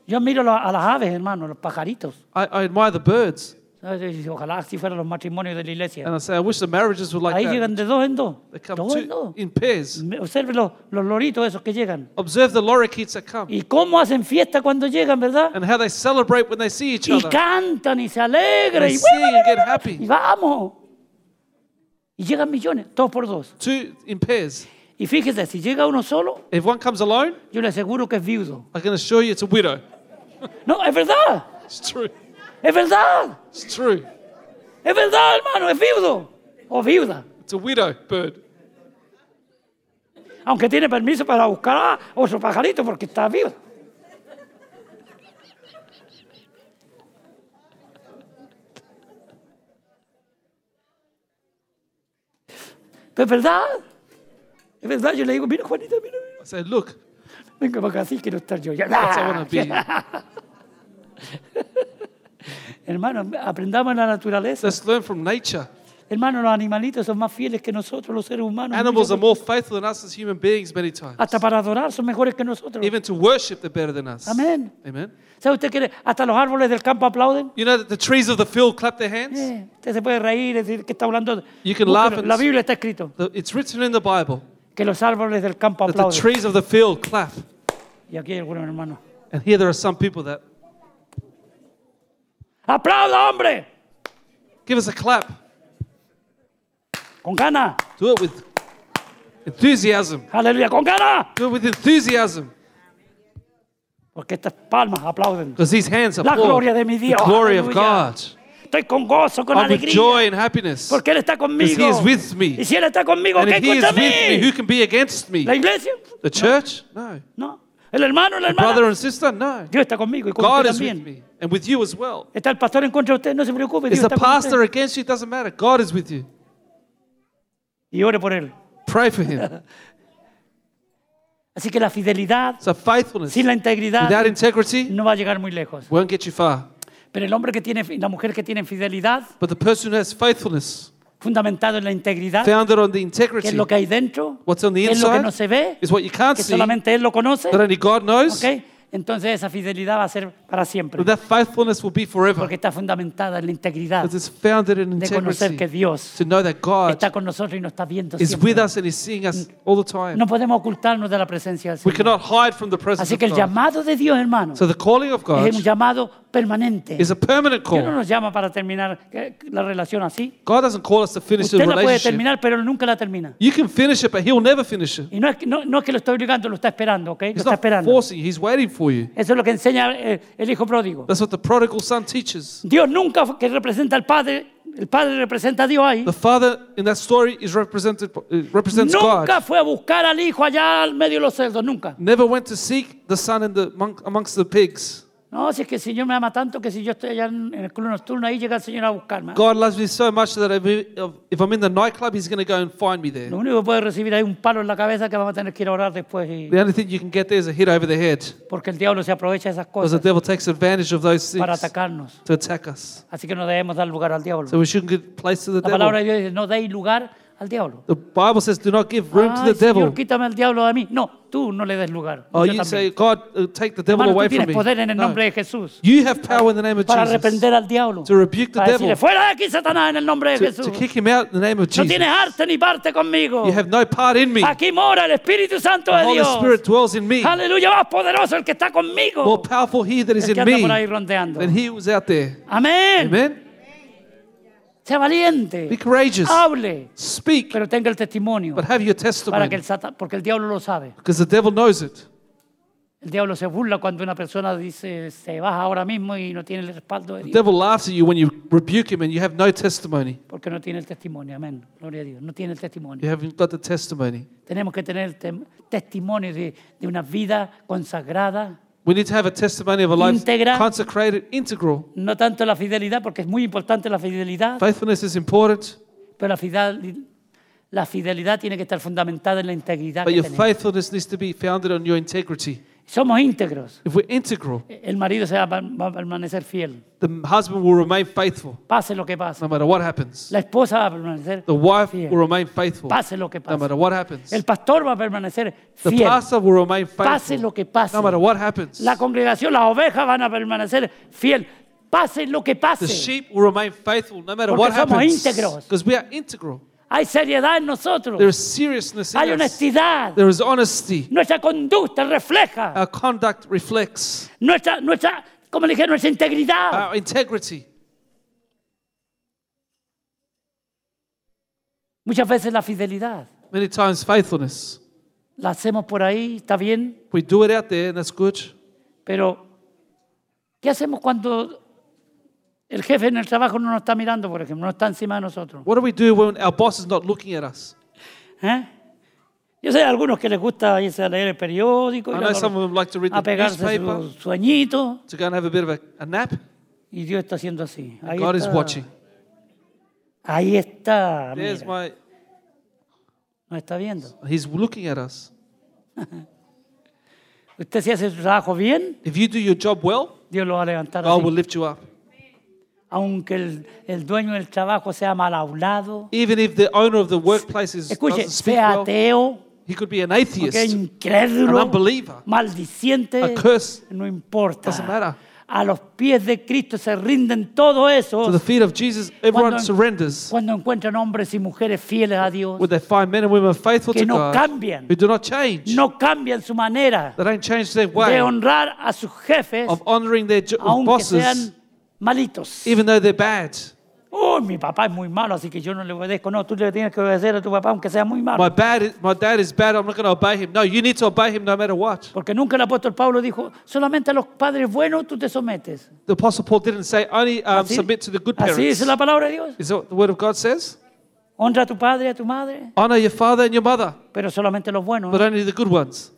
[SPEAKER 2] Yo miro la- a las aves, hermano, los pajaritos.
[SPEAKER 3] I, I admire the birds,
[SPEAKER 2] ¿sabes? Y Ojalá así fueran los matrimonios de la iglesia.
[SPEAKER 3] and I say, I wish the marriages were like
[SPEAKER 2] Ahí
[SPEAKER 3] that.
[SPEAKER 2] llegan de dos en dos.
[SPEAKER 3] They come
[SPEAKER 2] Dos en
[SPEAKER 3] two,
[SPEAKER 2] dos.
[SPEAKER 3] in pairs.
[SPEAKER 2] Me- Observe los, los loritos esos que llegan.
[SPEAKER 3] Observe the lorikeets that come
[SPEAKER 2] Y cómo hacen fiesta cuando llegan, ¿verdad?
[SPEAKER 3] and how they celebrate when they see each
[SPEAKER 2] Y
[SPEAKER 3] other.
[SPEAKER 2] cantan y se alegran.
[SPEAKER 3] They
[SPEAKER 2] Y,
[SPEAKER 3] sing and get happy.
[SPEAKER 2] y vamos. Y llegan millones, todos por dos.
[SPEAKER 3] Two in pairs.
[SPEAKER 2] Y fíjese, si llega uno solo,
[SPEAKER 3] If one comes alone,
[SPEAKER 2] yo le aseguro que es viudo.
[SPEAKER 3] I can assure you it's a widow.
[SPEAKER 2] No, es verdad.
[SPEAKER 3] It's true.
[SPEAKER 2] Es verdad.
[SPEAKER 3] It's true.
[SPEAKER 2] Es verdad, hermano, es viudo. O viuda.
[SPEAKER 3] It's a widow bird.
[SPEAKER 2] Aunque tiene permiso para buscar a otro pajarito porque está viuda. Pero es verdad. Es verdad, yo le digo, mira Juanita, mira, mira.
[SPEAKER 3] I say, look,
[SPEAKER 2] Venga para acá, así quiero estar yo. Ya.
[SPEAKER 3] that's I want to be.
[SPEAKER 2] Ah. Hermano, aprendamos la naturaleza.
[SPEAKER 3] Let's learn from nature.
[SPEAKER 2] Hermano, los animalitos son más fieles que nosotros, los seres humanos.
[SPEAKER 3] Animals are more faithful than us as human beings many times.
[SPEAKER 2] Hasta para adorar son mejores que nosotros.
[SPEAKER 3] Even to worship, they're better than us.
[SPEAKER 2] Amén.
[SPEAKER 3] Amen.
[SPEAKER 2] ¿Sabe usted que hasta los árboles del campo aplauden?
[SPEAKER 3] You know that the trees of the field clap their hands?
[SPEAKER 2] Eh, usted se puede reír, decir que está hablando.
[SPEAKER 3] You can
[SPEAKER 2] Búsquelo.
[SPEAKER 3] laugh and-
[SPEAKER 2] La Biblia está escrito
[SPEAKER 3] The- It's written in the Bible
[SPEAKER 2] que los árboles del campo
[SPEAKER 3] that the
[SPEAKER 2] aplauden.
[SPEAKER 3] trees of the field clap.
[SPEAKER 2] Y aquí hay algunos hermanos.
[SPEAKER 3] And here there are some people that
[SPEAKER 2] ¡Aplauda, hombre!
[SPEAKER 3] give us a clap.
[SPEAKER 2] Con ganas.
[SPEAKER 3] Do it with enthusiasm.
[SPEAKER 2] Aleluya, con ganas.
[SPEAKER 3] Do it with enthusiasm.
[SPEAKER 2] Porque estas palmas aplauden.
[SPEAKER 3] Because these hands are
[SPEAKER 2] La gloria de mi Dios.
[SPEAKER 3] The glory of
[SPEAKER 2] Aleluya.
[SPEAKER 3] God.
[SPEAKER 2] Estoy con gozo, con
[SPEAKER 3] I'm with
[SPEAKER 2] alegría.
[SPEAKER 3] joy and happiness.
[SPEAKER 2] Porque Él está conmigo.
[SPEAKER 3] He is with me.
[SPEAKER 2] Y si Él está conmigo,
[SPEAKER 3] and
[SPEAKER 2] ¿qué
[SPEAKER 3] if he is
[SPEAKER 2] contra
[SPEAKER 3] with
[SPEAKER 2] mí?
[SPEAKER 3] me, who can be against me?
[SPEAKER 2] ¿La iglesia?
[SPEAKER 3] The church? No.
[SPEAKER 2] No. ¿El hermano, la hermana?
[SPEAKER 3] Brother and sister? No.
[SPEAKER 2] Dios está conmigo y con
[SPEAKER 3] God
[SPEAKER 2] usted
[SPEAKER 3] is with
[SPEAKER 2] también.
[SPEAKER 3] me. And with you as well.
[SPEAKER 2] Está el pastor en contra de usted, no se preocupe.
[SPEAKER 3] Is
[SPEAKER 2] Dios está
[SPEAKER 3] the
[SPEAKER 2] con usted.
[SPEAKER 3] pastor against you? It doesn't matter. God is with you.
[SPEAKER 2] Y ore por él.
[SPEAKER 3] Pray for him.
[SPEAKER 2] Así que la fidelidad,
[SPEAKER 3] So faithfulness
[SPEAKER 2] sin la integridad,
[SPEAKER 3] without integrity
[SPEAKER 2] no va a llegar muy lejos.
[SPEAKER 3] won't get you far.
[SPEAKER 2] Pero el hombre que tiene, la mujer que tiene fidelidad,
[SPEAKER 3] But the person who has faithfulness
[SPEAKER 2] fundamentado en la integridad,
[SPEAKER 3] founded on
[SPEAKER 2] que
[SPEAKER 3] the
[SPEAKER 2] es
[SPEAKER 3] integrity
[SPEAKER 2] lo que hay dentro,
[SPEAKER 3] What's on the
[SPEAKER 2] que es lo que
[SPEAKER 3] inside
[SPEAKER 2] no se ve,
[SPEAKER 3] is what you can't
[SPEAKER 2] que
[SPEAKER 3] see that
[SPEAKER 2] solamente él lo conoce,
[SPEAKER 3] only God knows.
[SPEAKER 2] ¿ok? entonces esa fidelidad va a ser para siempre,
[SPEAKER 3] But that faithfulness will be forever
[SPEAKER 2] porque está fundamentada en la integridad
[SPEAKER 3] because it's founded in
[SPEAKER 2] de conocer que
[SPEAKER 3] integrity.
[SPEAKER 2] Dios
[SPEAKER 3] To know that God
[SPEAKER 2] está con nosotros y nos está viendo
[SPEAKER 3] is
[SPEAKER 2] siempre.
[SPEAKER 3] with
[SPEAKER 2] Mm.
[SPEAKER 3] us and is seeing us all the time.
[SPEAKER 2] No podemos ocultarnos de la presencia del
[SPEAKER 3] We
[SPEAKER 2] Señor.
[SPEAKER 3] cannot hide from the presence
[SPEAKER 2] Así que el
[SPEAKER 3] of God.
[SPEAKER 2] llamado de Dios, hermano,
[SPEAKER 3] So the calling of God
[SPEAKER 2] es un llamado permanente.
[SPEAKER 3] is a permanent
[SPEAKER 2] Dios no
[SPEAKER 3] call.
[SPEAKER 2] nos llama para terminar eh, la relación así.
[SPEAKER 3] God doesn't call us to finish the
[SPEAKER 2] Usted la puede
[SPEAKER 3] relationship.
[SPEAKER 2] terminar, pero nunca la termina.
[SPEAKER 3] You can finish it, but He'll never finish it.
[SPEAKER 2] Y no es que, no, no es que lo está obligando, lo está esperando, ¿ok? Lo
[SPEAKER 3] He's
[SPEAKER 2] está
[SPEAKER 3] not
[SPEAKER 2] esperando.
[SPEAKER 3] forcing you. He's waiting for you.
[SPEAKER 2] Eso es lo que enseña eh, el hijo pródigo.
[SPEAKER 3] That's what the prodigal son teaches.
[SPEAKER 2] Dios nunca fue- que representa al padre, el padre representa a Dios ahí.
[SPEAKER 3] The father in that story is represented uh, represents
[SPEAKER 2] Nunca
[SPEAKER 3] God.
[SPEAKER 2] fue a buscar al hijo allá al medio de los cerdos, nunca.
[SPEAKER 3] Never went to seek the son in the monk, amongst the pigs.
[SPEAKER 2] No, si es que el Señor me ama tanto que si yo estoy allá en en el club nocturno, ahí llega el Señor a buscarme.
[SPEAKER 3] God loves me so much that if if I'm in the nightclub, He's going to go and find me there.
[SPEAKER 2] Lo único que puede recibir ahí un palo en la cabeza que vamos a tener que ir a orar después. y-
[SPEAKER 3] The only thing you can get there is a hit over the head
[SPEAKER 2] porque el diablo se aprovecha de esas
[SPEAKER 3] because the
[SPEAKER 2] cosas
[SPEAKER 3] devil takes advantage of those
[SPEAKER 2] para
[SPEAKER 3] things
[SPEAKER 2] atacarnos.
[SPEAKER 3] to attack us.
[SPEAKER 2] Así que no debemos dar lugar al diablo.
[SPEAKER 3] So we shouldn't give place to the
[SPEAKER 2] La palabra
[SPEAKER 3] devil.
[SPEAKER 2] de Dios dice, no deis lugar al diablo.
[SPEAKER 3] The Bible says, do not give room to
[SPEAKER 2] Ay,
[SPEAKER 3] the devil.
[SPEAKER 2] Señor, quítame al diablo de mí. No, tú no le des lugar.
[SPEAKER 3] Oh,
[SPEAKER 2] Yo
[SPEAKER 3] you
[SPEAKER 2] también.
[SPEAKER 3] say, God, uh, take the devil
[SPEAKER 2] Hermano,
[SPEAKER 3] away
[SPEAKER 2] tú tienes
[SPEAKER 3] from
[SPEAKER 2] poder en
[SPEAKER 3] me.
[SPEAKER 2] el
[SPEAKER 3] No.
[SPEAKER 2] nombre de Jesús
[SPEAKER 3] You have power in the name of
[SPEAKER 2] para
[SPEAKER 3] Jesus
[SPEAKER 2] arrepender al diablo.
[SPEAKER 3] to rebuke the
[SPEAKER 2] Para decirle,
[SPEAKER 3] devil.
[SPEAKER 2] fuera de aquí, Satanás, en el nombre de
[SPEAKER 3] to,
[SPEAKER 2] Jesús.
[SPEAKER 3] to kick him out in the name of
[SPEAKER 2] No
[SPEAKER 3] Jesus.
[SPEAKER 2] tienes arte ni parte conmigo.
[SPEAKER 3] You have no part in me.
[SPEAKER 2] Aquí mora el Espíritu Santo
[SPEAKER 3] The
[SPEAKER 2] de
[SPEAKER 3] Holy
[SPEAKER 2] Dios.
[SPEAKER 3] Spirit dwells in me.
[SPEAKER 2] Aleluya, más poderoso el que está
[SPEAKER 3] More
[SPEAKER 2] conmigo.
[SPEAKER 3] powerful he that is
[SPEAKER 2] El que
[SPEAKER 3] in
[SPEAKER 2] anda por ahí
[SPEAKER 3] me
[SPEAKER 2] rondeando.
[SPEAKER 3] than he was out there.
[SPEAKER 2] Amén.
[SPEAKER 3] Amen.
[SPEAKER 2] Sea
[SPEAKER 3] Be
[SPEAKER 2] valiente.
[SPEAKER 3] courageous.
[SPEAKER 2] Hable,
[SPEAKER 3] Speak,
[SPEAKER 2] pero tenga el testimonio.
[SPEAKER 3] but have your
[SPEAKER 2] Para que
[SPEAKER 3] testimony
[SPEAKER 2] el Satan- porque el diablo lo sabe.
[SPEAKER 3] because the devil knows it.
[SPEAKER 2] El diablo se burla cuando una persona dice, se baja ahora mismo y no tiene el respaldo de
[SPEAKER 3] The
[SPEAKER 2] Dios.
[SPEAKER 3] devil laughs at you when you rebuke him and you have no testimony.
[SPEAKER 2] Porque no tiene el testimonio, amén. Gloria a Dios, no tiene el testimonio.
[SPEAKER 3] You haven't got the testimony.
[SPEAKER 2] Tenemos que tener tem- testimonio de, de una vida consagrada,
[SPEAKER 3] We need to have a testimony of a life
[SPEAKER 2] Íntegra.
[SPEAKER 3] consecrated, integral.
[SPEAKER 2] no tanto la fidelidad, porque es muy importante la fidelidad,
[SPEAKER 3] Faithfulness is important,
[SPEAKER 2] pero la fidelidad, la fidelidad tiene que estar fundamentada en la integridad
[SPEAKER 3] but
[SPEAKER 2] que
[SPEAKER 3] your
[SPEAKER 2] tenemos.
[SPEAKER 3] faithfulness needs to be founded on your integrity.
[SPEAKER 2] Somos íntegros.
[SPEAKER 3] If we're integral,
[SPEAKER 2] El marido se va, va a permanecer fiel,
[SPEAKER 3] the husband will remain faithful
[SPEAKER 2] pase lo que pase.
[SPEAKER 3] no matter what happens.
[SPEAKER 2] La esposa va a permanecer,
[SPEAKER 3] The wife
[SPEAKER 2] Fiel.
[SPEAKER 3] will remain faithful
[SPEAKER 2] pase lo que
[SPEAKER 3] no
[SPEAKER 2] pase.
[SPEAKER 3] matter what happens.
[SPEAKER 2] El pastor va a permanecer
[SPEAKER 3] The
[SPEAKER 2] fiel.
[SPEAKER 3] pastor will remain
[SPEAKER 2] Pase lo
[SPEAKER 3] faithful
[SPEAKER 2] que pase.
[SPEAKER 3] no matter what happens.
[SPEAKER 2] La congregación, las ovejas van a permanecer fiel. Pase lo que
[SPEAKER 3] The
[SPEAKER 2] pase.
[SPEAKER 3] sheep will remain faithful no matter
[SPEAKER 2] Porque
[SPEAKER 3] what
[SPEAKER 2] somos
[SPEAKER 3] happens.
[SPEAKER 2] íntegros.
[SPEAKER 3] Because we are integral.
[SPEAKER 2] Hay seriedad en
[SPEAKER 3] There
[SPEAKER 2] nosotros.
[SPEAKER 3] is seriousness
[SPEAKER 2] Hay
[SPEAKER 3] in us.
[SPEAKER 2] honestidad.
[SPEAKER 3] There is honesty.
[SPEAKER 2] Nuestra conducta refleja
[SPEAKER 3] Our conduct reflects
[SPEAKER 2] nuestra, nuestra, como le dije, nuestra integridad.
[SPEAKER 3] our integrity.
[SPEAKER 2] Muchas veces la fidelidad
[SPEAKER 3] Many times faithfulness.
[SPEAKER 2] la hacemos por ahí, está bien,
[SPEAKER 3] We do it out there and that's good.
[SPEAKER 2] pero ¿qué hacemos cuando el jefe en el trabajo no nos está mirando, por ejemplo, no está encima de nosotros?
[SPEAKER 3] What do we do when our boss is not looking at us?
[SPEAKER 2] ¿Eh? Yo sé de algunos que les gusta irse a leer el periódico, ir
[SPEAKER 3] I
[SPEAKER 2] a
[SPEAKER 3] know
[SPEAKER 2] los-
[SPEAKER 3] some of them like to read
[SPEAKER 2] a
[SPEAKER 3] the
[SPEAKER 2] pegarse
[SPEAKER 3] newspaper,
[SPEAKER 2] su sueñito
[SPEAKER 3] to go and have a bit of a, a nap.
[SPEAKER 2] y Dios está haciendo así. Ahí
[SPEAKER 3] God is
[SPEAKER 2] está,
[SPEAKER 3] watching.
[SPEAKER 2] Ahí está,
[SPEAKER 3] There's
[SPEAKER 2] mira,
[SPEAKER 3] my.
[SPEAKER 2] nos está viendo.
[SPEAKER 3] He's looking at us.
[SPEAKER 2] Usted si hace su trabajo bien,
[SPEAKER 3] If you do your job well,
[SPEAKER 2] Dios lo va a levantar
[SPEAKER 3] God
[SPEAKER 2] así.
[SPEAKER 3] will lift you up.
[SPEAKER 2] Aunque el, el dueño del trabajo sea mal hablado,
[SPEAKER 3] Even if the owner of the workplace is
[SPEAKER 2] escuche,
[SPEAKER 3] doesn't speak
[SPEAKER 2] sea
[SPEAKER 3] well,
[SPEAKER 2] ateo,
[SPEAKER 3] he could be an
[SPEAKER 2] que es
[SPEAKER 3] atheist, an
[SPEAKER 2] incrédulo,
[SPEAKER 3] unbeliever,
[SPEAKER 2] maldiciente,
[SPEAKER 3] a curse.
[SPEAKER 2] no importa.
[SPEAKER 3] Doesn't matter.
[SPEAKER 2] A los pies de Cristo se rinden todo eso
[SPEAKER 3] To the feet of Jesus, everyone
[SPEAKER 2] Cuando-
[SPEAKER 3] surrenders
[SPEAKER 2] cuando encuentran hombres y mujeres fieles a Dios,
[SPEAKER 3] when they find men and women faithful
[SPEAKER 2] Que
[SPEAKER 3] to
[SPEAKER 2] no
[SPEAKER 3] God
[SPEAKER 2] cambian.
[SPEAKER 3] who do not change.
[SPEAKER 2] no cambian su manera
[SPEAKER 3] They don't change their way
[SPEAKER 2] de honrar a sus jefes,
[SPEAKER 3] of honoring their jo-
[SPEAKER 2] aunque
[SPEAKER 3] bosses,
[SPEAKER 2] sean malitos.
[SPEAKER 3] even though they're bad.
[SPEAKER 2] Oh, mi papá es muy malo, así que yo no le obedezco. No, tú le tienes que obedecer a tu papá, aunque sea muy malo.
[SPEAKER 3] My, bad is, my dad is bad, I'm not going to obey him. No, you need to obey him no matter what.
[SPEAKER 2] Porque nunca el apóstol Pablo dijo, solamente a los padres buenos tú te sometes.
[SPEAKER 3] The Apostle Paul didn't say only um,
[SPEAKER 2] Así-
[SPEAKER 3] submit to the good
[SPEAKER 2] Así
[SPEAKER 3] parents.
[SPEAKER 2] dice la palabra de Dios.
[SPEAKER 3] Is that what the word of God says?
[SPEAKER 2] Honra a tu padre y a tu madre,
[SPEAKER 3] Honor your father and your mother,
[SPEAKER 2] pero solamente los buenos.
[SPEAKER 3] but only the good ones.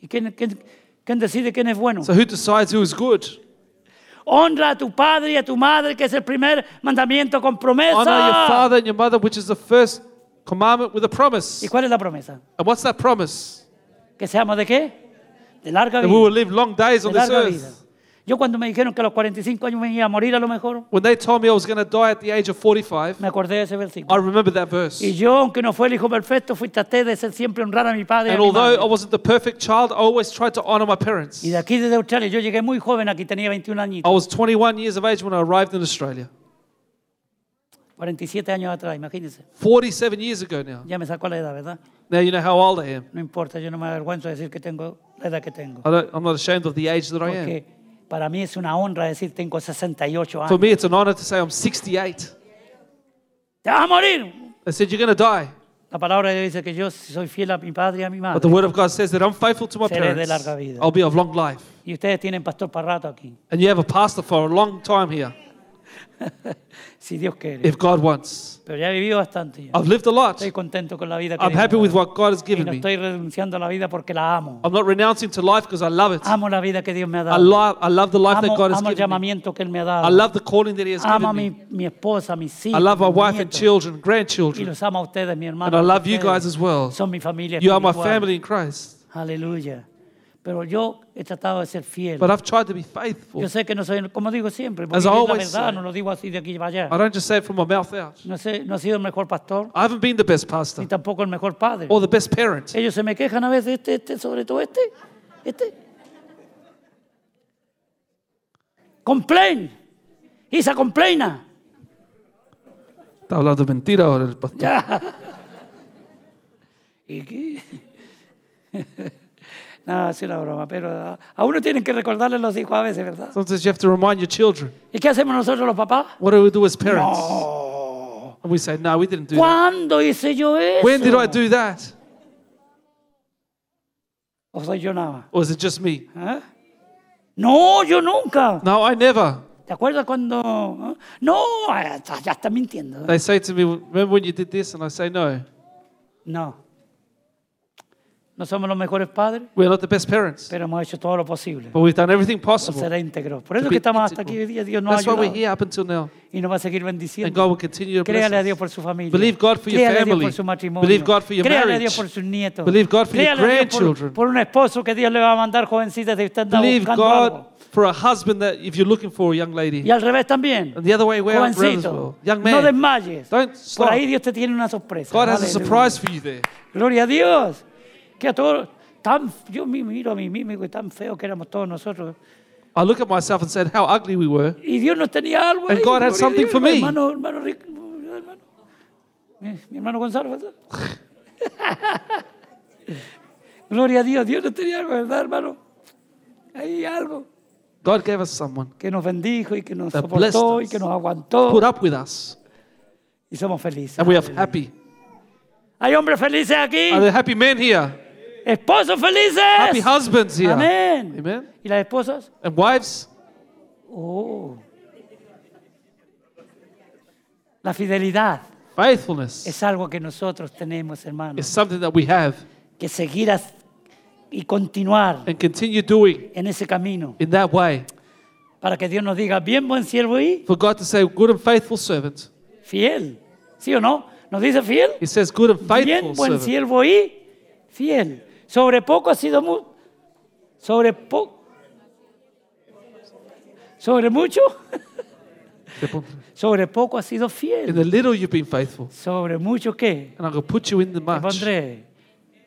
[SPEAKER 2] ¿Y quién, quién- quién decide quién es bueno?
[SPEAKER 3] So who decides who is good?
[SPEAKER 2] Honra a tu padre y a tu madre, que es el primer mandamiento con
[SPEAKER 3] Honor your
[SPEAKER 2] promesa.
[SPEAKER 3] father and your mother, which is the first commandment with a promise.
[SPEAKER 2] ¿Y cuál es la promesa?
[SPEAKER 3] And what's that promise?
[SPEAKER 2] ¿Que seamos de qué? De larga
[SPEAKER 3] That we will
[SPEAKER 2] vida.
[SPEAKER 3] live long days
[SPEAKER 2] De
[SPEAKER 3] on this
[SPEAKER 2] larga vida.
[SPEAKER 3] earth.
[SPEAKER 2] Yo cuando me dijeron que a los 45 años me iba a morir a lo mejor,
[SPEAKER 3] When they told me I was going to die at the age of 45,
[SPEAKER 2] me acordé de ese versículo.
[SPEAKER 3] I remember that verse.
[SPEAKER 2] Y yo, aunque no fue el hijo perfecto, fui traté de ser siempre honrar a mi padre. y a
[SPEAKER 3] And
[SPEAKER 2] mi madre.
[SPEAKER 3] although I wasn't the perfect child, I always tried to honor my parents.
[SPEAKER 2] Y de aquí desde Australia, yo llegué muy joven aquí, tenía 21
[SPEAKER 3] I
[SPEAKER 2] añitos,
[SPEAKER 3] was 21 years of age when I arrived in Australia.
[SPEAKER 2] 47 años atrás, imagínense.
[SPEAKER 3] 47 years ago now.
[SPEAKER 2] Ya me sacó la edad, ¿verdad?
[SPEAKER 3] Now you know how old I am.
[SPEAKER 2] No importa, yo no me avergüenzo de decir que tengo la edad que tengo.
[SPEAKER 3] I don't, I'm not ashamed of the age that I am.
[SPEAKER 2] Porque para mí es una honra decir tengo 68
[SPEAKER 3] For
[SPEAKER 2] años.
[SPEAKER 3] me, it's an honor to say I'm 68.
[SPEAKER 2] ¡Te vas a morir!
[SPEAKER 3] They said, You're going to die.
[SPEAKER 2] La palabra de Dios dice que yo soy fiel a mi padre y a mi
[SPEAKER 3] But the
[SPEAKER 2] madre.
[SPEAKER 3] word of God says that I'm faithful to my
[SPEAKER 2] Seré de
[SPEAKER 3] parents.
[SPEAKER 2] larga vida.
[SPEAKER 3] I'll be of long life.
[SPEAKER 2] Y ustedes tienen pastor para rato aquí,
[SPEAKER 3] And you have a pastor for a long time here,
[SPEAKER 2] si Dios quiere.
[SPEAKER 3] if God wants.
[SPEAKER 2] Pero ya he vivido bastante. ya.
[SPEAKER 3] I've lived a lot.
[SPEAKER 2] Estoy contento con la vida que
[SPEAKER 3] I'm
[SPEAKER 2] tengo.
[SPEAKER 3] happy with what God has
[SPEAKER 2] Y
[SPEAKER 3] given
[SPEAKER 2] no
[SPEAKER 3] me.
[SPEAKER 2] estoy renunciando a la vida porque la amo.
[SPEAKER 3] I'm not renouncing to life because I love it.
[SPEAKER 2] Amo la vida que Dios me ha
[SPEAKER 3] I
[SPEAKER 2] dado.
[SPEAKER 3] love, I love the life that
[SPEAKER 2] Amo,
[SPEAKER 3] God has
[SPEAKER 2] amo el
[SPEAKER 3] given me.
[SPEAKER 2] llamamiento que Él me ha
[SPEAKER 3] I
[SPEAKER 2] dado.
[SPEAKER 3] love the calling that He has
[SPEAKER 2] Amo a
[SPEAKER 3] given
[SPEAKER 2] mi,
[SPEAKER 3] me.
[SPEAKER 2] mi esposa, mis hijos,
[SPEAKER 3] I love my
[SPEAKER 2] mis
[SPEAKER 3] wife and
[SPEAKER 2] nietos.
[SPEAKER 3] children,
[SPEAKER 2] Y
[SPEAKER 3] grandchildren.
[SPEAKER 2] los amo a ustedes, mi hermano.
[SPEAKER 3] And I love you
[SPEAKER 2] ustedes
[SPEAKER 3] guys as well.
[SPEAKER 2] Son mi familia.
[SPEAKER 3] You are my
[SPEAKER 2] espiritual.
[SPEAKER 3] family in Christ.
[SPEAKER 2] Aleluya. Pero yo he tratado de ser fiel.
[SPEAKER 3] But I've tried to be
[SPEAKER 2] Yo
[SPEAKER 3] faithful.
[SPEAKER 2] sé que no soy, como digo siempre, porque
[SPEAKER 3] As
[SPEAKER 2] es la
[SPEAKER 3] always
[SPEAKER 2] verdad,
[SPEAKER 3] say.
[SPEAKER 2] no lo digo así de aquí para allá.
[SPEAKER 3] I don't just say it from my mouth out.
[SPEAKER 2] No, sé, no he sido el mejor pastor,
[SPEAKER 3] I haven't been the best
[SPEAKER 2] ni
[SPEAKER 3] pastor
[SPEAKER 2] tampoco el mejor padre.
[SPEAKER 3] or the best parent.
[SPEAKER 2] Ellos se me quejan a veces, este, este, sobre todo este, este. Complain. Isa, complaina.
[SPEAKER 3] Está hablando mentira ahora el pastor.
[SPEAKER 2] Ya. ¿Y qué? no, es una broma, pero a- a uno tienen que recordarle los hijos a veces, ¿verdad?
[SPEAKER 3] Sometimes you have to remind your children.
[SPEAKER 2] ¿Y qué hacemos nosotros los papás?
[SPEAKER 3] What do we do as parents?
[SPEAKER 2] No.
[SPEAKER 3] And we say, no, we didn't do that.
[SPEAKER 2] ¿Cuándo hice yo eso?
[SPEAKER 3] When did I do that?
[SPEAKER 2] ¿O soy yo nada más?
[SPEAKER 3] Or is it just me?
[SPEAKER 2] ¿Ah? No, yo nunca.
[SPEAKER 3] No, I never.
[SPEAKER 2] ¿Te acuerdas cuando.? ah? No, ya está, ya está mintiendo. ¿eh?
[SPEAKER 3] They say to me, Remember when you did this? And I say, No,
[SPEAKER 2] No. No somos los mejores padres,
[SPEAKER 3] we're not the best parents,
[SPEAKER 2] pero hemos hecho todo lo posible.
[SPEAKER 3] but we've done everything
[SPEAKER 2] Por
[SPEAKER 3] possible.
[SPEAKER 2] ser íntegros. Por eso
[SPEAKER 3] to
[SPEAKER 2] que
[SPEAKER 3] be
[SPEAKER 2] estamos hasta aquí
[SPEAKER 3] integral.
[SPEAKER 2] hoy día. Dios nos ha
[SPEAKER 3] That's why we're
[SPEAKER 2] ayudado.
[SPEAKER 3] here up until now.
[SPEAKER 2] Y nos va a seguir
[SPEAKER 3] And
[SPEAKER 2] bendiciendo.
[SPEAKER 3] God will continue to bless
[SPEAKER 2] Créale a Dios
[SPEAKER 3] us.
[SPEAKER 2] por su familia.
[SPEAKER 3] Believe God for your
[SPEAKER 2] Créale a Dios
[SPEAKER 3] family.
[SPEAKER 2] por su matrimonio.
[SPEAKER 3] Believe God for your
[SPEAKER 2] Créale a
[SPEAKER 3] marriage.
[SPEAKER 2] Dios por sus nietos.
[SPEAKER 3] Believe God for your
[SPEAKER 2] Créale a Dios por- por,
[SPEAKER 3] grandchildren.
[SPEAKER 2] un esposo que Dios le va a mandar jovencitas de usted anda
[SPEAKER 3] Believe
[SPEAKER 2] buscando
[SPEAKER 3] God
[SPEAKER 2] algo.
[SPEAKER 3] for a husband that if you're looking for a young
[SPEAKER 2] Y
[SPEAKER 3] lady.
[SPEAKER 2] al revés también.
[SPEAKER 3] And the other way around as well.
[SPEAKER 2] Jovencito,
[SPEAKER 3] Young
[SPEAKER 2] no
[SPEAKER 3] man.
[SPEAKER 2] desmayes.
[SPEAKER 3] Don't
[SPEAKER 2] Por
[SPEAKER 3] stop.
[SPEAKER 2] ahí Dios te tiene una sorpresa.
[SPEAKER 3] God has a
[SPEAKER 2] Aleluya.
[SPEAKER 3] surprise for you there.
[SPEAKER 2] Gloria a Dios. Que a todos, tan, yo me miro a mí mismo y digo, tan feo que éramos todos nosotros.
[SPEAKER 3] I look at myself and said how ugly we were.
[SPEAKER 2] Y Dios nos tenía algo.
[SPEAKER 3] And
[SPEAKER 2] ahí,
[SPEAKER 3] God had
[SPEAKER 2] gloria a
[SPEAKER 3] something
[SPEAKER 2] Dios,
[SPEAKER 3] for me.
[SPEAKER 2] Hermano, hermano, Rick- hermano. Mi, mi hermano Gonzalo. ¿verdad? Gloria a Dios. Dios nos tenía algo, ¿verdad, hermano? Hay algo
[SPEAKER 3] God gave us someone
[SPEAKER 2] que nos bendijo y que nos
[SPEAKER 3] That blessed
[SPEAKER 2] soportó y
[SPEAKER 3] us.
[SPEAKER 2] que nos
[SPEAKER 3] put
[SPEAKER 2] aguantó.
[SPEAKER 3] up with us,
[SPEAKER 2] Y somos felices.
[SPEAKER 3] and we are happy.
[SPEAKER 2] Hay hombres felices aquí.
[SPEAKER 3] Are there happy men here?
[SPEAKER 2] Esposos
[SPEAKER 3] Happy
[SPEAKER 2] felices.
[SPEAKER 3] husbands here.
[SPEAKER 2] Amén.
[SPEAKER 3] Amen.
[SPEAKER 2] ¿Y las esposas?
[SPEAKER 3] And wives,
[SPEAKER 2] Oh. La fidelidad
[SPEAKER 3] faithfulness
[SPEAKER 2] es algo que nosotros tenemos, hermano.
[SPEAKER 3] is something that we have
[SPEAKER 2] Que seguir as- y continuar
[SPEAKER 3] and continue doing
[SPEAKER 2] en ese camino
[SPEAKER 3] in that way.
[SPEAKER 2] para que Dios nos diga, bien buen siervo y
[SPEAKER 3] For God to say, good and faithful servant.
[SPEAKER 2] fiel. ¿Sí o no? ¿Nos dice fiel?
[SPEAKER 3] He says, good and
[SPEAKER 2] Bien
[SPEAKER 3] faithful
[SPEAKER 2] buen
[SPEAKER 3] servant.
[SPEAKER 2] siervo y fiel. Sobre poco has sido mu- sobre poco sobre mucho, sobre poco has sido
[SPEAKER 3] In
[SPEAKER 2] fiel.
[SPEAKER 3] the little you've been faithful,
[SPEAKER 2] Sobre mucho qué?
[SPEAKER 3] and I'm going to put you in the
[SPEAKER 2] Te
[SPEAKER 3] much.
[SPEAKER 2] pondré.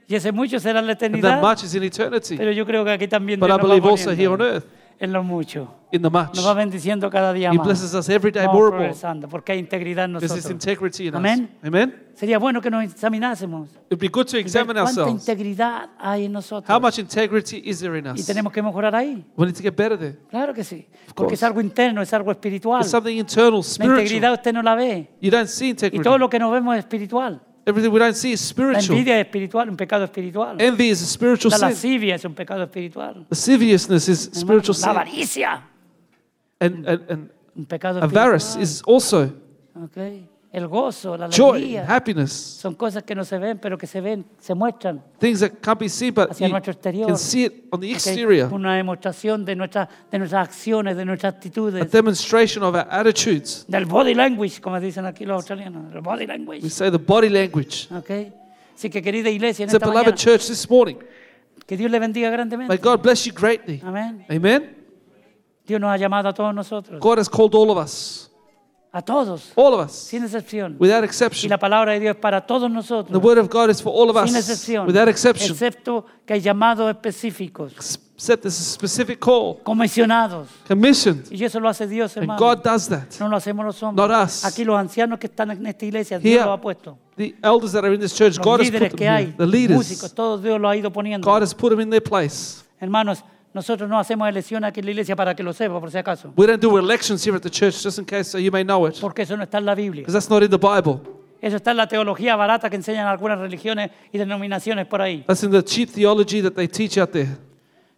[SPEAKER 2] Y ese mucho será la
[SPEAKER 3] And that
[SPEAKER 2] eternidad.
[SPEAKER 3] much is in eternity.
[SPEAKER 2] Pero yo creo que aquí también
[SPEAKER 3] But I
[SPEAKER 2] Dios nos va
[SPEAKER 3] believe also here on
[SPEAKER 2] poniendo
[SPEAKER 3] earth,
[SPEAKER 2] en lo mucho.
[SPEAKER 3] in the much.
[SPEAKER 2] Nos va bendiciendo cada día
[SPEAKER 3] He
[SPEAKER 2] más.
[SPEAKER 3] blesses us every day
[SPEAKER 2] Vamos
[SPEAKER 3] more and more.
[SPEAKER 2] progresando porque hay integridad en
[SPEAKER 3] There's this
[SPEAKER 2] nosotros.
[SPEAKER 3] integrity in us.
[SPEAKER 2] Amén.
[SPEAKER 3] Amen.
[SPEAKER 2] Sería bueno que nos examinásemos. y ver
[SPEAKER 3] It'd be good to examine
[SPEAKER 2] ¿Cuánta
[SPEAKER 3] ourselves.
[SPEAKER 2] integridad hay en
[SPEAKER 3] How
[SPEAKER 2] nosotros?
[SPEAKER 3] much integrity is there in
[SPEAKER 2] Y
[SPEAKER 3] us?
[SPEAKER 2] tenemos que mejorar ahí.
[SPEAKER 3] We need to get better there.
[SPEAKER 2] Claro que sí.
[SPEAKER 3] course.
[SPEAKER 2] Porque es algo interno, es algo espiritual.
[SPEAKER 3] It's something internal,
[SPEAKER 2] La
[SPEAKER 3] spiritual.
[SPEAKER 2] integridad usted no la ve.
[SPEAKER 3] You don't see
[SPEAKER 2] Y todo
[SPEAKER 3] integrity.
[SPEAKER 2] lo que nos vemos es espiritual.
[SPEAKER 3] Everything we don't see is
[SPEAKER 2] La
[SPEAKER 3] spiritual.
[SPEAKER 2] envidia es espiritual, un pecado espiritual.
[SPEAKER 3] Envy is a spiritual
[SPEAKER 2] La
[SPEAKER 3] sin.
[SPEAKER 2] lascivia es un pecado espiritual.
[SPEAKER 3] Lasciviousness is
[SPEAKER 2] La
[SPEAKER 3] spiritual sin.
[SPEAKER 2] avaricia.
[SPEAKER 3] And, and, and
[SPEAKER 2] Un pecado
[SPEAKER 3] avarice
[SPEAKER 2] espiritual.
[SPEAKER 3] is also
[SPEAKER 2] Ok. El gozo, la
[SPEAKER 3] joy,
[SPEAKER 2] alegría.
[SPEAKER 3] happiness.
[SPEAKER 2] Son cosas que no se ven, pero que se ven, se muestran.
[SPEAKER 3] Things that can't be seen, but
[SPEAKER 2] Hacia
[SPEAKER 3] you
[SPEAKER 2] nuestro exterior.
[SPEAKER 3] can see it on the
[SPEAKER 2] Ok,
[SPEAKER 3] exterior.
[SPEAKER 2] Una demostración de, nuestra, de nuestras acciones, de nuestras
[SPEAKER 3] A
[SPEAKER 2] actitudes.
[SPEAKER 3] demonstration of our attitudes.
[SPEAKER 2] Del body language, como dicen aquí los australianos. El body
[SPEAKER 3] We
[SPEAKER 2] language.
[SPEAKER 3] say the body language.
[SPEAKER 2] Ok. Así que, querida iglesia, en
[SPEAKER 3] It's a
[SPEAKER 2] esta mañana,
[SPEAKER 3] beloved church this morning.
[SPEAKER 2] que Dios le bendiga
[SPEAKER 3] May
[SPEAKER 2] grandemente.
[SPEAKER 3] God bless you greatly.
[SPEAKER 2] Amén.
[SPEAKER 3] Amen.
[SPEAKER 2] Dios nos ha llamado a todos nosotros.
[SPEAKER 3] God has called all of us,
[SPEAKER 2] A todos,
[SPEAKER 3] all of us,
[SPEAKER 2] sin excepción.
[SPEAKER 3] without
[SPEAKER 2] Y
[SPEAKER 3] exception.
[SPEAKER 2] la palabra de Dios es para todos
[SPEAKER 3] The
[SPEAKER 2] nosotros,
[SPEAKER 3] word of God is for all of
[SPEAKER 2] sin
[SPEAKER 3] us,
[SPEAKER 2] excepción.
[SPEAKER 3] without exception,
[SPEAKER 2] Excepto que hay llamados específicos.
[SPEAKER 3] except there's a specific call,
[SPEAKER 2] comisionados.
[SPEAKER 3] commissioned,
[SPEAKER 2] Y eso lo hace Dios,
[SPEAKER 3] and
[SPEAKER 2] hermano.
[SPEAKER 3] God does that.
[SPEAKER 2] no lo hacemos los
[SPEAKER 3] Not
[SPEAKER 2] hombres.
[SPEAKER 3] us.
[SPEAKER 2] Aquí los ancianos que están en esta iglesia, Dios
[SPEAKER 3] Here,
[SPEAKER 2] los ha puesto.
[SPEAKER 3] the elders that are in this church,
[SPEAKER 2] Los
[SPEAKER 3] God has
[SPEAKER 2] líderes
[SPEAKER 3] put
[SPEAKER 2] que
[SPEAKER 3] them
[SPEAKER 2] hay,
[SPEAKER 3] here. The
[SPEAKER 2] músicos,
[SPEAKER 3] leaders,
[SPEAKER 2] todos Dios los ha ido poniendo.
[SPEAKER 3] God has put them in their place.
[SPEAKER 2] Hermanos, nosotros no hacemos elecciones aquí en la iglesia para que lo sepa, por si acaso.
[SPEAKER 3] We don't do elections here at the church, just in case, so you may know it, because
[SPEAKER 2] Porque eso no está en la Biblia.
[SPEAKER 3] that's not in the Bible.
[SPEAKER 2] Eso está en la teología barata que enseñan algunas religiones y denominaciones por ahí.
[SPEAKER 3] That's in the cheap theology that they teach out there.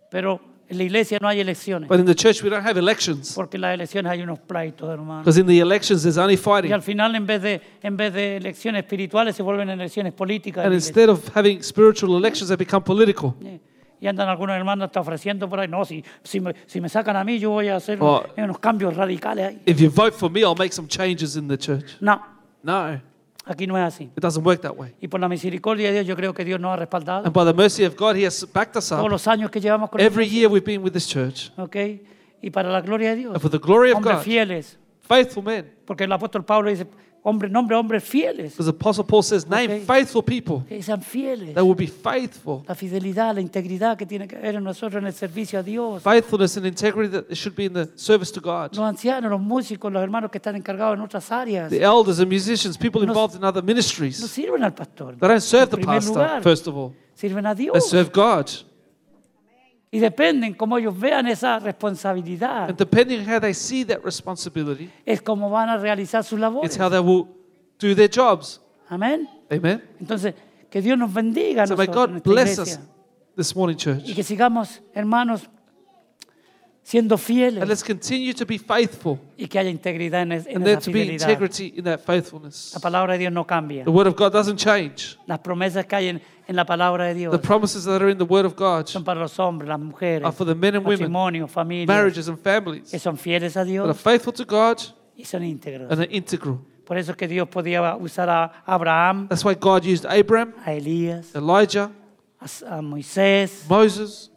[SPEAKER 2] Pero en la iglesia no hay elecciones.
[SPEAKER 3] But in the church, we don't have elections,
[SPEAKER 2] Porque en las elecciones hay unos pleitos, hermano.
[SPEAKER 3] because in the elections, there's only
[SPEAKER 2] Y al
[SPEAKER 3] fighting.
[SPEAKER 2] final, en vez de, en vez de elecciones espirituales, se vuelven elecciones políticas. en
[SPEAKER 3] And
[SPEAKER 2] la iglesia.
[SPEAKER 3] instead of having spiritual elections, they become political.
[SPEAKER 2] Eh, Y andan algunos hermanos hasta ofreciendo por ahí, no, si, si, me, si me sacan a mí yo voy a hacer eh,
[SPEAKER 3] Oh.
[SPEAKER 2] unos cambios radicales ahí.
[SPEAKER 3] If you vote for me, I'll make some changes in the church.
[SPEAKER 2] No,
[SPEAKER 3] No,
[SPEAKER 2] aquí no es así.
[SPEAKER 3] it doesn't work that way.
[SPEAKER 2] Y por la misericordia de Dios yo creo que Dios nos ha respaldado
[SPEAKER 3] And by the mercy of God, He has backed us
[SPEAKER 2] todos
[SPEAKER 3] up.
[SPEAKER 2] los años que llevamos con Él.
[SPEAKER 3] Every year we've been with this church.
[SPEAKER 2] ¿ok? Y para la gloria de Dios,
[SPEAKER 3] And for the glory of
[SPEAKER 2] hombres
[SPEAKER 3] God,
[SPEAKER 2] fieles,
[SPEAKER 3] faithful men.
[SPEAKER 2] porque el apóstol Pablo dice, hombre, nombre, hombres fieles,
[SPEAKER 3] Because Apostle Paul says, name
[SPEAKER 2] Okay.
[SPEAKER 3] faithful people
[SPEAKER 2] que sean fieles.
[SPEAKER 3] that will be faithful.
[SPEAKER 2] La fidelidad, la integridad que tiene que haber en nosotros en el servicio a Dios.
[SPEAKER 3] Faithfulness and integrity that should be in the service to God.
[SPEAKER 2] Los ancianos, los músicos, los hermanos que están encargados en otras áreas,
[SPEAKER 3] The elders and musicians, people
[SPEAKER 2] Nos-
[SPEAKER 3] involved in other
[SPEAKER 2] no
[SPEAKER 3] ministries,
[SPEAKER 2] sirven al pastor,
[SPEAKER 3] they don't serve the
[SPEAKER 2] en primer
[SPEAKER 3] pastor,
[SPEAKER 2] lugar.
[SPEAKER 3] first of all.
[SPEAKER 2] sirven a
[SPEAKER 3] They
[SPEAKER 2] Dios.
[SPEAKER 3] serve God.
[SPEAKER 2] Y dependen cómo ellos vean esa responsabilidad.
[SPEAKER 3] And depending on how they see that responsibility,
[SPEAKER 2] Es cómo van a realizar sus
[SPEAKER 3] it's
[SPEAKER 2] labores.
[SPEAKER 3] how they will do their jobs.
[SPEAKER 2] Amén.
[SPEAKER 3] Amen.
[SPEAKER 2] Entonces, que Dios nos bendiga. a
[SPEAKER 3] So may
[SPEAKER 2] nosotros en
[SPEAKER 3] God
[SPEAKER 2] esta
[SPEAKER 3] bless us
[SPEAKER 2] iglesia.
[SPEAKER 3] this morning,
[SPEAKER 2] Y
[SPEAKER 3] church.
[SPEAKER 2] que sigamos, hermanos, siendo
[SPEAKER 3] And
[SPEAKER 2] fieles
[SPEAKER 3] let's continue to be faithful
[SPEAKER 2] y que haya integridad en, es- en
[SPEAKER 3] and there
[SPEAKER 2] esa
[SPEAKER 3] to be
[SPEAKER 2] fidelidad.
[SPEAKER 3] integrity in that faithfulness.
[SPEAKER 2] La palabra de Dios no cambia.
[SPEAKER 3] The Word of God doesn't change.
[SPEAKER 2] Las promesas que hay en, en la palabra de
[SPEAKER 3] The
[SPEAKER 2] Dios
[SPEAKER 3] promises that are in the Word of God
[SPEAKER 2] son para los hombres, las mujeres,
[SPEAKER 3] are for the men and women,
[SPEAKER 2] matrimonio, familia,
[SPEAKER 3] marriages and families
[SPEAKER 2] que son fieles a
[SPEAKER 3] that are
[SPEAKER 2] Dios
[SPEAKER 3] faithful to God
[SPEAKER 2] y son íntegros.
[SPEAKER 3] and are integral.
[SPEAKER 2] Por eso es que Dios podía usar a Abraham,
[SPEAKER 3] That's why God used Abraham,
[SPEAKER 2] a Elías,
[SPEAKER 3] Elijah,
[SPEAKER 2] a S- a Moisés,
[SPEAKER 3] Moses,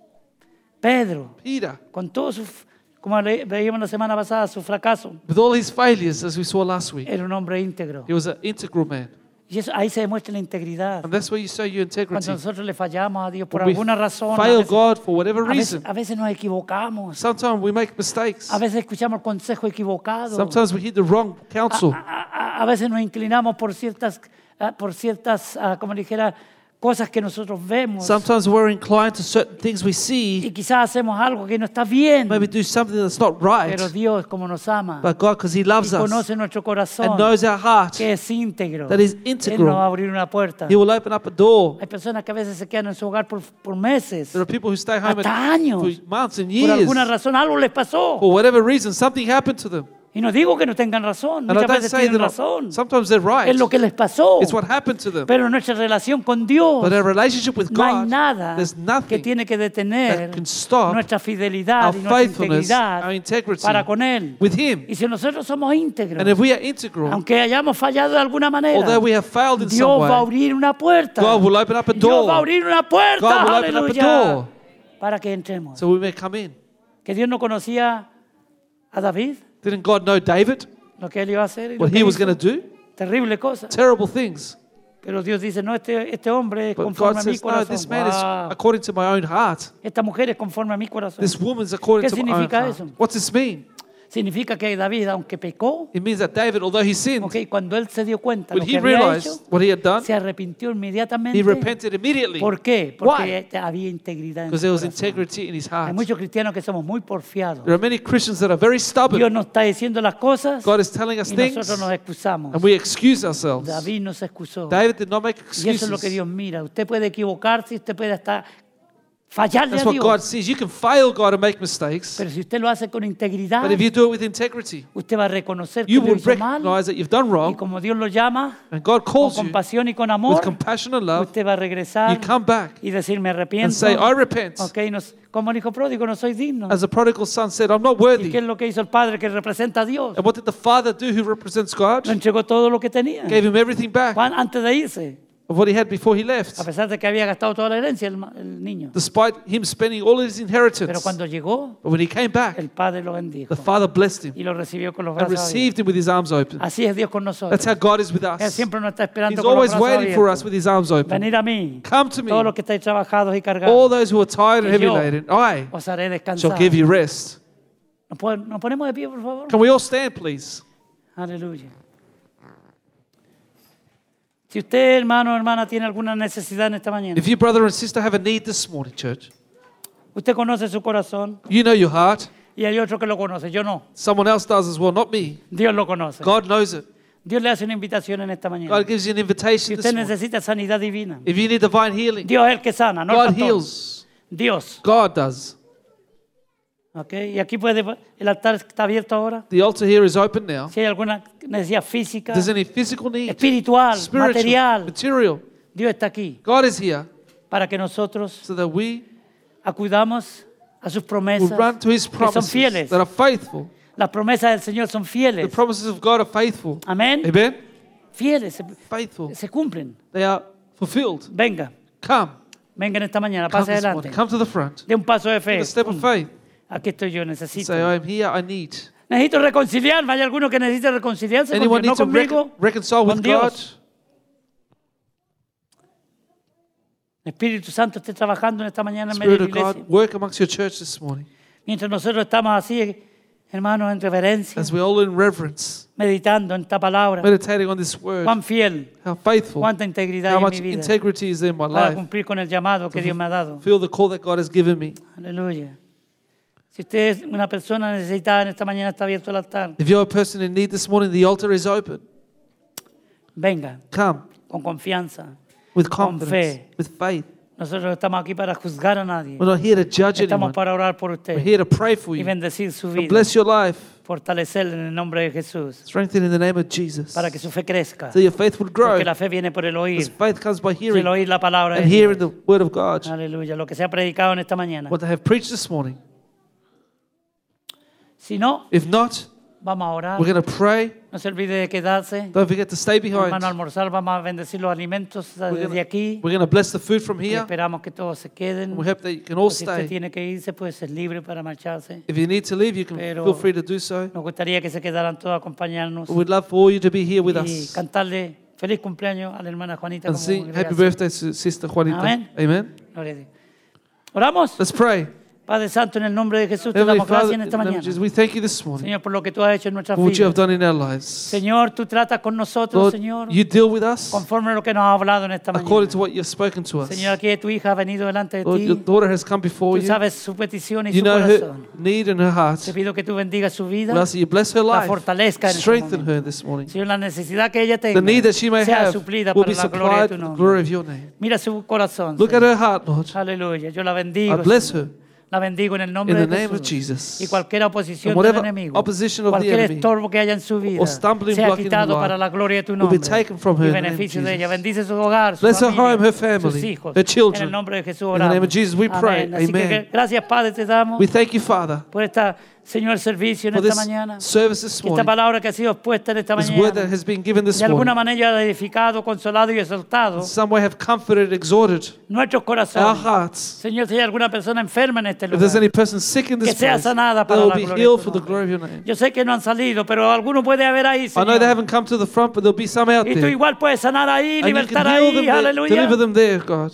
[SPEAKER 2] Pedro,
[SPEAKER 3] Peter,
[SPEAKER 2] con todo su, f- como le- veíamos la semana pasada, su fracaso,
[SPEAKER 3] with all his failures, as we saw last week.
[SPEAKER 2] era un hombre íntegro.
[SPEAKER 3] He was an integral man.
[SPEAKER 2] Y eso, ahí se demuestra la integridad.
[SPEAKER 3] And that's where you show your
[SPEAKER 2] Cuando
[SPEAKER 3] integrity.
[SPEAKER 2] nosotros le fallamos a Dios por
[SPEAKER 3] When we
[SPEAKER 2] alguna razón, a
[SPEAKER 3] fail
[SPEAKER 2] veces,
[SPEAKER 3] God for whatever
[SPEAKER 2] a veces-
[SPEAKER 3] reason,
[SPEAKER 2] a veces nos equivocamos,
[SPEAKER 3] sometimes we make mistakes.
[SPEAKER 2] a veces escuchamos el consejo equivocado,
[SPEAKER 3] Sometimes we hear the wrong
[SPEAKER 2] Ah,
[SPEAKER 3] counsel.
[SPEAKER 2] a, a- a veces nos inclinamos por ciertas, ah, por ciertas, ah, como dijera, cosas que nosotros vemos
[SPEAKER 3] Sometimes we're inclined to certain things we
[SPEAKER 2] y
[SPEAKER 3] see,
[SPEAKER 2] quizás hacemos algo que no está bien,
[SPEAKER 3] maybe do something that's not right.
[SPEAKER 2] pero Dios como nos ama,
[SPEAKER 3] But God, because He
[SPEAKER 2] y
[SPEAKER 3] loves us
[SPEAKER 2] conoce nuestro corazón,
[SPEAKER 3] and knows our heart,
[SPEAKER 2] que es íntegro,
[SPEAKER 3] that is
[SPEAKER 2] Él nos va a
[SPEAKER 3] integral,
[SPEAKER 2] abrir una puerta.
[SPEAKER 3] He will open up a door.
[SPEAKER 2] Hay personas que a veces se quedan en su hogar por, por meses,
[SPEAKER 3] There are people who stay home
[SPEAKER 2] Hasta
[SPEAKER 3] and-
[SPEAKER 2] años.
[SPEAKER 3] for months and
[SPEAKER 2] por
[SPEAKER 3] years. Oh.
[SPEAKER 2] alguna razón algo les pasó.
[SPEAKER 3] For whatever reason, something happened to them.
[SPEAKER 2] Y no digo que no tengan razón,
[SPEAKER 3] And I
[SPEAKER 2] muchas
[SPEAKER 3] don't
[SPEAKER 2] veces
[SPEAKER 3] say
[SPEAKER 2] tienen
[SPEAKER 3] that
[SPEAKER 2] razón.
[SPEAKER 3] sometimes they're right.
[SPEAKER 2] Es lo que les pasó.
[SPEAKER 3] It's what happened to them.
[SPEAKER 2] Pero nuestra relación con Dios,
[SPEAKER 3] But our relationship with
[SPEAKER 2] no hay
[SPEAKER 3] God,
[SPEAKER 2] nada
[SPEAKER 3] there's
[SPEAKER 2] que
[SPEAKER 3] nothing
[SPEAKER 2] tiene que detener
[SPEAKER 3] that can stop
[SPEAKER 2] nuestra fidelidad
[SPEAKER 3] our
[SPEAKER 2] y nuestra
[SPEAKER 3] faithfulness,
[SPEAKER 2] integridad
[SPEAKER 3] our integrity
[SPEAKER 2] para con Él.
[SPEAKER 3] with Him.
[SPEAKER 2] Y si nosotros somos íntegros,
[SPEAKER 3] And if we are integral,
[SPEAKER 2] aunque hayamos fallado de alguna manera,
[SPEAKER 3] although we have failed in
[SPEAKER 2] Dios
[SPEAKER 3] some
[SPEAKER 2] va a
[SPEAKER 3] way,
[SPEAKER 2] abrir una puerta.
[SPEAKER 3] God will open up a
[SPEAKER 2] Dios va a
[SPEAKER 3] door
[SPEAKER 2] abrir una puerta.
[SPEAKER 3] God will open up a
[SPEAKER 2] aleluya,
[SPEAKER 3] door.
[SPEAKER 2] Para que entremos.
[SPEAKER 3] so we may come in.
[SPEAKER 2] que Dios no conocía a David,
[SPEAKER 3] Didn't God know David?
[SPEAKER 2] lo que él iba a hacer. y lo
[SPEAKER 3] What
[SPEAKER 2] que
[SPEAKER 3] he was
[SPEAKER 2] hizo.
[SPEAKER 3] going to do?
[SPEAKER 2] Terrible cosa.
[SPEAKER 3] Terrible things.
[SPEAKER 2] Pero Dios dice, no, este, este hombre es
[SPEAKER 3] But
[SPEAKER 2] conforme
[SPEAKER 3] God
[SPEAKER 2] a mi
[SPEAKER 3] says, no, this
[SPEAKER 2] corazón.
[SPEAKER 3] man is
[SPEAKER 2] Wow.
[SPEAKER 3] according to my own heart.
[SPEAKER 2] Esta mujer es conforme a mi corazón.
[SPEAKER 3] This woman's according
[SPEAKER 2] ¿Qué
[SPEAKER 3] to my own
[SPEAKER 2] significa
[SPEAKER 3] heart.
[SPEAKER 2] eso?
[SPEAKER 3] What's this mean?
[SPEAKER 2] Significa que David, aunque pecó,
[SPEAKER 3] It means that David, although he sinned,
[SPEAKER 2] ok, cuando él se dio cuenta de
[SPEAKER 3] when
[SPEAKER 2] lo
[SPEAKER 3] he
[SPEAKER 2] que había hecho,
[SPEAKER 3] realized what he had done,
[SPEAKER 2] se arrepintió inmediatamente.
[SPEAKER 3] he repented immediately.
[SPEAKER 2] ¿Por qué?
[SPEAKER 3] Why?
[SPEAKER 2] Porque había integridad en
[SPEAKER 3] Because
[SPEAKER 2] su
[SPEAKER 3] there was
[SPEAKER 2] corazón.
[SPEAKER 3] integrity in his
[SPEAKER 2] Hay
[SPEAKER 3] heart.
[SPEAKER 2] muchos cristianos que somos muy porfiados.
[SPEAKER 3] There are many Christians that are very
[SPEAKER 2] Dios
[SPEAKER 3] stubborn.
[SPEAKER 2] nos está diciendo las cosas
[SPEAKER 3] God is telling us
[SPEAKER 2] y
[SPEAKER 3] things,
[SPEAKER 2] nosotros nos
[SPEAKER 3] and
[SPEAKER 2] excusamos.
[SPEAKER 3] we excuse ourselves.
[SPEAKER 2] David nos excusó.
[SPEAKER 3] David did not make
[SPEAKER 2] Y eso es lo que
[SPEAKER 3] excuses.
[SPEAKER 2] Dios mira. Usted puede equivocarse, usted puede hasta fallarle
[SPEAKER 3] That's
[SPEAKER 2] a
[SPEAKER 3] what
[SPEAKER 2] Dios.
[SPEAKER 3] God sees. You can fail God and make mistakes,
[SPEAKER 2] Pero si usted lo hace con integridad,
[SPEAKER 3] but if you do it with integrity,
[SPEAKER 2] usted va a reconocer que
[SPEAKER 3] you
[SPEAKER 2] lo
[SPEAKER 3] will
[SPEAKER 2] hizo mal.
[SPEAKER 3] recognize that you've done
[SPEAKER 2] Y
[SPEAKER 3] wrong,
[SPEAKER 2] como Dios lo llama,
[SPEAKER 3] and God
[SPEAKER 2] con
[SPEAKER 3] calls you
[SPEAKER 2] compasión y con
[SPEAKER 3] with
[SPEAKER 2] amor,
[SPEAKER 3] compassion and love.
[SPEAKER 2] usted va a
[SPEAKER 3] You
[SPEAKER 2] regresar
[SPEAKER 3] come back
[SPEAKER 2] y decir, me
[SPEAKER 3] and
[SPEAKER 2] arrepiento.
[SPEAKER 3] say, I repent.
[SPEAKER 2] Ok, no s- como el hijo pródigo, no soy digno.
[SPEAKER 3] As the prodigal son said, I'm not
[SPEAKER 2] ¿Y qué
[SPEAKER 3] worthy.
[SPEAKER 2] es lo que hizo el padre que representa a Dios?
[SPEAKER 3] And what did the father do who represents God?
[SPEAKER 2] Lo entregó todo lo que tenía.
[SPEAKER 3] Gave him everything back
[SPEAKER 2] Juan, antes de irse,
[SPEAKER 3] of what he had before he left,
[SPEAKER 2] a pesar de que había gastado toda la herencia el, ma- el niño.
[SPEAKER 3] despite him spending all his
[SPEAKER 2] Pero
[SPEAKER 3] inheritance.
[SPEAKER 2] cuando llegó,
[SPEAKER 3] But when he came back,
[SPEAKER 2] el padre lo
[SPEAKER 3] the
[SPEAKER 2] bendijo
[SPEAKER 3] father blessed him
[SPEAKER 2] y lo recibió con los
[SPEAKER 3] and
[SPEAKER 2] brazos abiertos.
[SPEAKER 3] received him with his arms open.
[SPEAKER 2] Así es Dios con
[SPEAKER 3] That's
[SPEAKER 2] nosotros.
[SPEAKER 3] how God is with
[SPEAKER 2] Él
[SPEAKER 3] us.
[SPEAKER 2] siempre nos está
[SPEAKER 3] He's
[SPEAKER 2] esperando con los
[SPEAKER 3] always
[SPEAKER 2] brazos
[SPEAKER 3] waiting for us
[SPEAKER 2] abiertos.
[SPEAKER 3] with his arms open.
[SPEAKER 2] Venir a mí,
[SPEAKER 3] Come to me.
[SPEAKER 2] todos los que estáis trabajados y
[SPEAKER 3] All
[SPEAKER 2] cargados,
[SPEAKER 3] those who are tired and
[SPEAKER 2] que
[SPEAKER 3] heavy
[SPEAKER 2] yo
[SPEAKER 3] laden, I
[SPEAKER 2] os haré
[SPEAKER 3] shall
[SPEAKER 2] descansar.
[SPEAKER 3] give you rest.
[SPEAKER 2] ¿Nos po- nos ponemos de pie, por favor?
[SPEAKER 3] Can we all stand, please?
[SPEAKER 2] Aleluya. Si usted, hermano o hermana, tiene alguna necesidad en esta mañana,
[SPEAKER 3] If you, brother and sister, have a need this morning, church,
[SPEAKER 2] usted conoce su corazón
[SPEAKER 3] you know your heart.
[SPEAKER 2] y hay otro que lo conoce, yo no.
[SPEAKER 3] Someone else does as well, not me.
[SPEAKER 2] Dios lo conoce.
[SPEAKER 3] God knows it.
[SPEAKER 2] Dios le hace una invitación en esta mañana.
[SPEAKER 3] God gives you an
[SPEAKER 2] Si
[SPEAKER 3] invitation
[SPEAKER 2] usted
[SPEAKER 3] this morning.
[SPEAKER 2] necesita sanidad divina,
[SPEAKER 3] If you need divine healing,
[SPEAKER 2] Dios es el que sana, no
[SPEAKER 3] God
[SPEAKER 2] el pastor.
[SPEAKER 3] heals.
[SPEAKER 2] Dios.
[SPEAKER 3] God does.
[SPEAKER 2] ¿ok? Y aquí puede, el altar está abierto ahora.
[SPEAKER 3] The altar here is open now. If
[SPEAKER 2] Si hay alguna necesidad física,
[SPEAKER 3] there's any physical need,
[SPEAKER 2] espiritual,
[SPEAKER 3] spiritual,
[SPEAKER 2] material,
[SPEAKER 3] material,
[SPEAKER 2] Dios está aquí
[SPEAKER 3] God is here
[SPEAKER 2] para que nosotros
[SPEAKER 3] so that we
[SPEAKER 2] acudamos a sus
[SPEAKER 3] will
[SPEAKER 2] promesas
[SPEAKER 3] run to His
[SPEAKER 2] que son
[SPEAKER 3] promises
[SPEAKER 2] fieles.
[SPEAKER 3] that are faithful.
[SPEAKER 2] Las promesas del Señor son
[SPEAKER 3] The
[SPEAKER 2] fieles.
[SPEAKER 3] promises of God are faithful.
[SPEAKER 2] Amén.
[SPEAKER 3] Amen.
[SPEAKER 2] Fieles, se,
[SPEAKER 3] Faithful.
[SPEAKER 2] se cumplen.
[SPEAKER 3] They are fulfilled.
[SPEAKER 2] Venga,
[SPEAKER 3] Come.
[SPEAKER 2] vengan esta mañana,
[SPEAKER 3] Come
[SPEAKER 2] pase
[SPEAKER 3] this
[SPEAKER 2] adelante.
[SPEAKER 3] morning. Come to the front.
[SPEAKER 2] De un paso de
[SPEAKER 3] Take
[SPEAKER 2] fe. Mm.
[SPEAKER 3] a step of faith.
[SPEAKER 2] Aquí estoy yo, necesito.
[SPEAKER 3] Say, I am here. I need.
[SPEAKER 2] Necesito reconciliarme. ¿Hay alguno que necesite reconciliarse? con
[SPEAKER 3] Anyone
[SPEAKER 2] Dios?
[SPEAKER 3] need to
[SPEAKER 2] no
[SPEAKER 3] rec-
[SPEAKER 2] conmigo.
[SPEAKER 3] reconcile
[SPEAKER 2] con
[SPEAKER 3] with God?
[SPEAKER 2] Dios. El Espíritu Santo esté trabajando en esta mañana en medio de
[SPEAKER 3] Spirit
[SPEAKER 2] la
[SPEAKER 3] of
[SPEAKER 2] iglesia.
[SPEAKER 3] God, work amongst your church this morning
[SPEAKER 2] Mientras nosotros estamos así, hermanos, en reverencia,
[SPEAKER 3] as we all in reverence,
[SPEAKER 2] meditando en esta palabra,
[SPEAKER 3] meditating on this word.
[SPEAKER 2] cuán fiel,
[SPEAKER 3] How faithful.
[SPEAKER 2] cuánta integridad hay
[SPEAKER 3] How
[SPEAKER 2] en
[SPEAKER 3] much
[SPEAKER 2] mi vida
[SPEAKER 3] integrity is there in my
[SPEAKER 2] para
[SPEAKER 3] life.
[SPEAKER 2] cumplir con el llamado que Dios me ha dado.
[SPEAKER 3] Feel the call that God has given me.
[SPEAKER 2] Aleluya. Si usted es una persona necesitada en esta mañana, está abierto el altar.
[SPEAKER 3] If you're a person in need this morning, the altar is open.
[SPEAKER 2] Venga,
[SPEAKER 3] Come
[SPEAKER 2] con confianza.
[SPEAKER 3] with
[SPEAKER 2] Con
[SPEAKER 3] confidence,
[SPEAKER 2] fe.
[SPEAKER 3] with faith.
[SPEAKER 2] Nosotros no estamos aquí para juzgar a nadie.
[SPEAKER 3] We're not here to judge
[SPEAKER 2] Estamos
[SPEAKER 3] anyone.
[SPEAKER 2] para orar por usted
[SPEAKER 3] We're here to pray for
[SPEAKER 2] y
[SPEAKER 3] you,
[SPEAKER 2] bendecir su
[SPEAKER 3] to
[SPEAKER 2] vida,
[SPEAKER 3] bless your life,
[SPEAKER 2] fortalecerla en el nombre de Jesús,
[SPEAKER 3] strengthen in the name of Jesus,
[SPEAKER 2] para que su fe crezca.
[SPEAKER 3] so your faith will grow.
[SPEAKER 2] Porque la fe viene por el
[SPEAKER 3] Because
[SPEAKER 2] oír,
[SPEAKER 3] faith comes by
[SPEAKER 2] y el
[SPEAKER 3] hearing,
[SPEAKER 2] oír la palabra de
[SPEAKER 3] and hearing
[SPEAKER 2] Dios.
[SPEAKER 3] the word of God.
[SPEAKER 2] Aleluya, lo que se ha predicado en esta mañana.
[SPEAKER 3] What they have preached this morning.
[SPEAKER 2] Si no,
[SPEAKER 3] If not,
[SPEAKER 2] vamos a orar.
[SPEAKER 3] we're going to pray.
[SPEAKER 2] No se olvide de quedarse.
[SPEAKER 3] Don't forget to stay
[SPEAKER 2] Van a
[SPEAKER 3] behind.
[SPEAKER 2] almorzar, vamos a bendecir los alimentos desde aquí.
[SPEAKER 3] We're going to bless the food from
[SPEAKER 2] Y
[SPEAKER 3] here.
[SPEAKER 2] esperamos que todos se queden. Pues
[SPEAKER 3] We hope that you can all
[SPEAKER 2] Si usted
[SPEAKER 3] stay.
[SPEAKER 2] tiene que irse, puede ser libre para marcharse.
[SPEAKER 3] If you need to leave, you can
[SPEAKER 2] Pero-
[SPEAKER 3] feel free to do so.
[SPEAKER 2] Nos gustaría que se quedaran todos a acompañarnos
[SPEAKER 3] We'd love for all you to be here with
[SPEAKER 2] y
[SPEAKER 3] us
[SPEAKER 2] cantarle feliz cumpleaños a la hermana Juanita.
[SPEAKER 3] and
[SPEAKER 2] como
[SPEAKER 3] sing happy
[SPEAKER 2] gracias.
[SPEAKER 3] birthday to Sister Juanita.
[SPEAKER 2] Amén.
[SPEAKER 3] Amen.
[SPEAKER 2] Gloria a Dios. Oramos,
[SPEAKER 3] Let's pray.
[SPEAKER 2] Padre Santo, en el nombre de Jesús, te
[SPEAKER 3] Heavenly
[SPEAKER 2] damos gracias
[SPEAKER 3] Father,
[SPEAKER 2] en
[SPEAKER 3] in
[SPEAKER 2] esta
[SPEAKER 3] the name
[SPEAKER 2] mañana.
[SPEAKER 3] of Jesus, we thank you this morning
[SPEAKER 2] Señor, por lo que tú has hecho en nuestra
[SPEAKER 3] for what you
[SPEAKER 2] vida.
[SPEAKER 3] have done in our lives.
[SPEAKER 2] Señor, tú tratas con nosotros,
[SPEAKER 3] Lord,
[SPEAKER 2] Señor,
[SPEAKER 3] you deal with us
[SPEAKER 2] conforme a lo que nos has hablado en esta
[SPEAKER 3] according
[SPEAKER 2] mañana.
[SPEAKER 3] to what you've spoken to us.
[SPEAKER 2] Señor, aquí tu hija ha venido delante de
[SPEAKER 3] Lord, your
[SPEAKER 2] ti.
[SPEAKER 3] daughter has come before
[SPEAKER 2] Tú
[SPEAKER 3] you.
[SPEAKER 2] sabes su petición y
[SPEAKER 3] You
[SPEAKER 2] su
[SPEAKER 3] know her
[SPEAKER 2] corazón.
[SPEAKER 3] need in her heart.
[SPEAKER 2] Te pido que tú bendigas su
[SPEAKER 3] We
[SPEAKER 2] vida.
[SPEAKER 3] ask that you bless her
[SPEAKER 2] La
[SPEAKER 3] life.
[SPEAKER 2] fortalezca en este
[SPEAKER 3] Strengthen
[SPEAKER 2] momento.
[SPEAKER 3] her this morning.
[SPEAKER 2] Señor, la necesidad que ella
[SPEAKER 3] The
[SPEAKER 2] tenga
[SPEAKER 3] need that she may
[SPEAKER 2] sea
[SPEAKER 3] have
[SPEAKER 2] suplida
[SPEAKER 3] will
[SPEAKER 2] para
[SPEAKER 3] be
[SPEAKER 2] la gloria de tu
[SPEAKER 3] supplied for the
[SPEAKER 2] nombre.
[SPEAKER 3] glory of your name.
[SPEAKER 2] Mira su corazón.
[SPEAKER 3] Look at
[SPEAKER 2] Señor.
[SPEAKER 3] her heart, Lord.
[SPEAKER 2] Aleluya. Yo la
[SPEAKER 3] I
[SPEAKER 2] bendigo.
[SPEAKER 3] bless
[SPEAKER 2] Señor.
[SPEAKER 3] her.
[SPEAKER 2] La bendigo en el nombre
[SPEAKER 3] In the
[SPEAKER 2] de
[SPEAKER 3] name of
[SPEAKER 2] Jesús.
[SPEAKER 3] Jesus.
[SPEAKER 2] Y cualquier oposición
[SPEAKER 3] And
[SPEAKER 2] del
[SPEAKER 3] whatever
[SPEAKER 2] enemigo,
[SPEAKER 3] opposition of the
[SPEAKER 2] cualquier
[SPEAKER 3] enemy
[SPEAKER 2] estorbo que haya en su vida,
[SPEAKER 3] or stumbling
[SPEAKER 2] sea
[SPEAKER 3] block in her
[SPEAKER 2] quitado
[SPEAKER 3] life
[SPEAKER 2] para la gloria de tu
[SPEAKER 3] will be
[SPEAKER 2] nombre
[SPEAKER 3] taken from her
[SPEAKER 2] y
[SPEAKER 3] in the name of
[SPEAKER 2] beneficio de
[SPEAKER 3] Jesus.
[SPEAKER 2] ella. Bendice su hogar, su
[SPEAKER 3] Bless her
[SPEAKER 2] familia,
[SPEAKER 3] home, her
[SPEAKER 2] sus
[SPEAKER 3] family,
[SPEAKER 2] hijos.
[SPEAKER 3] her children.
[SPEAKER 2] En el nombre de Jesús
[SPEAKER 3] In the
[SPEAKER 2] oramos.
[SPEAKER 3] name of Jesus we pray.
[SPEAKER 2] Amén. Así que
[SPEAKER 3] Amen.
[SPEAKER 2] gracias, Padre, te damos
[SPEAKER 3] We thank you, Father,
[SPEAKER 2] por esta, Señor, servicio en
[SPEAKER 3] for
[SPEAKER 2] esta
[SPEAKER 3] this
[SPEAKER 2] mañana.
[SPEAKER 3] service this
[SPEAKER 2] Que esta
[SPEAKER 3] morning,
[SPEAKER 2] palabra que ha sido expuesta en esta
[SPEAKER 3] this word that
[SPEAKER 2] mañana
[SPEAKER 3] has been given this
[SPEAKER 2] de alguna
[SPEAKER 3] morning,
[SPEAKER 2] manera ha edificado, consolado y exaltado
[SPEAKER 3] in some way have comforted, exhorted
[SPEAKER 2] nuestros
[SPEAKER 3] our
[SPEAKER 2] corazones.
[SPEAKER 3] hearts.
[SPEAKER 2] Señor, si hay alguna persona enferma en este
[SPEAKER 3] If there's
[SPEAKER 2] lugar,
[SPEAKER 3] any person sick in
[SPEAKER 2] que
[SPEAKER 3] this
[SPEAKER 2] sea
[SPEAKER 3] place, they
[SPEAKER 2] sanada para
[SPEAKER 3] will
[SPEAKER 2] la
[SPEAKER 3] be
[SPEAKER 2] gloria de
[SPEAKER 3] healed
[SPEAKER 2] tu
[SPEAKER 3] for the glory of your
[SPEAKER 2] nombre.
[SPEAKER 3] name.
[SPEAKER 2] Yo sé que no han salido, pero alguno puede haber ahí,
[SPEAKER 3] I know they
[SPEAKER 2] Señor.
[SPEAKER 3] haven't come to the front, but there'll be some out
[SPEAKER 2] Y tú
[SPEAKER 3] there.
[SPEAKER 2] igual puedes sanar ahí,
[SPEAKER 3] And you can
[SPEAKER 2] libertar
[SPEAKER 3] heal them
[SPEAKER 2] ahí,
[SPEAKER 3] there,
[SPEAKER 2] aleluya.
[SPEAKER 3] deliver them there, God.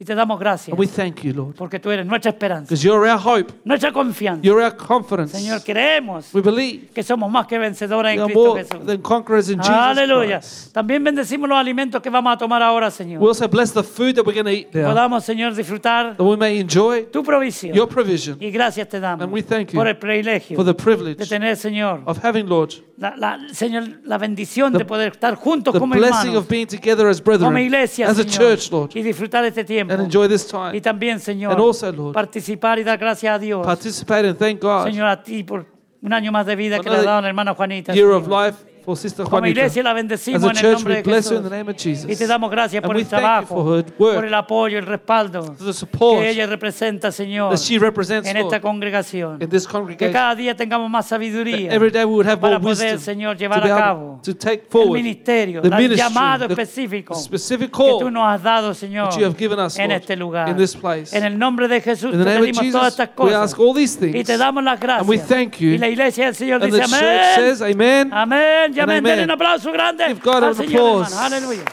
[SPEAKER 2] Y te damos gracias,
[SPEAKER 3] And we thank you, Lord,
[SPEAKER 2] porque tú eres nuestra esperanza,
[SPEAKER 3] because you're our hope,
[SPEAKER 2] nuestra confianza.
[SPEAKER 3] you're our confidence.
[SPEAKER 2] Señor, creemos
[SPEAKER 3] We believe
[SPEAKER 2] que somos más que vencedores
[SPEAKER 3] we
[SPEAKER 2] en
[SPEAKER 3] are
[SPEAKER 2] Cristo
[SPEAKER 3] more
[SPEAKER 2] Jesús.
[SPEAKER 3] than conquerors in Jesus
[SPEAKER 2] Aleluya.
[SPEAKER 3] Christ.
[SPEAKER 2] También bendecimos los alimentos que vamos a tomar ahora,
[SPEAKER 3] We
[SPEAKER 2] Señor.
[SPEAKER 3] also bless the food that we're going to eat now,
[SPEAKER 2] Podamos, Señor, disfrutar
[SPEAKER 3] that we may enjoy
[SPEAKER 2] tu provisión.
[SPEAKER 3] your provision
[SPEAKER 2] Y gracias te damos
[SPEAKER 3] And we thank you
[SPEAKER 2] por el privilegio
[SPEAKER 3] for
[SPEAKER 2] de
[SPEAKER 3] the privilege
[SPEAKER 2] tener, Señor,
[SPEAKER 3] of having, Lord,
[SPEAKER 2] la, la- Señor, la bendición
[SPEAKER 3] The-
[SPEAKER 2] de poder estar juntos
[SPEAKER 3] the
[SPEAKER 2] como
[SPEAKER 3] blessing
[SPEAKER 2] hermanos,
[SPEAKER 3] of being together as
[SPEAKER 2] como
[SPEAKER 3] brethren,
[SPEAKER 2] iglesia,
[SPEAKER 3] as a
[SPEAKER 2] Señor,
[SPEAKER 3] church, Lord,
[SPEAKER 2] y disfrutar este tiempo.
[SPEAKER 3] and enjoy this
[SPEAKER 2] y
[SPEAKER 3] time.
[SPEAKER 2] también, Señor,
[SPEAKER 3] and also, Lord,
[SPEAKER 2] participar y dar gracias a Dios,
[SPEAKER 3] Participate and thank God,
[SPEAKER 2] Señor, a ti por un año más de vida que le ha
[SPEAKER 3] Another
[SPEAKER 2] dado a la hermana Juanita.
[SPEAKER 3] year
[SPEAKER 2] Señor.
[SPEAKER 3] of life for Sister
[SPEAKER 2] como iglesia
[SPEAKER 3] Juanita.
[SPEAKER 2] la
[SPEAKER 3] As
[SPEAKER 2] bendecimos
[SPEAKER 3] a
[SPEAKER 2] en el
[SPEAKER 3] church, we
[SPEAKER 2] nombre de
[SPEAKER 3] bless you in
[SPEAKER 2] Jesús.
[SPEAKER 3] the name of
[SPEAKER 2] Y te
[SPEAKER 3] Jesus.
[SPEAKER 2] damos gracias
[SPEAKER 3] And
[SPEAKER 2] por
[SPEAKER 3] we
[SPEAKER 2] el
[SPEAKER 3] thank you
[SPEAKER 2] trabajo,
[SPEAKER 3] for her work,
[SPEAKER 2] por el apoyo, el respaldo
[SPEAKER 3] the support
[SPEAKER 2] que ella representa, Señor,
[SPEAKER 3] That she represents,
[SPEAKER 2] en esta
[SPEAKER 3] Lord,
[SPEAKER 2] congregación.
[SPEAKER 3] in this
[SPEAKER 2] Que
[SPEAKER 3] congregation.
[SPEAKER 2] cada día tengamos más sabiduría
[SPEAKER 3] Every day we would have
[SPEAKER 2] para
[SPEAKER 3] more
[SPEAKER 2] poder,
[SPEAKER 3] wisdom
[SPEAKER 2] Señor,
[SPEAKER 3] to, be
[SPEAKER 2] llevar a
[SPEAKER 3] able
[SPEAKER 2] cabo
[SPEAKER 3] to take
[SPEAKER 2] el
[SPEAKER 3] forward
[SPEAKER 2] ministerio,
[SPEAKER 3] the
[SPEAKER 2] el llamado
[SPEAKER 3] ministry, the,
[SPEAKER 2] específico
[SPEAKER 3] the specific
[SPEAKER 2] que tú
[SPEAKER 3] call
[SPEAKER 2] nos has dado, Señor,
[SPEAKER 3] that you have given us,
[SPEAKER 2] en
[SPEAKER 3] Lord,
[SPEAKER 2] este lugar.
[SPEAKER 3] in this place.
[SPEAKER 2] En el nombre de Jesús
[SPEAKER 3] In the
[SPEAKER 2] te
[SPEAKER 3] name of
[SPEAKER 2] pedimos todas
[SPEAKER 3] Jesus,
[SPEAKER 2] estas
[SPEAKER 3] we
[SPEAKER 2] cosas
[SPEAKER 3] ask all these
[SPEAKER 2] y
[SPEAKER 3] things.
[SPEAKER 2] te damos las
[SPEAKER 3] And we
[SPEAKER 2] gracias.
[SPEAKER 3] thank you.
[SPEAKER 2] Y la iglesia del Señor
[SPEAKER 3] And
[SPEAKER 2] dice
[SPEAKER 3] the church
[SPEAKER 2] amén.
[SPEAKER 3] says, Amen.
[SPEAKER 2] Amén, y amén.
[SPEAKER 3] amen.
[SPEAKER 2] Denle un aplauso grande
[SPEAKER 3] Give God
[SPEAKER 2] al
[SPEAKER 3] an
[SPEAKER 2] Señor, hermano.
[SPEAKER 3] applause.
[SPEAKER 2] Aleluya.